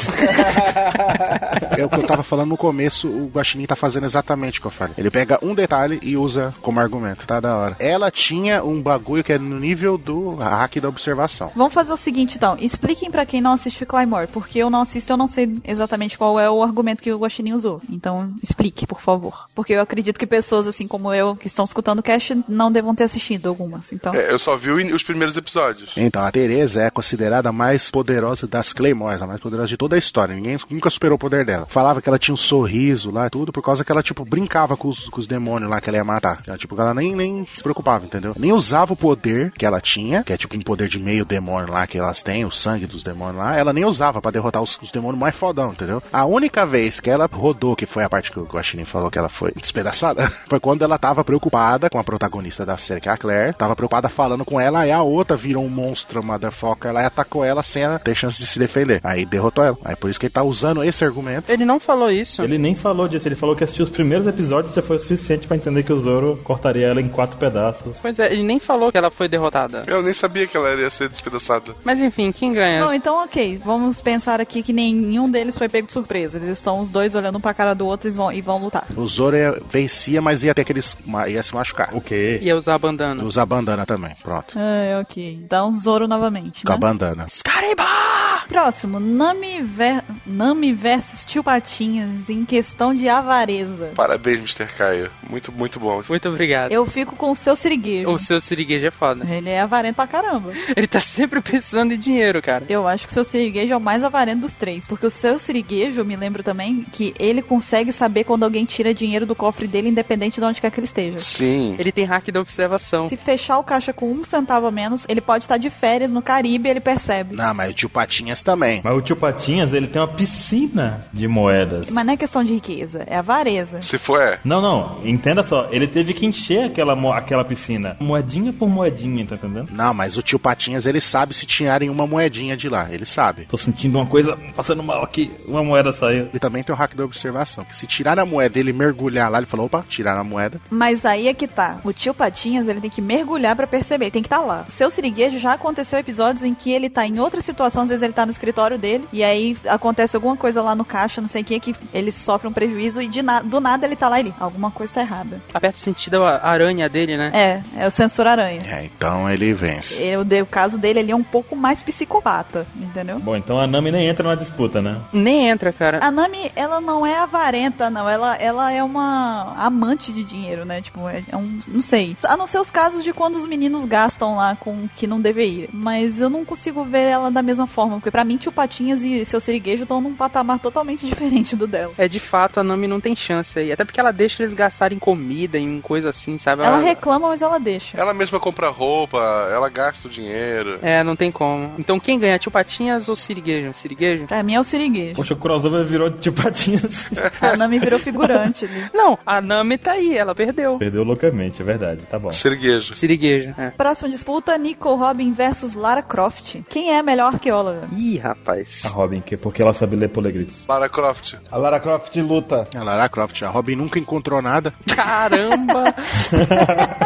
Speaker 5: É o que eu tava falando no começo, o Guaxinim tá fazendo exatamente o que eu falei. Ele pega um detalhe e usa como argumento. Tá da hora. Ela tinha um bagulho que é no nível do hack da observação.
Speaker 1: Vamos fazer o seguinte, então. Expliquem pra quem não assiste Claymore, porque eu não assisto, eu não sei exatamente qual é o argumento que o Guaxinim usou. Então, explique, por favor. Porque eu acredito que pessoas assim como eu, que estão escutando o cast, não devam ter assistido algumas. Então,
Speaker 3: É, eu só vi o in- os primeiros episódios.
Speaker 5: Então, a Teresa é considerada a mais poderosa das Claymores, a mais poderosa de toda a história. Ninguém nunca superou o poder dela. Falava que ela tinha um sorriso lá e tudo, por causa que ela, tipo, brincava com os, com os demônios lá que ela ia matar. Ela, tipo, ela nem, nem se preocupava, entendeu? Nem usava o poder que ela tinha, que é tipo um poder de meio demônio lá que elas têm, o sangue dos demônios lá. Ela nem usava pra derrotar os, os demônios mais fodão, entendeu? A única vez que ela rodou, que foi a parte que o Guaxinim falou que ela foi despedaçada, foi quando ela tava preocupada com a protagonista da série, que é a Claire. Tava preocupada falando com ela, aí a outra virou um monstro, motherfucker, lá e atacou ela sem ela ter chance de se defender. Aí derrotou ela. Aí por isso que ele tá usando esse argumento.
Speaker 2: Ele não falou isso.
Speaker 7: Ele nem falou disso, ele falou que assistiu os primeiros episódios e já foi o suficiente pra entender que o Zoro cortaria ela em quatro pedaços.
Speaker 2: Pois é, ele nem falou que ela foi derrotada.
Speaker 7: É.
Speaker 3: Eu nem sabia que ela ia ser despedaçada.
Speaker 2: Mas enfim, quem ganha?
Speaker 1: Não, então ok, vamos pensar aqui que nenhum deles foi pego de surpresa. Eles estão os dois olhando um pra cara do outro e vão, e vão lutar.
Speaker 5: O Zoro ia- vencia, mas ia ter aqueles. ma- ia se machucar.
Speaker 7: O quê?
Speaker 2: Ia usar a bandana.
Speaker 5: Usar bandana também, pronto.
Speaker 1: Ah, ok. Então, Zoro novamente,
Speaker 5: Com a
Speaker 1: né?
Speaker 5: bandana.
Speaker 2: Excalibur!
Speaker 1: Próximo, Nami, ver... Nami versus Tio Patinhas em questão de avareza.
Speaker 3: Parabéns, Mr. Caio. Muito, muito bom.
Speaker 2: Muito obrigado.
Speaker 1: Eu fico com o seu siriguejo.
Speaker 2: O seu siriguejo é foda.
Speaker 1: Ele é avarento pra caramba.
Speaker 2: Ele tá sempre pensando em dinheiro, cara.
Speaker 1: Eu acho que o seu siriguejo é o mais avarento dos três. Porque o seu siriguejo, eu me lembro também, que ele consegue saber quando alguém tira dinheiro do cofre dele, independente de onde quer que ele esteja.
Speaker 3: Sim.
Speaker 2: Ele tem hack da observação.
Speaker 1: Se fechar o caixa com um centavo a menos, ele pode estar de férias no Caribe e ele percebe.
Speaker 5: Não, mas o tio Patinhas também.
Speaker 7: Mas o tio Patinhas, ele tem uma piscina de moedas.
Speaker 1: Mas não é questão de riqueza, é avareza.
Speaker 3: Se for, é.
Speaker 7: Não, não, entenda só, ele teve que encher aquela, mo- aquela piscina, moedinha por moedinha, tá entendendo?
Speaker 5: Não, mas o tio Patinhas, ele sabe se tirarem uma moedinha de lá, ele sabe.
Speaker 7: Tô sentindo uma coisa passando mal aqui, uma moeda saiu.
Speaker 5: Ele também tem o hack da observação, que se tirar a moeda e ele mergulhar lá, ele falou, opa, tiraram a moeda.
Speaker 1: Mas aí é que tá. O tio Patinhas, ele tem que mergulhar pra perceber, tem que estar lá. O seu siriguejo já aconteceu episódios em que ele tá em outra situação, às vezes ele tá no escritório dele, e aí acontece alguma coisa lá no caixa, não sei o que, que ele sofre um prejuízo e de na- do nada ele tá lá e ele, alguma coisa tá errada.
Speaker 2: Aperta o sentido a aranha dele, né?
Speaker 1: É, é o censor aranha.
Speaker 5: É, então ele vence.
Speaker 1: Eu dei- o caso dele, ele é um pouco mais psicopata, entendeu?
Speaker 7: Bom, então a Nami nem entra na disputa, né?
Speaker 1: É.
Speaker 2: Nem entra, cara.
Speaker 1: A Nami, ela não é avarenta, não. Ela, ela é uma amante de dinheiro, né? Tipo, é, é um. Não sei. A não ser os casos de quando os meninos gastam lá com o que não deveria. Mas eu não consigo ver ela da mesma forma, porque Pra mim, Tio Patinhas e seu Siriguejo estão num patamar totalmente diferente do dela.
Speaker 12: É, de fato, a Nami não tem chance aí. Até porque ela deixa eles gastarem em comida, em coisa assim, sabe?
Speaker 1: Ela reclama, mas ela deixa.
Speaker 3: Ela mesma compra roupa, ela gasta o dinheiro.
Speaker 12: É, não tem como. Então quem ganha, Tio Patinhas ou Siriguejo? Siriguejo?
Speaker 1: Pra mim é o Siriguejo.
Speaker 7: Poxa, o crossover virou de patinhas.
Speaker 1: A Nami virou figurante ali.
Speaker 12: Não, a Nami tá aí, ela perdeu.
Speaker 7: Perdeu loucamente, é verdade. Tá bom.
Speaker 3: Siriguejo.
Speaker 12: Siriguejo, é.
Speaker 1: Próxima disputa, Nico Robin versus Lara Croft. Quem é a melhor arqueóloga?
Speaker 12: Ih, rapaz.
Speaker 7: A Robin, que porque ela sabe ler polegrifos.
Speaker 3: Lara Croft.
Speaker 4: A Lara Croft luta.
Speaker 5: A Lara Croft, a Robin nunca encontrou nada.
Speaker 12: Caramba!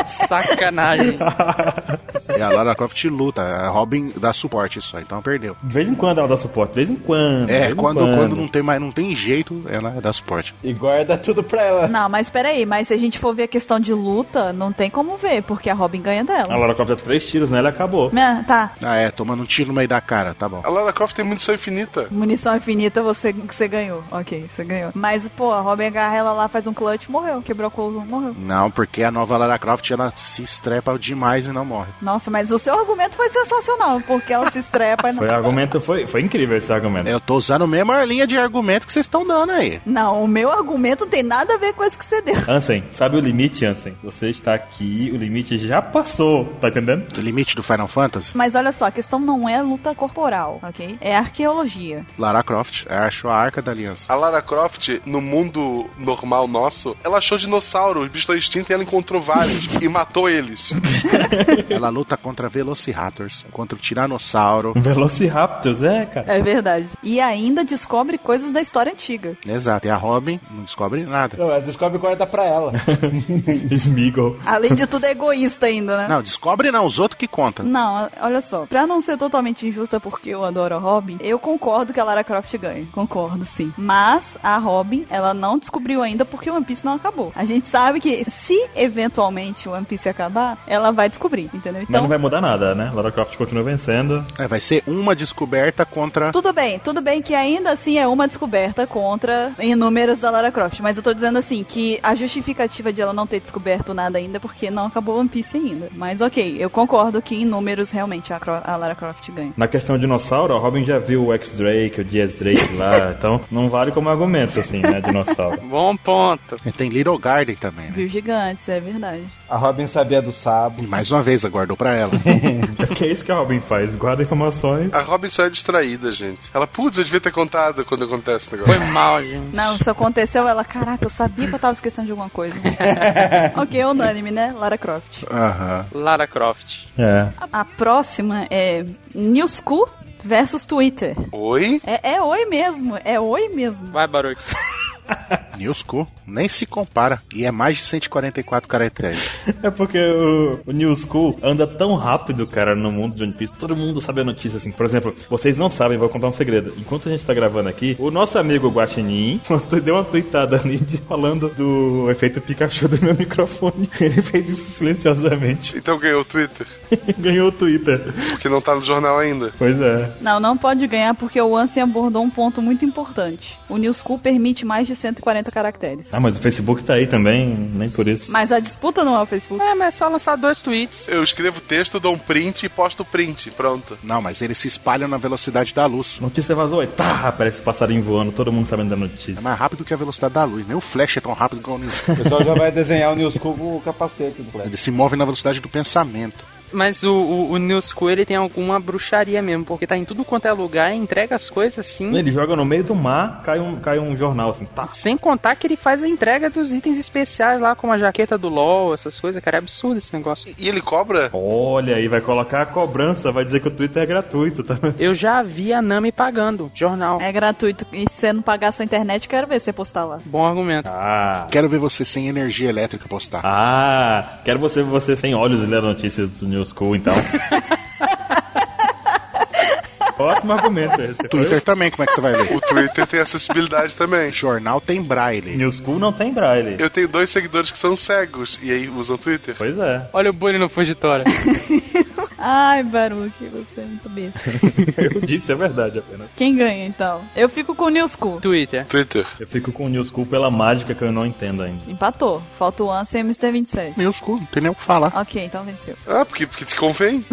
Speaker 12: Sacanagem.
Speaker 5: E a Lara Croft luta. A Robin dá suporte só, então perdeu.
Speaker 7: De vez em quando ela dá suporte, de vez em quando. de vez
Speaker 5: É,
Speaker 7: em
Speaker 5: quando, quando não tem mais, não tem jeito, ela dá suporte.
Speaker 4: E guarda tudo pra ela.
Speaker 1: Não, mas peraí, mas se a gente for ver a questão de luta, não tem como ver, porque a Robin ganha
Speaker 7: A
Speaker 1: dela.
Speaker 7: Lara Croft dá três tiros nela e acabou.
Speaker 1: Ah, tá,
Speaker 5: Ah, é, tomando um tiro no meio da cara, tá bom.
Speaker 3: A Lara Croft tem munição infinita.
Speaker 1: munição infinita você, você ganhou. Ok, você ganhou. Mas, pô, a Robin agarra ela lá, faz um clutch, morreu. Quebrou a coluna, morreu.
Speaker 5: Não, porque a nova Lara Croft, ela se estrepa demais e não morre.
Speaker 1: Nossa, mas o seu argumento foi sensacional, porque ela se estrepa e não...
Speaker 7: Foi argumento, foi, foi incrível esse argumento.
Speaker 5: Eu tô usando a mesma linha de argumento que vocês estão dando aí.
Speaker 1: Não, o meu argumento não tem nada a ver com isso que você deu.
Speaker 7: Ansem, sabe o limite, Ansem? Você está aqui, o limite já passou, tá entendendo?
Speaker 5: O limite do Final Fantasy,
Speaker 1: Mas olha só, a questão não é luta corporal, ok? É arqueologia.
Speaker 5: Lara Croft achou a Arca da Aliança.
Speaker 3: A Lara Croft, no mundo normal nosso, ela achou dinossauro, os bichos estão extintos e ela encontrou vários e matou eles.
Speaker 5: Ela luta contra Velociraptors, contra o Tiranossauro.
Speaker 7: Velociraptors, é, cara.
Speaker 1: É verdade. E ainda descobre coisas da história antiga.
Speaker 5: Exato, e a Robin não descobre nada.
Speaker 4: Não, ela descobre e guarda pra ela.
Speaker 7: Smigol.
Speaker 1: Além de tudo, é egoísta ainda, né?
Speaker 5: Não, descobre não, os outros que contam.
Speaker 1: Não, olha só. Pra não ser totalmente injusta, porque eu adoro a Robin, eu concordo que a Lara Croft ganha. Concordo, sim. Mas a Robin, ela não descobriu ainda porque o One Piece não acabou. A gente sabe que se eventualmente o One Piece acabar, ela vai descobrir, entendeu?
Speaker 7: Mas
Speaker 1: Então.
Speaker 7: não vai mudar nada, né? Lara Croft continua vencendo.
Speaker 5: É, vai ser uma descoberta contra.
Speaker 1: Tudo bem, tudo bem que ainda assim é uma descoberta contra inúmeras da Lara Croft, mas eu tô dizendo assim que a justificativa de ela não ter descoberto nada ainda é porque não acabou One Piece ainda. Mas ok, eu concordo que em números realmente a, Cro- a Lara Croft ganha.
Speaker 7: Na questão de dinossauro, a Robin já viu o X-Drake, o Diaz Drake lá, então não vale como argumento, assim, né, dinossauro.
Speaker 12: Bom ponto.
Speaker 5: E Tem Little Garden também, né?
Speaker 1: Viu gigantes, é verdade.
Speaker 4: A Robin sabia do
Speaker 5: E
Speaker 4: sábio.
Speaker 5: mais uma vez aguardou pra ela.
Speaker 7: É porque é isso que a Robin faz, guarda informações.
Speaker 3: A Robin só é distraída, gente. Ela, putz, eu devia ter contado quando acontece o
Speaker 12: Foi
Speaker 3: negócio.
Speaker 12: mal, gente.
Speaker 1: Não, isso aconteceu, ela, caraca, eu sabia que eu tava esquecendo de alguma coisa. ok, unânime, né? Lara Croft.
Speaker 5: Aham.
Speaker 12: Lara Croft.
Speaker 7: É.
Speaker 1: A próxima é News School versus Twitter.
Speaker 3: Oi?
Speaker 1: É, é oi mesmo, é oi mesmo.
Speaker 12: Vai, barulho.
Speaker 5: Newsco, nem se compara. E é mais de 144 caracteres.
Speaker 7: É porque o, o New School anda tão rápido, cara, no mundo de One Piece. Todo mundo sabe a notícia, assim. Por exemplo, vocês não sabem, vou contar um segredo. Enquanto a gente tá gravando aqui, o nosso amigo Guaxinim deu uma tweetada ali de- falando do efeito Pikachu do meu microfone. Ele fez isso silenciosamente.
Speaker 3: Então ganhou o Twitter,
Speaker 7: Ganhou o Twitter.
Speaker 3: porque não tá no jornal ainda.
Speaker 7: Pois é.
Speaker 1: Não, não pode ganhar porque o Ansem abordou um ponto muito importante. O News School permite mais de 140 caracteres.
Speaker 7: Ah, mas o Facebook tá aí também, nem por isso.
Speaker 1: Mas a disputa não é o Facebook.
Speaker 12: É, mas é só lançar dois tweets.
Speaker 3: Eu escrevo texto, dou um print e posto o print. Pronto.
Speaker 5: Não, mas eles se espalham na velocidade da luz.
Speaker 7: Notícia vazou, aí tá, aparece passarinho voando, todo mundo sabendo da
Speaker 5: É
Speaker 7: notícia.
Speaker 5: mais rápido que a velocidade da luz. Nem o flash é tão rápido igual o Newsco.
Speaker 4: O pessoal já vai desenhar o News School com o capacete do Flash.
Speaker 5: Ele se move na velocidade do pensamento.
Speaker 12: Mas o, o, o New School, ele tem alguma bruxaria mesmo, porque tá em tudo quanto é lugar, entrega as coisas assim.
Speaker 7: Ele joga no meio do mar, cai um, cai um jornal assim, tá.
Speaker 12: Sem contar que ele faz a entrega dos itens especiais lá, como a jaqueta do LOL, essas coisas, cara. É absurdo esse negócio.
Speaker 3: E ele cobra?
Speaker 7: Olha aí, vai colocar a cobrança, vai dizer que o Twitter é gratuito, tá?
Speaker 12: Eu já vi a Nami pagando, jornal.
Speaker 1: É gratuito. E se você não pagar a sua internet, quero ver você postar lá.
Speaker 12: Bom argumento.
Speaker 7: Ah,
Speaker 5: Quero ver você sem energia elétrica postar.
Speaker 7: ah, quero você, você sem olhos ler notícias do New School, então. Ótimo argumento esse.
Speaker 5: Twitter
Speaker 7: Foi?
Speaker 5: também, como é que você vai ler?
Speaker 3: O Twitter tem acessibilidade também.
Speaker 5: O jornal tem braille.
Speaker 7: New School não tem braille.
Speaker 3: Eu tenho dois seguidores que são cegos e aí usam Twitter.
Speaker 7: Pois é.
Speaker 12: Olha o Bunny no fugitório.
Speaker 1: Ai, Baruque, você é muito besta.
Speaker 7: Eu disse, é verdade apenas.
Speaker 1: Quem ganha, então? Eu fico com o New School.
Speaker 2: Twitter.
Speaker 3: Twitter.
Speaker 7: Eu fico com o New School pela mágica que eu não entendo ainda.
Speaker 1: Empatou. Falta o Ansem e o Mr. 27.
Speaker 5: New School, não tem nem o que falar.
Speaker 1: Ok, então venceu.
Speaker 3: Ah, porque, porque te convém?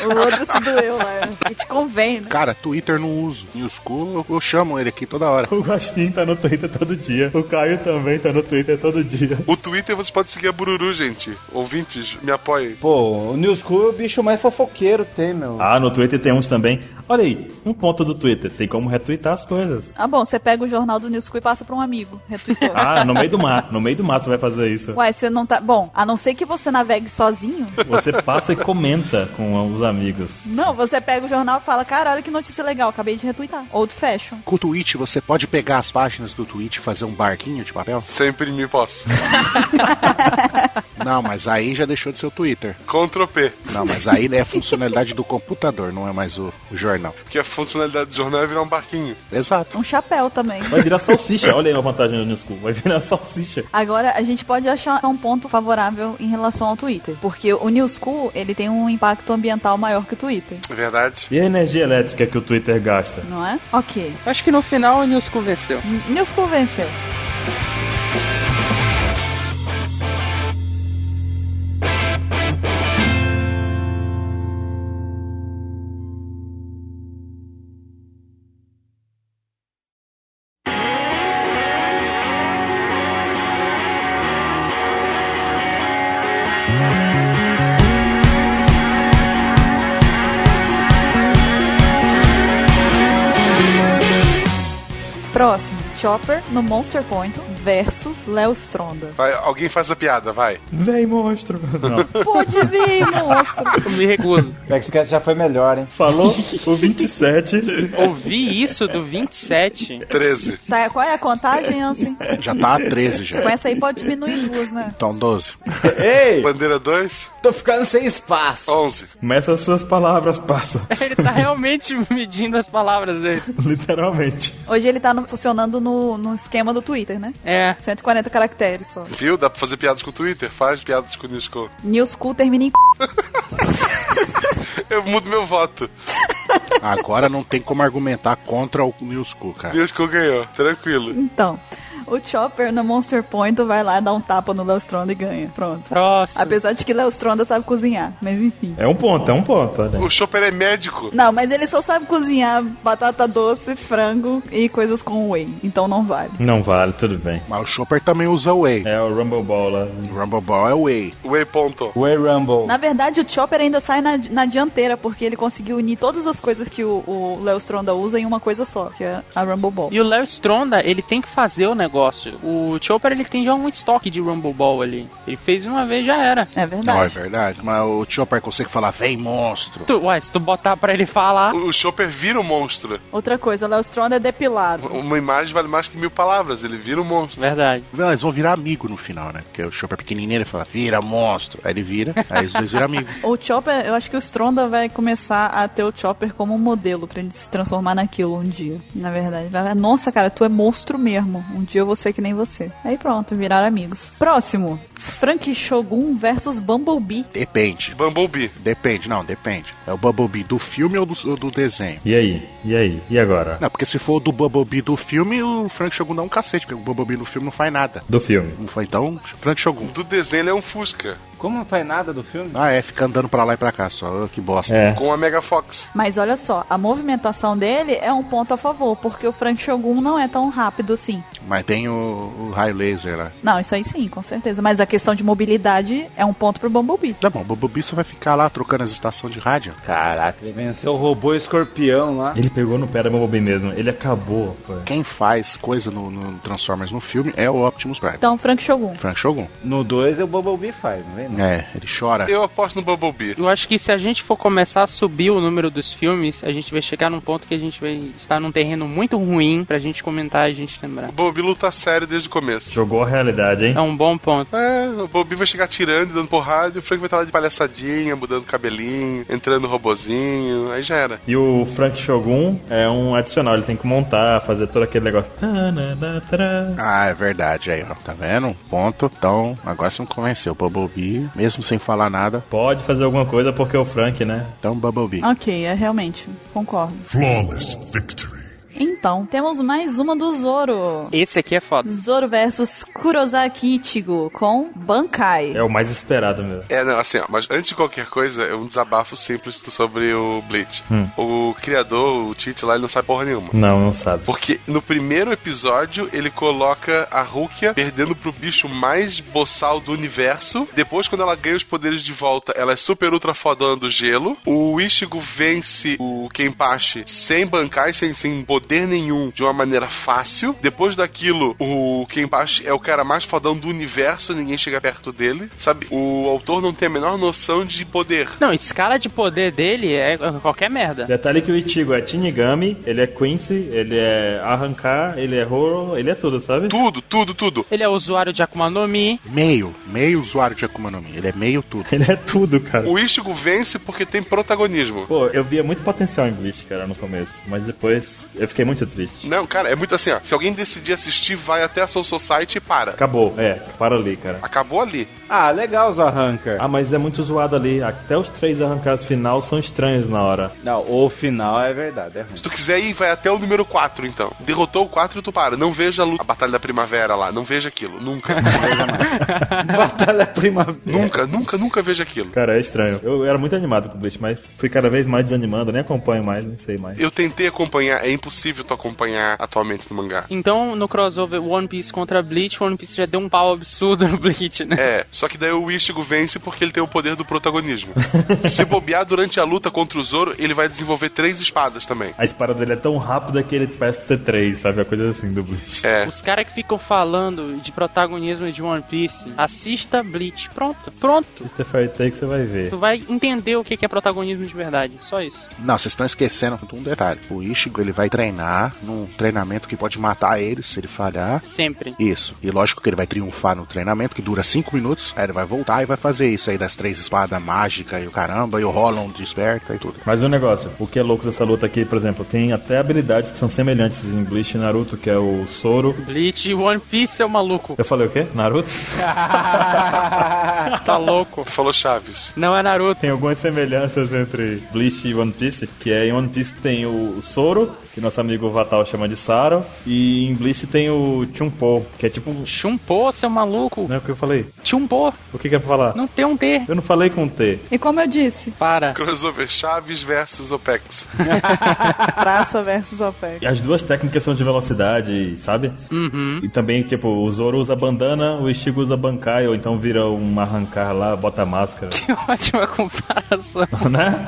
Speaker 1: O outro se doeu, né? Que te convém, né?
Speaker 5: Cara, Twitter não uso. New School, eu, eu chamo ele aqui toda hora.
Speaker 7: O Guaxinim tá no Twitter todo dia. O Caio também tá no Twitter todo dia.
Speaker 3: O Twitter você pode seguir a Bururu, gente. Ouvintes, me apoiem.
Speaker 4: Pô, o New School é o bicho mais fofoqueiro que tem, meu.
Speaker 7: Ah, no Twitter tem uns também. Olha aí, um ponto do Twitter. Tem como retweetar as coisas.
Speaker 1: Ah, bom, você pega o jornal do New School e passa pra um amigo. Retweetou.
Speaker 7: Ah, no meio do mato. No meio do mato você vai fazer isso.
Speaker 1: Uai, você não tá. Bom, a não ser que você navegue sozinho.
Speaker 7: Você passa e comenta com os amigos.
Speaker 1: Não, você pega o jornal e fala: caralho, que notícia legal, acabei de retweetar. Old Fashion.
Speaker 5: Com o Twitch, você pode pegar as páginas do Twitch e fazer um barquinho de papel?
Speaker 3: Sempre me posso.
Speaker 5: Não, mas aí já deixou de ser o Twitter.
Speaker 3: Ctrl P.
Speaker 5: Não, mas aí né, é a funcionalidade do computador, não é mais o, o jornal.
Speaker 3: Porque a funcionalidade do jornal é virar um barquinho.
Speaker 5: Exato.
Speaker 1: Um chapéu também.
Speaker 7: Vai virar salsicha. Olha aí a vantagem do New School. Vai virar salsicha.
Speaker 1: Agora, a gente pode achar um ponto favorável em relação ao Twitter. Porque o New School, ele tem um impacto ambiental maior que o Twitter,
Speaker 3: É Verdade.
Speaker 7: E a energia elétrica que o Twitter gasta?
Speaker 1: não é? Ok.
Speaker 12: Acho que no final o News convenceu.
Speaker 1: N- News convenceu. Próximo. Chopper no Monster Point versus Léo Stronda.
Speaker 3: Vai, alguém faz a piada, vai.
Speaker 7: Vem, monstro. Não.
Speaker 1: Pode vir, monstro.
Speaker 12: Eu me recuso.
Speaker 4: Backscratch já foi melhor, hein?
Speaker 7: Falou o 27.
Speaker 12: Ouvi isso do 27.
Speaker 3: 13.
Speaker 1: Tá, qual é a contagem, Ansem?
Speaker 5: Já tá a 13 já.
Speaker 1: Com essa aí pode diminuir em duas, né?
Speaker 5: Então 12.
Speaker 4: Ei!
Speaker 3: Bandeira 2,
Speaker 4: Tô ficando sem espaço.
Speaker 3: 11.
Speaker 7: Começa as suas palavras, passa.
Speaker 12: Ele tá realmente medindo as palavras dele.
Speaker 7: Literalmente.
Speaker 1: Hoje ele tá no- funcionando no, no esquema do Twitter, né?
Speaker 12: É.
Speaker 1: 140 caracteres só.
Speaker 3: Viu? Dá pra fazer piadas com o Twitter? Faz piadas com o Nisco.
Speaker 1: News Cool termina em c...
Speaker 3: Eu mudo meu voto.
Speaker 5: Agora não tem como argumentar contra o New School, cara.
Speaker 3: Nisco ganhou. Tranquilo.
Speaker 1: Então, o Chopper no Monster Point vai lá dar um tapa no Léo Stronda e ganha. Pronto.
Speaker 12: Próximo.
Speaker 1: Apesar de que Léo Stronda sabe cozinhar, mas enfim.
Speaker 7: É um ponto, é um ponto. Olha. aí.
Speaker 3: O Chopper é médico.
Speaker 1: Não, mas ele só sabe cozinhar batata doce, frango e coisas com whey. Então não vale.
Speaker 7: Não vale, tudo bem.
Speaker 5: Mas o Chopper também usa Whey.
Speaker 7: É o Rumble Ball lá.
Speaker 5: Rumble Ball é Whey.
Speaker 3: Way ponto.
Speaker 4: Way Rumble.
Speaker 1: Na verdade, o Chopper ainda sai na, na dianteira, porque ele conseguiu unir todas as coisas que o, o Léo Stronda usa em uma coisa só, que é a Rumble Ball.
Speaker 12: E o Léo Stronda, ele tem que fazer o negócio. O Chopper, ele tem já um estoque de Rumble Ball ali. Ele fez uma vez, já era.
Speaker 1: É
Speaker 5: Não, é
Speaker 1: verdade.
Speaker 5: verdade. Mas o Chopper consegue falar, vem monstro.
Speaker 12: Tu, uai, se tu botar pra ele falar...
Speaker 3: O o Chopper vira um monstro.
Speaker 1: Outra coisa, Léo Stronda é depilado.
Speaker 3: Uma imagem vale mais que mil palavras. Ele vira um monstro.
Speaker 12: Verdade.
Speaker 5: Não, eles vão virar amigo no final, né? Porque o Chopper é pequenininho, ele fala, vira monstro. Aí ele vira, aí os dois viram amigo.
Speaker 1: O Chopper, eu acho que o Stronda vai começar a ter o Chopper como um modelo pra ele se transformar naquilo um dia. Na verdade, vai falar, nossa, cara, tu é monstro mesmo. Um dia eu vou ser que nem você. Aí pronto, viraram amigos. Próximo: Frank Shogun versus Bumblebee.
Speaker 5: Depende.
Speaker 3: Bumblebee.
Speaker 5: Depende, não, depende. É o Bumblebee do filme ou do, ou do desenho?
Speaker 7: E aí? E aí? E agora?
Speaker 5: Não, porque se for do Bumblebee do filme, o Frank Shogun dá um cacete, porque o Bumblebee no filme não faz nada.
Speaker 7: Do filme.
Speaker 5: Não foi então, Frank Shogun.
Speaker 3: Do desenho ele é um Fusca.
Speaker 4: Como não faz nada do filme?
Speaker 5: Ah, é, fica andando pra lá e pra cá só. Ah, que bosta.
Speaker 7: É.
Speaker 3: Com a Mega Fox.
Speaker 1: Mas olha só, a movimentação dele é um ponto a favor, porque o Frank Shogun não é tão rápido assim.
Speaker 5: Mas tem o, o raio laser lá.
Speaker 1: Não, isso aí sim, com certeza. Mas a questão de mobilidade é um ponto pro Bumblebee.
Speaker 5: Tá bom, o Bumblebee só vai ficar lá trocando as estações de rádio.
Speaker 4: Caraca, ele venceu o robô escorpião lá.
Speaker 7: Ele pegou no pé da Bumblebee mesmo. Ele acabou. Foi.
Speaker 5: Quem faz coisa no, no Transformers no filme é o Optimus Prime.
Speaker 1: Então, Frank Shogun.
Speaker 5: Frank Shogun.
Speaker 4: No 2 o Bumblebee faz, não vem? não?
Speaker 5: É, ele chora.
Speaker 3: Eu aposto no Bumblebee.
Speaker 12: Eu acho que se a gente for começar a subir o número dos filmes, a gente vai chegar num ponto que a gente vai estar num terreno muito ruim pra gente comentar e a gente lembrar.
Speaker 3: O Bumblebee luta sério desde o começo.
Speaker 7: Jogou a realidade, hein?
Speaker 12: É um bom ponto.
Speaker 3: É, o Bumblebee vai chegar tirando, e dando porrada, e o Frank vai estar lá de palhaçadinha, mudando cabelinho, entrando no robozinho, aí já era.
Speaker 7: E o Frank Shogun é um adicional. Ele tem que montar, fazer todo aquele negócio. Tananatara.
Speaker 5: Ah, é verdade aí, ó. Tá vendo? Ponto. Então, agora você me convenceu. O Bumblebee ele, mesmo sem falar nada.
Speaker 7: Pode fazer alguma coisa porque é o Frank, né?
Speaker 5: Então, Bumblebee.
Speaker 1: Ok, é realmente, concordo.
Speaker 7: Flawless victory.
Speaker 1: Então, temos mais uma do Zoro.
Speaker 12: Esse aqui é foda.
Speaker 1: Zoro versus Kurosaki Ichigo com Bankai.
Speaker 7: É o mais esperado mesmo.
Speaker 3: É, não, assim, ó, mas antes de qualquer coisa, é um desabafo simples sobre o Bleach.
Speaker 7: Hum.
Speaker 3: O criador, o Tite lá, ele não sabe porra nenhuma.
Speaker 7: Não, não sabe.
Speaker 3: Porque no primeiro episódio ele coloca a Rukia perdendo pro bicho mais boçal do universo. Depois, quando ela ganha os poderes de volta, ela é super ultra fodona do gelo. O Ichigo vence o Kenpachi sem bancar e sem, sem poder nenhum de uma maneira fácil. Depois daquilo, o Kenpachi é o cara mais fodão do universo, ninguém chega perto dele. Sabe? O autor não tem a menor noção de poder.
Speaker 2: Não, escala de poder dele é qualquer merda.
Speaker 7: Detalhe que o Ichigo é Shinigami, ele é Quincy, ele é Arrancar, ele é Horror, ele é tudo, sabe?
Speaker 3: Tudo, tudo, tudo.
Speaker 2: Ele é usuário de Akuma no Mi.
Speaker 5: Meio, meio usuário de Akuma no Mi. Ele é meio tudo.
Speaker 7: Ele é tudo, cara.
Speaker 3: O Ichigo vence porque tem protagonismo.
Speaker 7: Pô, eu via muito potencial em Bleach, cara, no começo. Mas depois eu fiquei muito triste.
Speaker 3: Não, cara, é muito assim, ó. Se alguém decidir assistir, vai até a Soul Society e para.
Speaker 7: Acabou, é, para ali, cara.
Speaker 3: Acabou ali.
Speaker 4: Ah, legal os arranca.
Speaker 7: Ah, mas é muito zoado ali. Até os três arrancados final são estranhos na hora.
Speaker 4: Não, o final é verdade, é ruim.
Speaker 3: Se tu quiser ir, vai até o número 4, então. Derrotou o 4, tu para. Não veja a, luta, a Batalha da Primavera lá. Não veja aquilo. Nunca.
Speaker 4: Batalha primavera.
Speaker 3: nunca, nunca, nunca veja aquilo.
Speaker 7: Cara, é estranho. Eu era muito animado com o Bleach, mas fui cada vez mais desanimando. Nem acompanho mais, nem sei mais.
Speaker 3: Eu tentei acompanhar, é impossível tu acompanhar atualmente no mangá.
Speaker 2: Então, no crossover One Piece contra Bleach, One Piece já deu um pau absurdo no Bleach, né?
Speaker 3: É, só que daí o Ichigo vence porque ele tem o poder do protagonismo. Se bobear durante a luta contra o Zoro, ele vai desenvolver três espadas também.
Speaker 7: A espada dele é tão rápida que ele parece ter três, sabe? A coisa assim do Bleach.
Speaker 3: É.
Speaker 2: Os caras que ficam falando de protagonismo de One Piece, assista Bleach. Pronto, pronto.
Speaker 7: Você vai ter que você vai ver.
Speaker 2: Tu vai entender o que que é protagonismo de verdade. Só isso.
Speaker 5: Não, vocês estão esquecendo um detalhe. O Ichigo, ele vai treinar num treinamento que pode matar ele se ele falhar.
Speaker 2: Sempre.
Speaker 5: Isso. E lógico que ele vai triunfar no treinamento, que dura cinco minutos. Aí ele vai voltar e vai fazer isso aí das três espadas mágicas e o caramba, e o Holland desperta e tudo.
Speaker 7: Mas um negócio, o que é louco dessa luta aqui, por exemplo, tem até habilidades que são semelhantes em Bleach e Naruto, que é o Soro.
Speaker 2: Bleach e One Piece é o maluco.
Speaker 7: Eu falei o quê? Naruto?
Speaker 2: tá louco.
Speaker 3: Tu falou Chaves.
Speaker 2: Não é Naruto.
Speaker 7: Tem algumas semelhanças entre Bleach e One Piece, que é em One Piece tem o Soro, que nosso amigo Vatal chama de Saro, e em Bleach tem o Chunpo, que é tipo...
Speaker 2: Chumpô, seu maluco.
Speaker 7: Não é o que eu falei?
Speaker 2: Chumpô.
Speaker 7: O que que é pra falar?
Speaker 2: Não tem um T.
Speaker 7: Eu não falei com T.
Speaker 1: E como eu disse,
Speaker 2: Para.
Speaker 3: Crossover Chaves versus Opex.
Speaker 1: praça versus OPEC.
Speaker 7: E as duas técnicas são de velocidade, sabe?
Speaker 2: Uhum.
Speaker 7: E também, tipo, o Zoro usa bandana, o Ichigo usa bancai, ou então vira um arrancar lá, bota máscara,
Speaker 2: Que ótima comparação.
Speaker 7: né?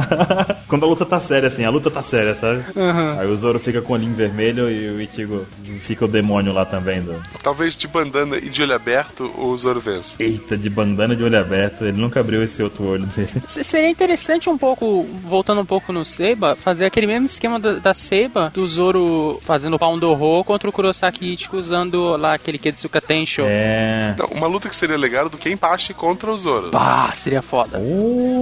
Speaker 7: Quando a luta tá séria, assim, a luta tá séria, sabe?
Speaker 2: Uhum.
Speaker 7: Aí o Zoro fica com o olhinho vermelho e o Ichigo fica o demônio lá também. Do...
Speaker 3: Talvez de bandana e de olho aberto, o Zoro vence.
Speaker 7: Eita, de bandana de olho aberto, ele nunca abriu esse outro olho dele.
Speaker 2: Se- Seria interessante um pouco, voltando um pouco no Seiba, fazer aquele mesmo esquema da, da Seiba, do Zoro fazendo pau do Ho contra o Kurosaki Ichigo usando lá aquele Ketsuka Tensho.
Speaker 7: É.
Speaker 3: Não, uma luta que seria legal era do Kenpachi contra o Zoro.
Speaker 2: Bah, seria foda.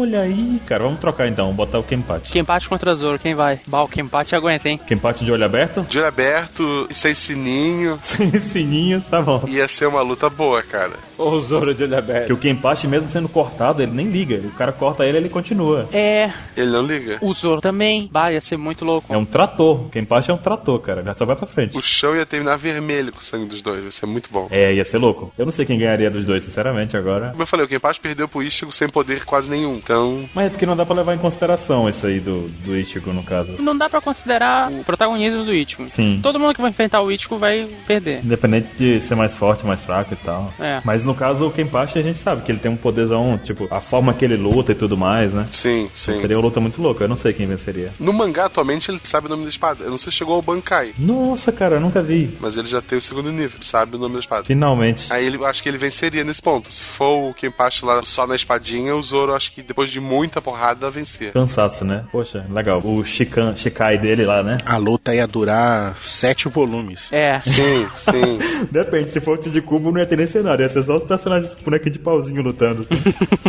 Speaker 7: Olha aí, cara, vamos trocar então, botar o Kenpachi.
Speaker 2: Quem bate contra Zoro, quem vai? Bah, o quem bate aguenta, hein?
Speaker 7: Kenpachi de olho aberto?
Speaker 3: De olho aberto e sem sininho.
Speaker 7: Sem sininhos, tá bom.
Speaker 3: Ia ser uma luta boa, cara.
Speaker 4: Ou o Zoro de olho aberto.
Speaker 7: Que o Kenpachi, mesmo sendo cortado, ele nem liga. O cara corta ele, ele continua.
Speaker 2: É,
Speaker 3: Ele não liga.
Speaker 2: o Zoro também. Bah, ia ser muito louco.
Speaker 7: É um trator. O Kenpachi é um trator, cara. Ele só vai pra frente.
Speaker 3: O chão ia terminar vermelho com o sangue dos dois. Ia ser muito bom.
Speaker 7: É, ia ser louco. Eu não sei quem ganharia dos dois, sinceramente, agora.
Speaker 3: Como eu falei, o Kenpachi perdeu pro Ichigo sem poder quase nenhum. Então,
Speaker 7: Mas é porque não dá pra levar em consideração isso aí do, do Ichigo, no caso.
Speaker 2: Não dá pra considerar o protagonismo do Ichigo.
Speaker 7: Sim.
Speaker 2: Todo mundo que vai enfrentar o Ichigo vai perder.
Speaker 7: Independente de ser mais forte, mais fraco e tal.
Speaker 2: É.
Speaker 7: Mas no caso, o Kenpachi, a gente sabe que ele tem um poderzão, tipo, a forma que ele luta e tudo mais, né?
Speaker 3: sim, sim.
Speaker 7: Seria uma luta muito louca. Eu não sei quem venceria.
Speaker 3: No mangá, atualmente, ele sabe o nome da espada. Eu não sei se chegou ao Bankai,
Speaker 7: Nossa, cara, eu nunca vi.
Speaker 3: mas ele já tem o segundo nível. Ele sabe o nome da espada.
Speaker 7: Finalmente.
Speaker 3: Aí ele, eu acho que ele venceria nesse ponto. Se for o Kenpachi lá só na espadinha, o Zoro acho que depois de muita porrada vencia.
Speaker 7: Cansaço, né? Poxa, legal. O Shikan, Shikai dele lá, né?
Speaker 5: A luta ia durar sete volumes.
Speaker 2: É.
Speaker 3: Sim, sim.
Speaker 7: Depende, se fosse de cubo, não ia ter nem cenário. Ia ser só os personagens bonequinho de pauzinho lutando.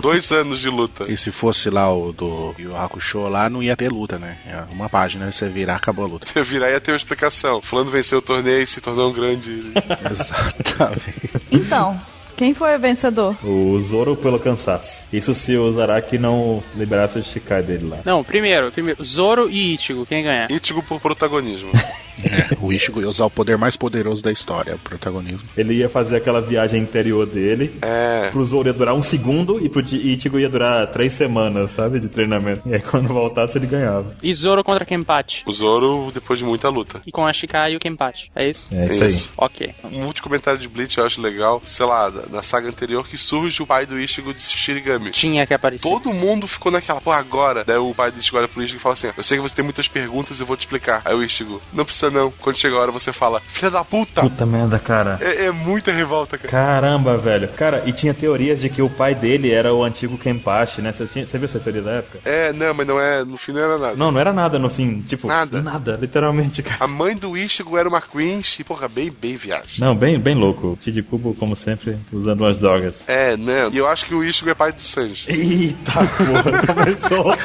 Speaker 3: Dois anos de luta.
Speaker 5: E se fosse lá o do Yu Hakusho lá, não ia ter luta, né? É uma página, você virar, acabou a luta.
Speaker 3: Eu virar ia ter uma explicação. Fulano venceu o torneio e se tornou um grande.
Speaker 5: Exatamente.
Speaker 1: Então, Quem foi o vencedor?
Speaker 7: O Zoro pelo cansaço. Isso se o Zaraki não liberasse o Shikai dele lá.
Speaker 2: Não, primeiro, primeiro, Zoro e Ichigo, quem ganha?
Speaker 3: Ichigo por protagonismo.
Speaker 5: É, O Ichigo ia usar o poder mais poderoso da história, o protagonismo.
Speaker 7: Ele ia fazer aquela viagem interior dele.
Speaker 3: É.
Speaker 7: Pro Zoro ia durar um segundo e pro Ichigo ia durar três semanas, sabe? De treinamento. E aí quando voltasse ele ganhava.
Speaker 2: E Zoro contra Kenpachi.
Speaker 3: O Zoro depois de muita luta.
Speaker 2: E com a Shikai e o Kenpachi, é isso?
Speaker 7: É isso,
Speaker 3: Isso.
Speaker 2: Ok.
Speaker 3: Um último comentário de Bleach eu acho legal. Sei lá, da- na saga anterior que surge o pai do Ichigo de Shirigami.
Speaker 2: Tinha que aparecer.
Speaker 3: Todo mundo ficou naquela, pô, agora. Daí o pai do Ichigo olha pro Ichigo e fala assim: Eu sei que você tem muitas perguntas, eu vou te explicar. Aí o Ichigo, não precisa não. Quando chega a hora você fala, filha da puta.
Speaker 7: Puta merda, cara.
Speaker 3: É, é muita revolta, cara.
Speaker 7: Caramba, velho. Cara, e tinha teorias de que o pai dele era o antigo Kenpachi, né? Você, tinha, você viu essa teoria da época?
Speaker 3: É, não, mas não é. No fim não era nada.
Speaker 7: Não, não era nada no fim. Tipo,
Speaker 3: Nada.
Speaker 7: Nada, literalmente, cara.
Speaker 3: A mãe do Ichigo era uma Queen, e, porra, bem, bem viagem.
Speaker 7: Não, bem, bem louco. Tid Cubo, como sempre, usando as dogas.
Speaker 3: É, não. E eu acho que o Ichigo é pai do Sanji.
Speaker 7: Eita porra, começou.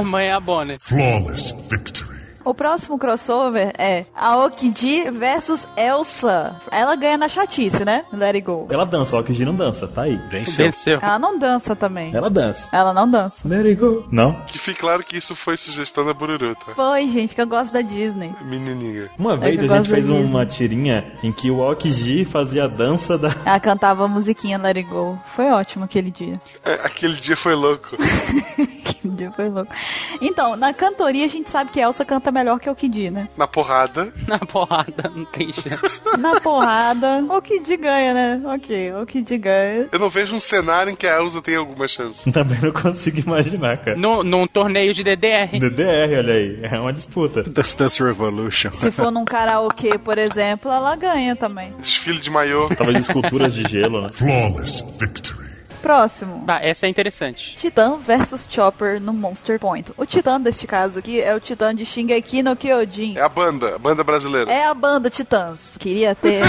Speaker 2: Amanhã é a Bonnie.
Speaker 15: Flawless victory.
Speaker 1: O próximo crossover é Aokiji versus Elsa. Ela ganha na chatice, né? Let it go.
Speaker 7: Ela dança, ó, que G não dança, tá aí.
Speaker 5: Venceu.
Speaker 2: Venceu.
Speaker 1: Ela não dança também.
Speaker 7: Ela dança.
Speaker 1: Ela não dança.
Speaker 7: There you go. Não?
Speaker 3: Que fique claro que isso foi sugestão da Bururu, tá?
Speaker 1: Foi, gente, que eu gosto da Disney.
Speaker 3: Menininha.
Speaker 7: Uma vez
Speaker 1: É que
Speaker 7: a
Speaker 1: eu
Speaker 7: gente
Speaker 1: gosto
Speaker 7: fez
Speaker 1: da Disney.
Speaker 7: uma tirinha em que o Okiji fazia a dança da.
Speaker 1: Ela cantava a musiquinha Let It Go. Foi ótimo aquele dia.
Speaker 3: É, aquele dia foi louco.
Speaker 1: aquele dia foi louco. Então, na cantoria a gente sabe que Elsa canta melhor que Aokiji, né?
Speaker 3: Na porrada.
Speaker 2: Na porrada, não tem chance.
Speaker 1: Na porrada, Aokiji ganha, né? Ok, Aokiji ganha.
Speaker 3: Eu não vejo um cenário em que a Elsa tenha alguma chance.
Speaker 7: Também não consigo imaginar, cara.
Speaker 2: Num, num torneio de DDR.
Speaker 7: DDR, olha aí. É uma disputa.
Speaker 5: Dance Dance Revolution.
Speaker 1: Se for num karaokê, por exemplo, ela ganha também.
Speaker 3: Desfile de maiô.
Speaker 7: Talvez esculturas de gelo, né?
Speaker 15: Flawless victory.
Speaker 1: Próximo.
Speaker 2: Tá, essa é interessante.
Speaker 1: Titã versus Chopper no Monster Point. O Titã deste caso aqui é o Titã de Shingeki no Kyojin.
Speaker 3: É a banda, a banda brasileira.
Speaker 1: É a banda Titãs. Queria ter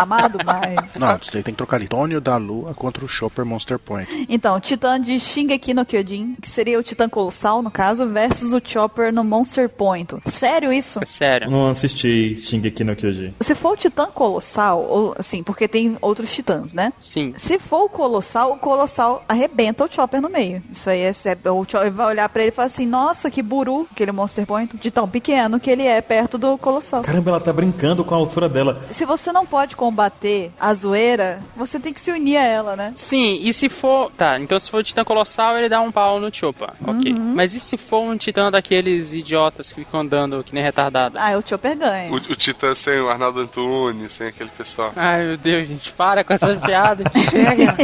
Speaker 1: amado mais.
Speaker 5: Não, isso daí tem que trocar ali. Tônio da Lua contra o Chopper Monster Point.
Speaker 1: Então, Titã de Shingeki no Kyojin, que seria o Titã Colossal, no caso, versus o Chopper no Monster Point. Sério isso?
Speaker 2: É sério.
Speaker 7: Não assisti Shingeki no Kyojin.
Speaker 1: Se for o Titã Colossal, ou assim, porque tem outros Titãs, né?
Speaker 2: Sim.
Speaker 1: Se for o Colossal, o Colossal arrebenta o Chopper no meio. Isso aí é sério. O Chopper vai olhar pra ele e falar assim, nossa, que buru, aquele Monster Point, de tão pequeno que ele é perto do Colossal.
Speaker 7: Caramba, ela tá brincando com a altura dela.
Speaker 1: Se você não pode combater a zoeira, você tem que se unir a ela, né?
Speaker 2: Sim, e se for. Tá, então se for o Titã Colossal, ele dá um pau no Chopa. Ok. Mas e se for um Titã daqueles idiotas que ficam andando que nem retardada?
Speaker 1: Ah, o Chopper ganha.
Speaker 3: O, o Titã sem o Arnaldo Antunes, sem aquele pessoal.
Speaker 2: Ai meu Deus, gente, para com essa piada. Chega.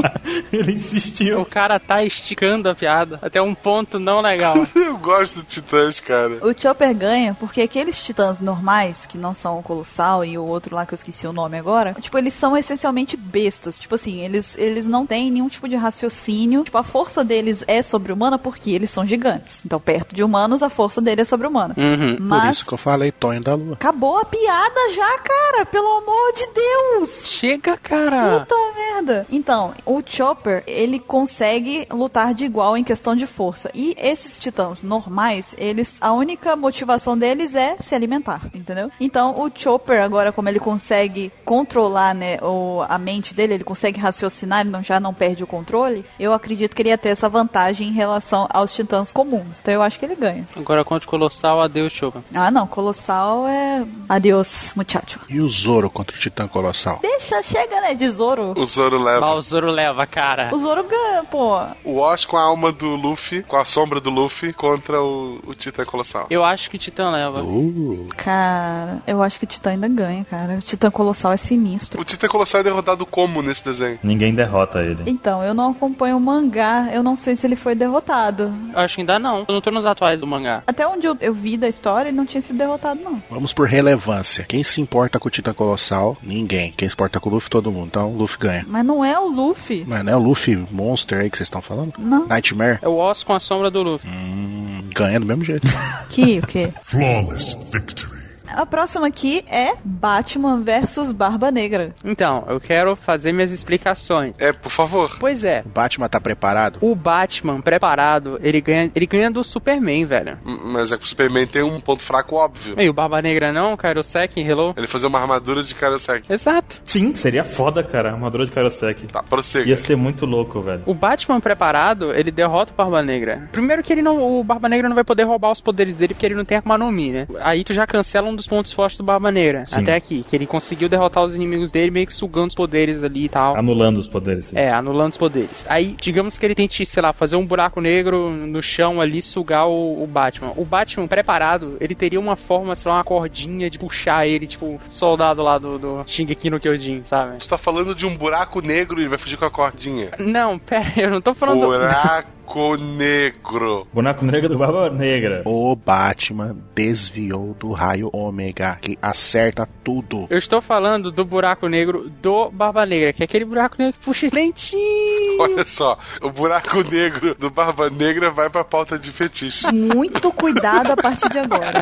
Speaker 7: Ele insistiu.
Speaker 2: O cara tá esticando a piada até um ponto não legal.
Speaker 3: Eu gosto do Titãs, cara.
Speaker 1: O Chopper ganha porque aqueles titãs normais, que não são o Colossal e o outro lá que eu esqueci o nome agora, tipo, eles são essencialmente bestas. Tipo assim, eles, eles não têm nenhum tipo de raciocínio. Tipo, a força deles é sobre-humana porque eles são gigantes. Então, perto de humanos, a força dele é sobre-humana.
Speaker 2: Uhum.
Speaker 5: Por
Speaker 1: Mas.
Speaker 5: isso que eu falei Tonho da Lua.
Speaker 1: Acabou a piada já, cara! Pelo amor de Deus!
Speaker 2: Chega, cara.
Speaker 1: Puta merda! Então, o Chopper, ele consegue lutar de igual em questão de força. E esses titãs normais, eles a única motivação deles é se alimentar, entendeu? Então, o Chopper, agora, como ele consegue controlar né, o, a mente dele, ele consegue raciocinar, ele não, já não perde o controle, eu acredito que ele ia ter essa vantagem em relação aos titãs comuns. Então, eu acho que ele ganha.
Speaker 2: Agora contra o Colossal, adeus, Chopa.
Speaker 1: Ah, não, Colossal é... Adiós, muchacho.
Speaker 5: E o Zoro contra o Titã Colossal.
Speaker 1: Deixa, chega, né, de Zoro.
Speaker 3: O Zoro leva.
Speaker 2: Balzoro leva, cara.
Speaker 1: O Zoro ganha, pô.
Speaker 3: O Osh com a alma do Luffy, com a sombra do Luffy, contra o, o Titã Colossal.
Speaker 2: Eu acho que o Titã leva.
Speaker 5: Uh,
Speaker 1: Cara, eu acho que o Titã ainda ganha, cara. O Titã Colossal é sinistro.
Speaker 3: O Titã Colossal é derrotado como nesse desenho?
Speaker 7: Ninguém derrota ele.
Speaker 1: Então, eu não acompanho o mangá, eu não sei se ele foi derrotado.
Speaker 2: Eu acho que ainda não. Eu não tô nos atuais do mangá.
Speaker 1: Até onde eu, eu vi da história, ele não tinha sido derrotado, não.
Speaker 5: vamos por relevância. Quem se importa com o Titã Colossal? Ninguém. Quem se importa com o Luffy? Todo mundo. Então o Luffy ganha.
Speaker 1: Mas não é o Luffy.
Speaker 5: Mas não é o Luffy Monster aí que vocês estão falando?
Speaker 1: Não.
Speaker 5: Nightmare?
Speaker 2: É o Osso com a sombra do Luffy.
Speaker 5: Hum, ganha do mesmo jeito.
Speaker 1: Que o quê?
Speaker 15: Flawless victory.
Speaker 1: A próxima aqui é Batman versus Barba Negra.
Speaker 2: Então, eu quero fazer minhas explicações.
Speaker 3: É, por favor.
Speaker 2: Pois é.
Speaker 5: O Batman tá preparado?
Speaker 2: O Batman preparado, ele ganha, ele ganha do Superman, velho.
Speaker 3: Mas é que o Superman tem um ponto fraco óbvio.
Speaker 2: E o Barba Negra não, Kairosek, hello?
Speaker 3: Ele fazer uma armadura de Kairosek.
Speaker 2: Exato.
Speaker 7: Sim, seria foda, cara. Armadura de Kairosek.
Speaker 3: Tá, prossiga.
Speaker 7: Ia ser muito louco, velho.
Speaker 2: O Batman preparado, ele derrota o Barba Negra. Primeiro que ele não, o Barba Negra não vai poder roubar os poderes dele porque ele não tem Akuma no Mi, né? Aí tu já cancela um dos pontos fortes do Barba Negra.
Speaker 7: Sim.
Speaker 2: Até aqui, que ele conseguiu derrotar os inimigos dele meio que sugando os poderes ali e tal.
Speaker 7: Anulando os poderes. sim.
Speaker 2: É, anulando os poderes. Aí, digamos que ele tente, sei lá, fazer um buraco negro no chão ali, sugar o, o Batman. O Batman preparado, ele teria uma forma, sei lá, uma cordinha de puxar ele, tipo, soldado lá do, do Shingeki no Kyojin, sabe?
Speaker 3: Tu tá falando de um buraco negro e vai fugir com a cordinha.
Speaker 2: Não, pera, eu não tô falando...
Speaker 3: né? Buraco negro.
Speaker 7: Boneco negro do Barba Negra.
Speaker 5: O Batman desviou do raio ômega, que acerta tudo.
Speaker 2: Eu estou falando do buraco negro do Barba Negra, que é aquele buraco negro que puxa lentinho.
Speaker 3: Olha só, o buraco negro do Barba Negra vai pra pauta de fetiche.
Speaker 1: Muito cuidado a partir de agora.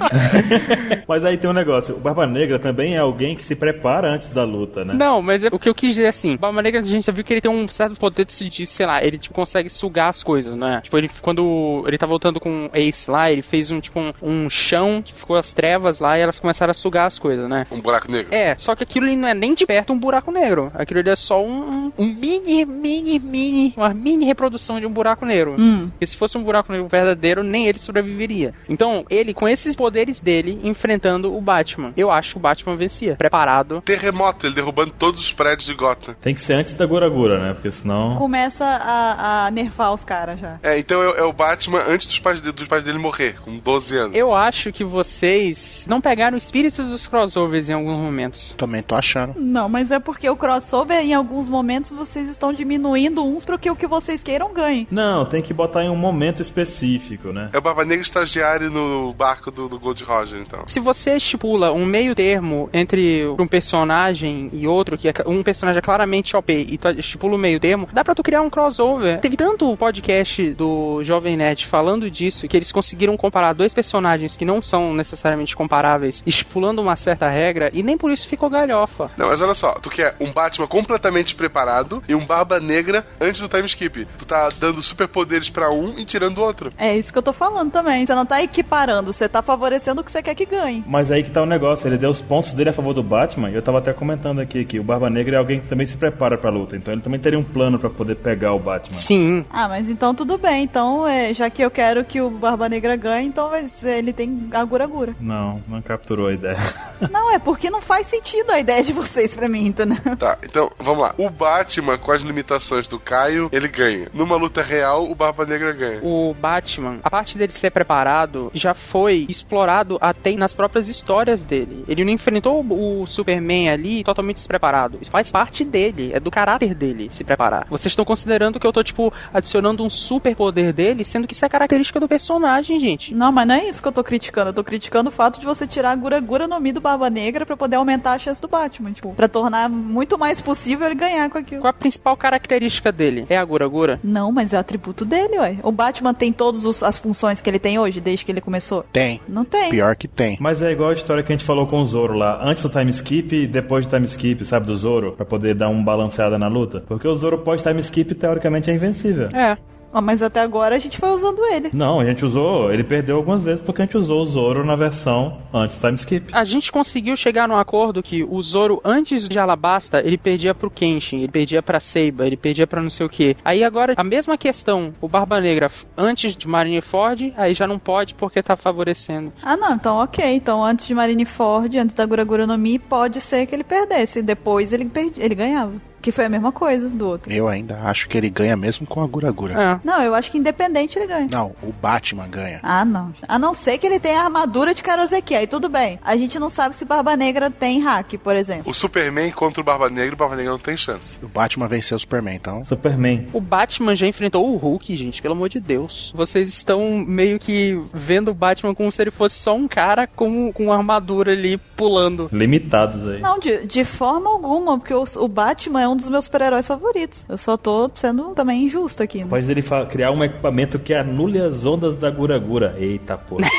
Speaker 1: É.
Speaker 7: Mas aí tem um negócio. O Barba Negra também é alguém que se prepara antes da luta, né?
Speaker 2: Não, mas eu- o que eu quis dizer é assim, Barba Negra a gente já viu que ele tem um certo poder de, de, sei lá, ele tipo consegue sugar as coisas, né? Tipo, ele quando ele tá voltando com o Ace lá, ele fez um tipo um, um chão que ficou as trevas lá e elas começaram a sugar as coisas, né?
Speaker 3: Um buraco negro.
Speaker 2: É, só que aquilo ali não é nem de perto um buraco negro. Aquilo ali é só um, um- um mini, mini, mini, uma mini reprodução de um buraco negro.
Speaker 1: Hum.
Speaker 2: Porque se fosse um buraco negro verdadeiro, nem ele sobreviveria. Então, ele, com esses poderes dele, enfrentando o Batman. Eu acho que o Batman vencia. Preparado.
Speaker 3: Terremoto, ele derrubando todos os prédios de Gotham.
Speaker 7: Tem que ser antes da Goragura, né? Porque senão.
Speaker 1: Começa a, a nervar os caras já.
Speaker 3: É, então é, é o Batman antes dos pais, de- dos pais dele morrer, com 12 anos.
Speaker 2: Eu acho que vocês não pegaram o espírito dos crossovers em alguns momentos.
Speaker 5: Também tô achando.
Speaker 1: Não, mas é porque o crossover, em alguns momentos, vocês estão diminuindo uns para que o que vocês queiram ganhe.
Speaker 7: Não, tem que botar em um momento específico, né?
Speaker 3: É o Barba Negra estagiário no barco do, do Gold Roger, então.
Speaker 2: Se você estipula um meio termo entre um personagem e outro, que é ca- um personagem é claramente OP e tu estipula o meio termo, dá pra tu criar um crossover. Teve tanto podcast do Jovem Nerd falando disso, que eles conseguiram comparar dois personagens que não são necessariamente comparáveis, estipulando uma certa regra, e nem por isso ficou galhofa.
Speaker 3: Não, mas olha só, tu quer um Batman completamente preparado e um Barba Negra antes do time skip. Tu tá dando superpoderes pra um e tirando o outro.
Speaker 1: É isso que eu tô falando também. Você não tá equiparando, você tá favorecendo o que você quer que ganhe.
Speaker 7: Mas aí que tá o negócio, ele deu os pontos dele a favor do Batman, e eu tava até comentando aqui que o Barba Negra é alguém que também se prepara pra luta, então ele também teria um plano pra poder pegar o Batman.
Speaker 2: Sim.
Speaker 1: Ah, mas então tudo bem. Então, é, já que eu quero que o Barba Negra ganhe, então vai ser- ele tem agura-gura.
Speaker 7: Não, não capturou a ideia.
Speaker 1: não, é porque não faz sentido a ideia de vocês pra mim, entendeu?
Speaker 3: Tá, então, vamos lá. O Batman, com as limitações do Caio, ele ganha. Numa luta real, o Barba Negra ganha.
Speaker 2: o Batman, a parte dele ser preparado já foi explorado até nas próprias histórias dele. Ele não enfrentou o o Superman ali totalmente despreparado. Isso faz parte dele, é do caráter dele se preparar. Vocês estão considerando que eu tô, tipo, adicionando um super poder dele, sendo que isso é característica do personagem, gente.
Speaker 1: Não, mas não é isso que eu tô criticando. Eu tô criticando o fato de você tirar a gura-gura no Mi do Barba Negra pra poder aumentar a chance do Batman. Tipo, pra tornar muito mais possível ele ganhar com aquilo.
Speaker 2: Qual a principal característica dele? É a Gura Gura?
Speaker 1: Não, mas é atributo dele, ué. O Batman tem todas as funções que ele tem hoje, desde que ele começou?
Speaker 5: Tem.
Speaker 1: Não tem.
Speaker 5: Pior que tem.
Speaker 7: Mas é igual a história que a gente falou com o Zoro lá, antes do time skip e depois do time skip, sabe, do Zoro, pra poder dar uma balanceada na luta. Porque o Zoro pós time skip teoricamente é invencível.
Speaker 2: É.
Speaker 1: Ó, mas até agora a gente foi usando ele.
Speaker 7: Não, a gente usou, ele perdeu algumas vezes porque a gente usou o Zoro na versão antes time skip.
Speaker 2: A gente conseguiu chegar num acordo que o Zoro, antes de Alabasta, ele perdia pro Kenshin, ele perdia pra Seiba, ele perdia pra não sei o que. Aí agora, a mesma questão, o Barba Negra, f- antes de Marineford, aí já não pode porque tá favorecendo.
Speaker 1: Ah, não, então ok. Então antes de Marineford, antes da Guragura no Mi, pode ser que ele perdesse. Depois ele, perdi- ele ganhava. Que foi a mesma coisa do outro.
Speaker 5: Eu ainda acho que ele ganha mesmo com a Guragura.
Speaker 2: É.
Speaker 1: Não, eu acho que independente ele ganha.
Speaker 5: Não, o Batman ganha.
Speaker 1: Ah, não. A não ser que ele tenha a armadura de Karoseki. Aí tudo bem. A gente não sabe se Barba Negra tem hack, por exemplo.
Speaker 3: O Superman contra o Barba Negra, o Barba Negra não tem chance.
Speaker 5: O Batman venceu o Superman, então.
Speaker 7: Superman.
Speaker 2: O Batman já enfrentou o Hulk, gente, pelo amor de Deus. Vocês estão meio que vendo o Batman como se ele fosse só um cara com, com armadura ali pulando.
Speaker 7: Limitados aí.
Speaker 1: Não, de, de forma alguma, porque o, o Batman é um dos meus super-heróis favoritos. Eu só tô sendo também injusto aqui. Né?
Speaker 7: Capaz dele fa- criar um equipamento que anule as ondas da Guragura. Eita, porra.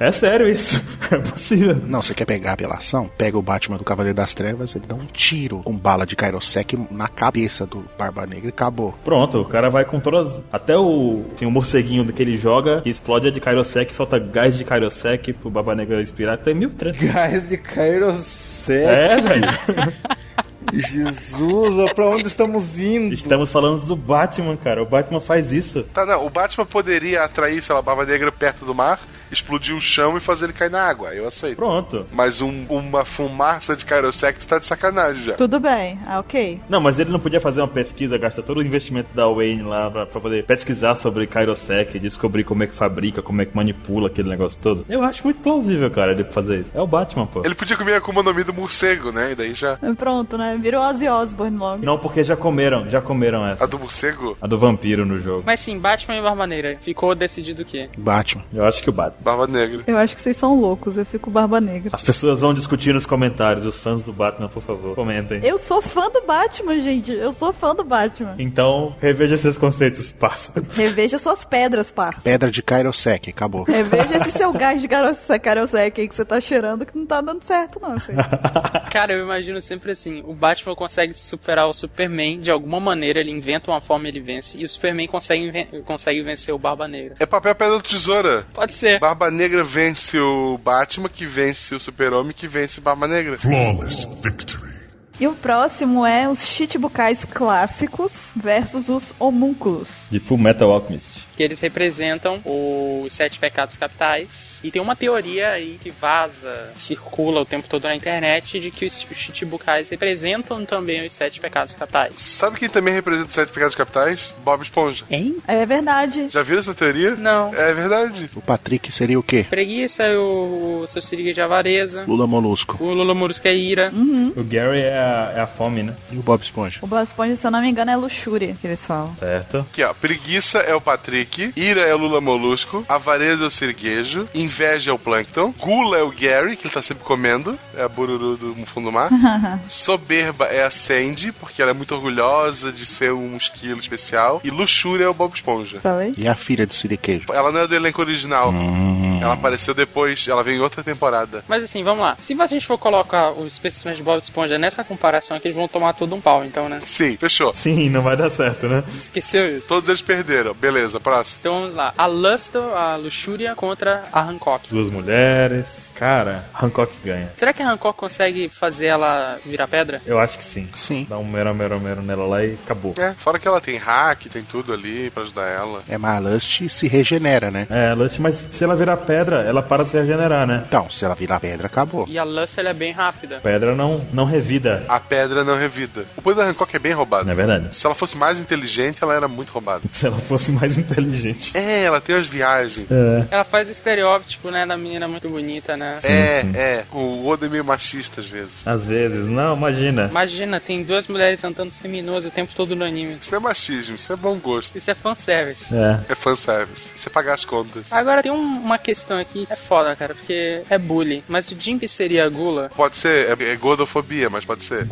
Speaker 7: é sério isso. É possível.
Speaker 5: Não, você quer pegar a apelação? Pega o Batman do Cavaleiro das Trevas, ele dá um tiro com bala de Kairosek na cabeça do Barba Negra e acabou.
Speaker 7: Pronto, o cara vai com todas. Até o, assim, o morceguinho que ele joga, que explode a de Kairosek, solta gás de Kairosek pro Baba Negra expirar. Tem mil trechos.
Speaker 4: Gás de Kairosek.
Speaker 7: É, velho.
Speaker 4: É? Jesus, ó, pra onde estamos indo?
Speaker 7: Estamos falando do Batman, cara. O Batman faz isso.
Speaker 3: Tá, não. O Batman poderia atrair, sei lá, a Barba Negra perto do mar, explodir o chão e fazer ele cair na água. Eu aceito.
Speaker 7: Pronto.
Speaker 3: Mas um- uma fumaça de Kairosec, tu tá de sacanagem já.
Speaker 1: Tudo bem, ah, ok.
Speaker 7: Não, mas ele não podia fazer uma pesquisa, gastar todo o investimento da Wayne lá pra, pra poder pesquisar sobre Kairosek, descobrir como é que fabrica, como é que manipula aquele negócio todo. Eu acho muito plausível, cara, ele fazer isso. É o Batman, pô.
Speaker 3: Ele podia comer a Akuma no Mi do morcego, né? E daí já...
Speaker 1: Pronto, né? Virou Ozzy Osbourne logo.
Speaker 7: Não, porque já comeram, já comeram
Speaker 3: A
Speaker 7: essa.
Speaker 3: do morcego?
Speaker 7: A do vampiro no jogo.
Speaker 2: Mas sim, Batman e Barba Negra. Ficou decidido o quê?
Speaker 5: Batman.
Speaker 7: Eu acho que o Batman.
Speaker 3: Barba Negra.
Speaker 1: Eu acho que vocês são loucos, eu fico barba negra.
Speaker 7: As pessoas vão discutir nos comentários, os fãs do Batman, por favor, comentem.
Speaker 1: Eu sou fã do Batman, gente. Eu sou fã do Batman.
Speaker 7: Então, reveja seus conceitos, passa.
Speaker 1: Reveja suas pedras, parça.
Speaker 5: Pedra de Kairosek, acabou.
Speaker 1: Reveja esse seu gás de garoça, Karosek aí que você tá cheirando que não tá dando certo, não. Assim.
Speaker 2: Cara, eu imagino sempre assim: o Batman consegue superar o Superman de alguma maneira, ele inventa uma forma e ele vence, e o Superman consegue, inven- consegue vencer o Barba Negra.
Speaker 3: É papel, pedra, tesoura.
Speaker 2: Pode ser.
Speaker 3: Barba Negra vence o Batman, que vence o Super-Homem, que vence o Barba Negra.
Speaker 16: Flawless victory.
Speaker 1: E o próximo é os chichibukais clássicos versus os homúnculos.
Speaker 7: De Full Metal Alchemist.
Speaker 2: que eles representam os sete pecados capitais. E tem uma teoria aí que vaza, circula o tempo todo na internet, de que os chichibukais representam também os sete pecados capitais.
Speaker 3: Sabe quem também representa os sete pecados capitais? Bob Esponja.
Speaker 2: Hein?
Speaker 1: É verdade.
Speaker 3: Já viram essa teoria?
Speaker 2: Não.
Speaker 3: É verdade.
Speaker 5: O Patrick seria o quê?
Speaker 2: Preguiça, o, o seu siriga de avareza,
Speaker 5: Lula Molusco.
Speaker 2: o Lula Murusca é ira.
Speaker 7: O Gary é a, é a fome, né?
Speaker 5: E o Bob Esponja?
Speaker 1: O Bob Esponja, se eu não me engano, é luxúria que eles falam.
Speaker 7: Certo.
Speaker 3: Aqui, ó. Preguiça é o Patrick, ira é o Lula Molusco, avareza é o Sirguejo, inveja é o Plankton, gula é o Gary, que ele tá sempre comendo, é a bururu do fundo do mar, soberba é a Sandy, porque ela é muito orgulhosa de ser um esquilo especial, e luxúria é o Bob Esponja.
Speaker 1: Falei?
Speaker 5: E a filha do Siriquejo?
Speaker 3: Ela não é do elenco original. Ela apareceu depois, ela vem em outra temporada.
Speaker 2: Mas assim, vamos lá. Se a gente for colocar os personagens de Bob Esponja nessa comparação aqui, eles vão tomar todo um pau, então, né?
Speaker 3: Sim, fechou.
Speaker 7: Sim, não vai dar certo, né?
Speaker 2: Esqueceu isso.
Speaker 3: Todos eles perderam. Beleza, próximo.
Speaker 2: Então vamos lá. A Luster, a Luxúria contra a Hancock.
Speaker 7: Duas mulheres. Cara, Hancock ganha.
Speaker 2: Será que a Hancock consegue fazer ela virar pedra?
Speaker 7: Eu acho que sim.
Speaker 5: Sim.
Speaker 7: Dá um mero, mero, mero nela lá e acabou.
Speaker 3: É, fora que ela tem hack, tem tudo ali pra ajudar ela.
Speaker 5: É, mas a Lust se regenera, né?
Speaker 7: É, Lust, mas se ela virar pedra, ela para de se regenerar, né?
Speaker 5: Então, se ela virar pedra, acabou.
Speaker 2: E a Luster, ela é bem rápida.
Speaker 7: Pedra não, não revida.
Speaker 3: A pedra não revida. O poder da Hancock é bem roubado.
Speaker 7: Não é verdade?
Speaker 3: Se ela fosse mais inteligente, ela era muito roubada.
Speaker 7: Se ela fosse mais inteligente.
Speaker 3: É, ela tem as viagens.
Speaker 7: É.
Speaker 2: Ela faz o estereótipo, né, da menina muito bonita, né?
Speaker 3: é,
Speaker 7: sim.
Speaker 3: é. O Oda é meio machista às vezes.
Speaker 7: Às vezes, não, imagina.
Speaker 2: Imagina, tem duas mulheres andando seminoso o tempo todo no anime.
Speaker 3: Isso não é machismo, isso é bom gosto.
Speaker 2: Isso é fanservice.
Speaker 7: É.
Speaker 3: É fanservice. Isso é pagar as contas.
Speaker 2: Agora tem um- uma questão aqui, é foda, cara, porque é bullying. Mas o Jimby seria a gula
Speaker 3: Pode ser, é, é gordofobia, mas pode ser.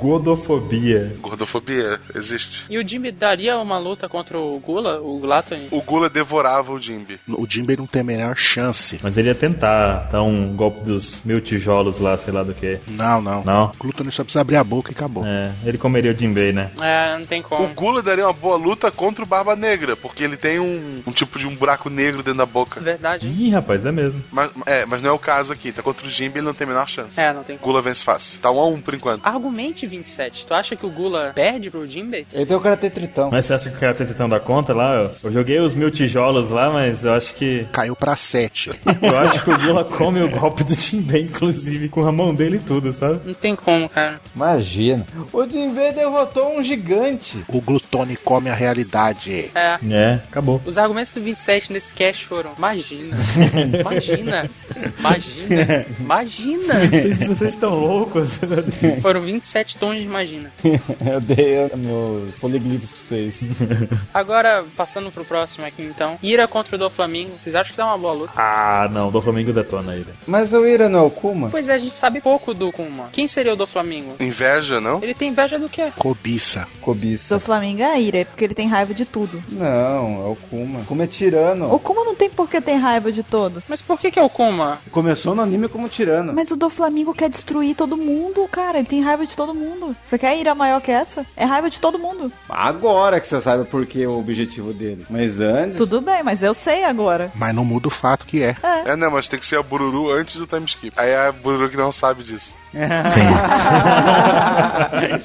Speaker 7: Godofobia.
Speaker 3: Gordofobia existe.
Speaker 2: e o Jimby daria uma luta contra o Gula, o Glatony?
Speaker 3: O Gula devorava o Jimby.
Speaker 5: O Jimbe não tem a menor chance.
Speaker 7: Mas ele ia tentar dar um golpe dos mil tijolos lá, sei lá do que.
Speaker 5: Não, não.
Speaker 7: Não?
Speaker 5: O Glutton só precisa abrir a boca e acabou.
Speaker 7: É, ele comeria o Jinbei, né?
Speaker 2: É, não tem
Speaker 3: O
Speaker 2: como.
Speaker 3: Gula daria uma boa luta contra o Barba Negra, porque ele tem um, um tipo de um buraco negro dentro da boca.
Speaker 2: É Verdade, hein?
Speaker 7: Ih, rapaz, é mesmo.
Speaker 3: Mas, é, mas não é o caso aqui. Tá contra o Jimby, ele não tem a menor chance.
Speaker 2: É, não tem como.
Speaker 3: Gula vence fácil. Tá um a um por enquanto.
Speaker 2: Argumente 27. Tu acha que o Gula perde pro Jimby?
Speaker 4: Ele tem o Karate Tritão.
Speaker 7: Mas você acha que o cara tá tentando dar conta lá? Eu- Eu joguei os mil tijolos lá, mas eu acho que.
Speaker 5: Caiu pra 7.
Speaker 7: Eu acho que o Gula come o golpe do Jinbei, inclusive, com a mão dele e tudo, sabe?
Speaker 2: Não tem como, cara.
Speaker 4: Imagina. O Jinbei derrotou um gigante.
Speaker 5: o Glutone come a realidade.
Speaker 2: É.
Speaker 7: É, acabou.
Speaker 2: Os argumentos do 27 nesse cast foram: imagina, imagina, Imagina. Imagina.
Speaker 7: Vocês, vocês estão loucos?
Speaker 2: Foram 27 tons de imagina.
Speaker 17: Eu dei meus poliglifos pra vocês.
Speaker 2: Agora, passando pro próximo aqui então. Ira contra o do Flamengo. Vocês acham que dá uma boa luta?
Speaker 7: Ah, não, do Flamengo detona ele.
Speaker 4: Mas o Ira não é o Kuma?
Speaker 2: Pois é, a gente sabe pouco do Kuma. Quem seria o do Flamengo?
Speaker 3: Inveja, não?
Speaker 2: Ele tem inveja do quê?
Speaker 5: Cobiça.
Speaker 4: Cobiça.
Speaker 1: Do Flamengo é a ira, é porque ele tem raiva de tudo.
Speaker 4: Não, é o Kuma. Kuma é tirano.
Speaker 1: O Kuma não tem por que ter raiva de todos.
Speaker 2: Mas por que, que é o Kuma?
Speaker 4: Começou no anime como tirano.
Speaker 1: Mas o do Flamengo quer destruir todo mundo, cara. Ele tem raiva de todo mundo. Você quer ira maior que essa? É raiva de todo mundo.
Speaker 4: Agora que você sabe por que o objetivo dele. Mas antes.
Speaker 1: Tudo bem, mas eu sei agora.
Speaker 5: Mas não muda o fato que é.
Speaker 1: É.
Speaker 3: É, não, mas tem que ser a Bururu antes do time skip. Aí é a Bururu que não sabe disso.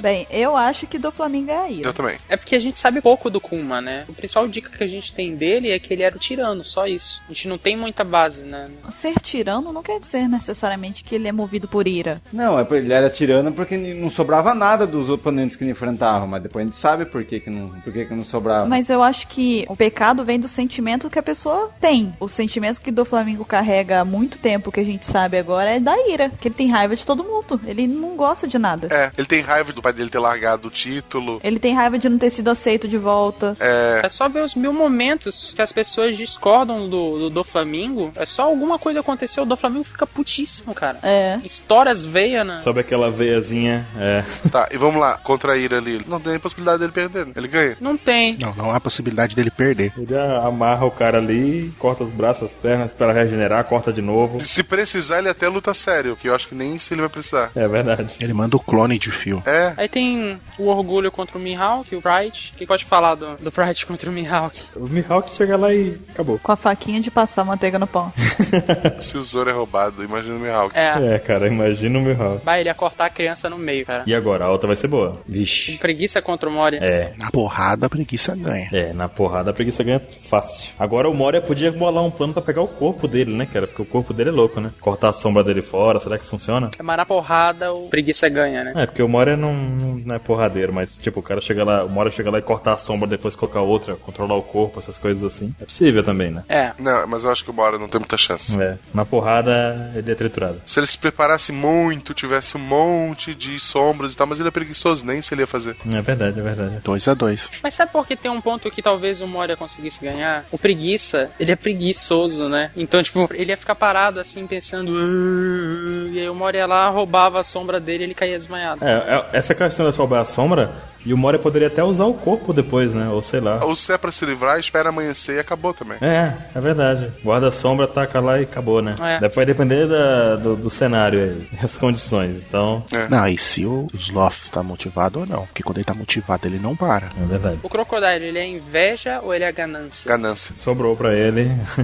Speaker 1: Bem, eu acho que do Flamengo é a ira.
Speaker 3: Eu também.
Speaker 2: É porque a gente sabe pouco do Kuma, né? O principal dica que a gente tem dele é que ele era o tirano, só isso. A gente não tem muita base, né?
Speaker 1: Ser tirano não quer dizer necessariamente que ele é movido por ira.
Speaker 4: Não, é porque ele era tirano porque não sobrava nada dos oponentes que ele enfrentava. Mas depois a gente sabe por que, que, não, por que, que não sobrava.
Speaker 1: Mas eu acho que o pecado vem do sentimento que a pessoa tem. O sentimento que do Flamengo carrega há muito tempo, que a gente sabe agora, é da ira. Que ele tem raiva de todo mundo. Ele não gosta de nada.
Speaker 3: É, ele tem raiva do pai dele ter largado o título.
Speaker 1: Ele tem raiva de não ter sido aceito de volta.
Speaker 3: É.
Speaker 2: É só ver os mil momentos que as pessoas discordam do, do, do Flamengo. É só alguma coisa aconteceu, o do Flamengo fica putíssimo, cara.
Speaker 1: É.
Speaker 2: Estoura as veias, né?
Speaker 7: Sobe aquela veiazinha, é.
Speaker 3: Tá, e vamos lá, contra a ira ali. Não tem nem possibilidade dele perder. né? Ele ganha.
Speaker 2: Não tem.
Speaker 5: Não, não há possibilidade dele perder.
Speaker 7: Ele amarra o cara ali, corta os braços, as pernas para regenerar, corta de novo.
Speaker 3: Se precisar, ele até luta sério, que eu acho que nem se ele vai precisar.
Speaker 7: É verdade.
Speaker 5: Ele manda o clone de fio.
Speaker 3: É.
Speaker 2: Aí tem o Orgulho contra o Mihawk, o Pride. O que pode falar do, do Pride contra o Mihawk?
Speaker 7: O Mihawk chega lá e acabou.
Speaker 1: Com a faquinha de passar manteiga no pão.
Speaker 3: Se o Zoro é roubado, imagina o Mihawk.
Speaker 2: É.
Speaker 7: É, cara, imagina o Mihawk.
Speaker 2: Vai, ele ia cortar a criança no meio, cara.
Speaker 7: E agora, a outra vai ser boa.
Speaker 2: Com
Speaker 4: Vixe.
Speaker 2: Preguiça contra o Mori.
Speaker 7: É,
Speaker 5: Na porrada, a preguiça ganha.
Speaker 7: é, na porrada a preguiça ganha fácil. Agora o Moria podia bolar um plano pra pegar o corpo dele, né, cara? Porque o corpo dele é louco, né? Cortar a sombra dele fora, será que funciona?
Speaker 2: É, mas na porrada o preguiça ganha, né?
Speaker 7: É, porque o Moria não, não é porradeiro, mas tipo, o cara chega lá, o Moria chega lá e cortar a sombra, depois colocar outra, controlar o corpo, essas coisas assim. É possível também, né?
Speaker 2: É.
Speaker 3: Não, mas eu acho que o Bora não tem muita chance.
Speaker 7: É. Na porrada ele é triturado.
Speaker 3: Se ele se preparasse muito, tivesse um monte de sombras e tal, mas ele é preguiçoso, nem se ele ia fazer.
Speaker 7: É verdade, é verdade.
Speaker 5: 2 a 2
Speaker 2: Mas sabe por que tem um ponto que talvez o Moria conseguisse ganhar? O preguiça, ele é preguiçoso, né? Então, tipo, ele ia ficar parado assim, pensando. "Ah, ah", E aí o Moria lá roubava a sombra dele e ele caía desmaiado.
Speaker 7: É, é- essa questão de salvar a sombra, e o Moria poderia até usar o corpo depois, né? Ou sei lá.
Speaker 3: Ou se é pra se livrar, espera amanhecer e acabou também.
Speaker 7: É, é verdade. Guarda a sombra, taca lá e acabou, né?
Speaker 2: É.
Speaker 7: Deve- Vai depender da- do, do cenário aí, as condições. Então,
Speaker 5: Não, e se o Sloth tá motivado ou não? Porque quando ele tá motivado, ele não para.
Speaker 7: é verdade.
Speaker 2: O crocodilo, ele é inveja ou ele é ganância?
Speaker 3: Ganância.
Speaker 7: Sobrou pra ele.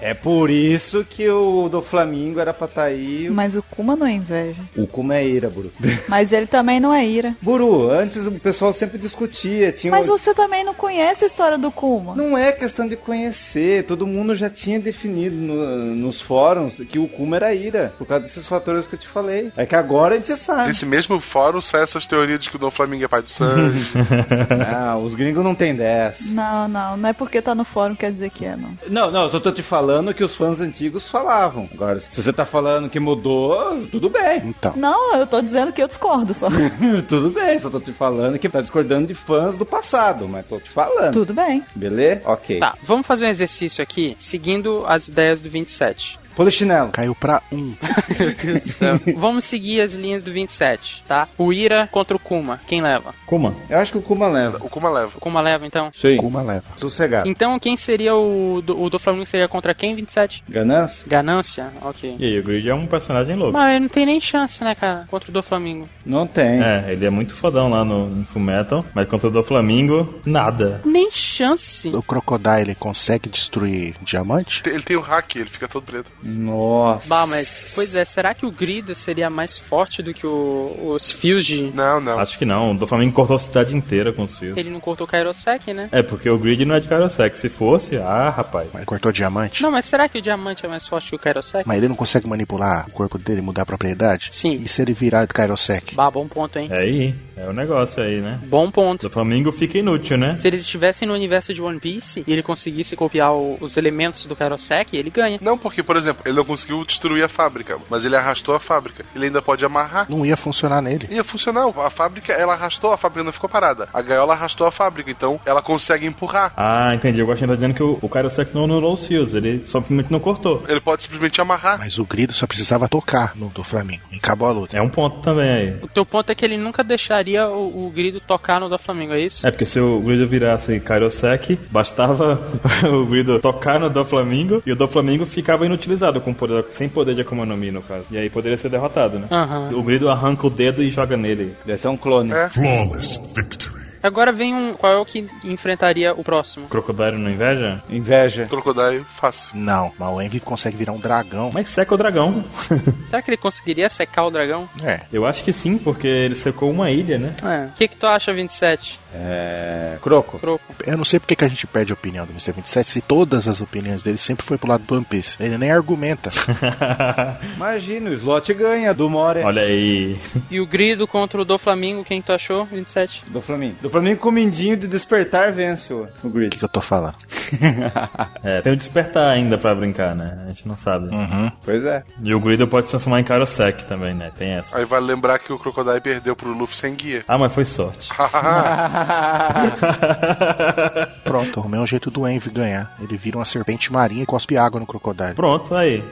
Speaker 17: É
Speaker 4: Por isso que o do Flamengo era pra tá aí.
Speaker 1: Mas o Kuma não é inveja.
Speaker 4: O Kuma é ira, Buru.
Speaker 1: Mas ele também não é ira.
Speaker 4: Buru, antes o pessoal sempre discutia. Tinha
Speaker 1: Mas
Speaker 4: o-
Speaker 1: você também não conhece a história do Kuma.
Speaker 4: Não é questão de conhecer, todo mundo já tinha definido no- nos fóruns que o Kuma era ira, por causa desses fatores que eu te falei. É que agora a gente sabe.
Speaker 3: Nesse mesmo fórum sai essas teorias de que o Dom Flamingo é pai do sangue.
Speaker 4: Ah, os gringos não tem dessa.
Speaker 1: Não, não, não é porque tá no fórum quer dizer que é, não.
Speaker 4: Não, não, eu só tô te falando que os fãs antigos falavam. Agora, se você tá falando que mudou, tudo bem.
Speaker 5: Então,
Speaker 1: Não, eu tô dizendo que eu discordo só.
Speaker 4: tudo bem, só tô te falando que tá discordando de fãs do passado, mas tô te falando.
Speaker 1: Tudo bem.
Speaker 4: Beleza? Ok.
Speaker 2: Tá, vamos fazer um exercício aqui, seguindo as ideias do 27.
Speaker 4: Polichinelo.
Speaker 5: caiu pra 1. Um.
Speaker 2: Vamos seguir as linhas do 27, tá? O Ira contra o Kuma. Quem leva?
Speaker 7: Kuma.
Speaker 4: Eu acho que o Kuma leva.
Speaker 3: o Kuma leva.
Speaker 2: O Kuma leva, então?
Speaker 4: Sim.
Speaker 5: Kuma leva.
Speaker 4: Sossegado.
Speaker 2: Então, quem seria o do, o do Flamengo? Seria contra quem, 27?
Speaker 4: Ganância?
Speaker 2: Ganância? Ok.
Speaker 7: E aí, o Grid é um personagem louco.
Speaker 2: Mas ele não tem nem chance, né, cara? Contra o do Flamengo.
Speaker 4: Não tem.
Speaker 7: É, ele é muito fodão lá no, no Fullmetal, mas contra o do Flamingo, nada.
Speaker 2: Nem chance.
Speaker 5: O Crocodile consegue destruir diamante?
Speaker 3: Ele tem o hack, ele fica todo preto.
Speaker 4: Nossa.
Speaker 2: Bah, mas, pois é, será que o Grido seria mais forte do que o, os Field?
Speaker 3: Não, não.
Speaker 7: Acho que não, o do Flamingo cortou a cidade inteira com os fios.
Speaker 2: Ele não cortou o Kairosek, né?
Speaker 7: É, porque o Grid não é de Karosek. Se fosse, ah, rapaz.
Speaker 5: Mas cortou diamante?
Speaker 2: Não, mas será que o Diamante é mais forte que o Kairosek?
Speaker 5: Mas ele não consegue manipular o corpo dele, mudar a propriedade?
Speaker 2: Sim.
Speaker 5: E se ele virar de Kairosek?
Speaker 2: Bah, bom ponto, hein?
Speaker 7: É aí, é o negócio aí, né?
Speaker 2: Bom ponto.
Speaker 7: O do Flamingo fica inútil, né?
Speaker 2: Se eles estivessem no universo de One Piece e ele conseguisse copiar o- os elementos do Karosek, ele ganha.
Speaker 3: Não, porque, por exemplo, Ele não conseguiu destruir a fábrica, mas ele arrastou a fábrica. Ele ainda pode amarrar.
Speaker 5: Não ia funcionar nele.
Speaker 3: Ia funcionar. A fábrica, ela arrastou, a fábrica não ficou parada. A gaiola arrastou a fábrica, então ela consegue empurrar.
Speaker 7: Ah, entendi. Eu gosto de estar dizendo que o, o cara só que não anulou os fios, ele só simplesmente não cortou.
Speaker 3: Ele pode simplesmente amarrar.
Speaker 5: Mas o grito só precisava tocar no do Flamengo. E acabou a luta.
Speaker 7: É um ponto também aí.
Speaker 2: O teu ponto é que ele nunca deixaria o, o grido tocar no da Flamengo, é isso?
Speaker 7: É porque se o Guido virasse Kairosek, bastava o Guido tocar no do Flamengo e o do Flamengo ficava inutilizado, com poder- sem poder de Akuma no Mi, no caso. E aí poderia ser derrotado, né?
Speaker 2: Aham.
Speaker 7: O Guido arranca o dedo e joga nele.
Speaker 2: é.
Speaker 4: Deve ser um clone.
Speaker 15: Flawless victory.
Speaker 2: Agora vem um. Qual é o que enfrentaria o próximo?
Speaker 7: Crocodile não inveja?
Speaker 4: Inveja.
Speaker 3: Crocodile, fácil.
Speaker 5: Não, mas o Envy consegue virar um dragão.
Speaker 7: Mas seca o dragão.
Speaker 2: Será que ele conseguiria secar o dragão?
Speaker 5: É.
Speaker 7: Eu acho que sim, porque ele secou uma ilha, né?
Speaker 2: É. O que, que tu acha, 27?
Speaker 4: É. Croco.
Speaker 2: Croco.
Speaker 5: Eu não sei porque que a gente perde a opinião do Mr. 27 se todas as opiniões dele sempre foi pro lado do One Piece. Ele nem argumenta.
Speaker 4: Imagina, o slot ganha do More.
Speaker 7: Olha aí.
Speaker 2: E o grido contra o do Flamengo, quem tu achou, 27?
Speaker 4: Do Flamengo. Do Flamengo com o mindinho de despertar vence o, o
Speaker 5: O
Speaker 4: Grid.
Speaker 5: que, que eu tô falando?
Speaker 7: É, tem o despertar ainda pra brincar, né? A gente não sabe.
Speaker 4: Pois é.
Speaker 7: E o Guido pode se transformar em Kairosek também, né? Tem essa.
Speaker 3: Aí vale lembrar que o Crocodile perdeu pro Luffy sem guia.
Speaker 7: Ah, mas foi sorte.
Speaker 5: Pronto, arrumei um jeito do Envy ganhar. Ele vira uma serpente marinha e cospe água no crocodilo.
Speaker 7: Pronto, aí.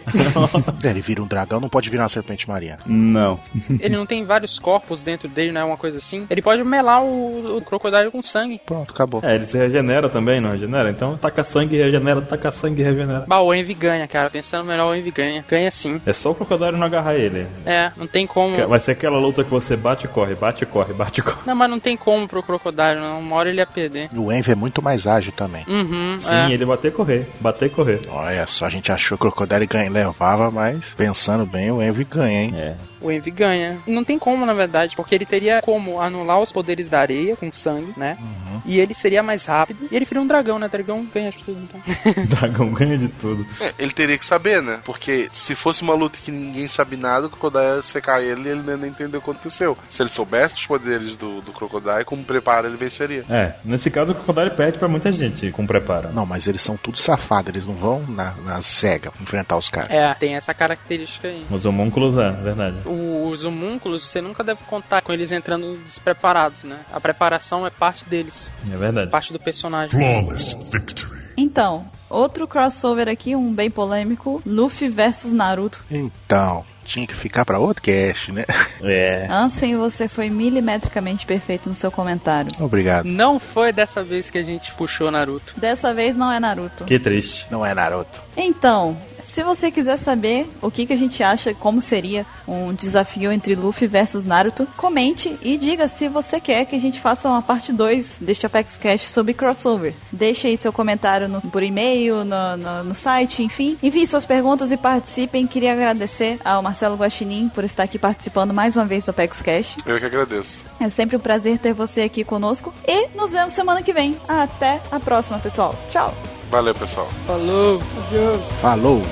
Speaker 5: É, Ele vira um dragão, não pode virar uma serpente marinha.
Speaker 4: Não.
Speaker 2: Ele não tem vários corpos dentro dele, não é uma coisa assim? Ele pode melar o, o crocodilo com sangue.
Speaker 5: Pronto, acabou.
Speaker 7: É, ele se regenera também, não regenera? Então taca sangue, regenera, taca sangue, regenera.
Speaker 2: Bah, o Envy ganha, cara. Pensando melhor, o Envy ganha. Ganha sim.
Speaker 7: É só o crocodilo não agarrar ele.
Speaker 2: É, não tem como.
Speaker 7: Vai ser aquela luta que você bate e corre, bate e corre, bate e corre.
Speaker 2: Não, mas não tem como pro crocodilo, não. Uma hora ele ia perder.
Speaker 5: E o Envy é muito mais ágil também.
Speaker 2: Uhum,
Speaker 7: Sim,
Speaker 2: é.
Speaker 7: ele bater e correr, bater e correr.
Speaker 5: Olha só, a gente achou que o Crocodile ganha, levava, mas pensando bem, o Envy ganha, hein?
Speaker 7: É.
Speaker 2: O Envy ganha. Não tem como, na verdade, porque ele teria como anular os poderes da areia com sangue, né?
Speaker 7: Uhum.
Speaker 2: E ele seria mais rápido. E ele seria um dragão, né? Dragão ganha de tudo, então.
Speaker 7: Dragão ganha de tudo.
Speaker 3: É, ele teria que saber, né? Porque se fosse uma luta que ninguém sabe nada, o Crocodile ia secar ele e ele nem entendeu o que aconteceu. Se ele soubesse os poderes do, do Crocodile, como preparo, ele venceria.
Speaker 7: É, nesse caso o crocodilo perde pra muita gente com preparo.
Speaker 5: Não, mas eles são tudo safados, eles não vão na, na cega enfrentar os caras.
Speaker 2: É, tem essa característica aí.
Speaker 7: Os homúnculos é, verdade.
Speaker 2: O- Os homúnculos, você nunca deve contar com eles entrando despreparados, né? A preparação é parte deles,
Speaker 7: É verdade.
Speaker 2: parte do
Speaker 7: Hum.
Speaker 2: personagem.
Speaker 15: Flawless victory.
Speaker 1: Então, outro crossover aqui, um bem polêmico, Luffy versus Naruto.
Speaker 5: Então, tinha que ficar pra outro cast, né?
Speaker 7: É.
Speaker 1: Ansem, você foi milimetricamente perfeito no seu comentário.
Speaker 5: Obrigado.
Speaker 2: Não foi dessa vez que a gente puxou Naruto.
Speaker 1: Dessa vez não é Naruto.
Speaker 7: Que triste.
Speaker 5: Não é Naruto.
Speaker 1: Então, se você quiser saber o que, que a gente acha, como seria um desafio entre Luffy versus Naruto, comente e diga se você quer que a gente faça uma parte 2 deste Apex Cash sobre crossover. Deixe aí seu comentário no- por e-mail, no, no- no site, enfim. Envie suas perguntas e participem. Queria agradecer ao Marcelo Guaxinim por estar aqui participando mais uma vez do Apex Cash.
Speaker 3: Eu que agradeço.
Speaker 1: É sempre um prazer ter você aqui conosco. E nos vemos semana que vem. Até a próxima, pessoal. Tchau!
Speaker 3: Valeu, pessoal.
Speaker 2: Falou!
Speaker 5: Falou!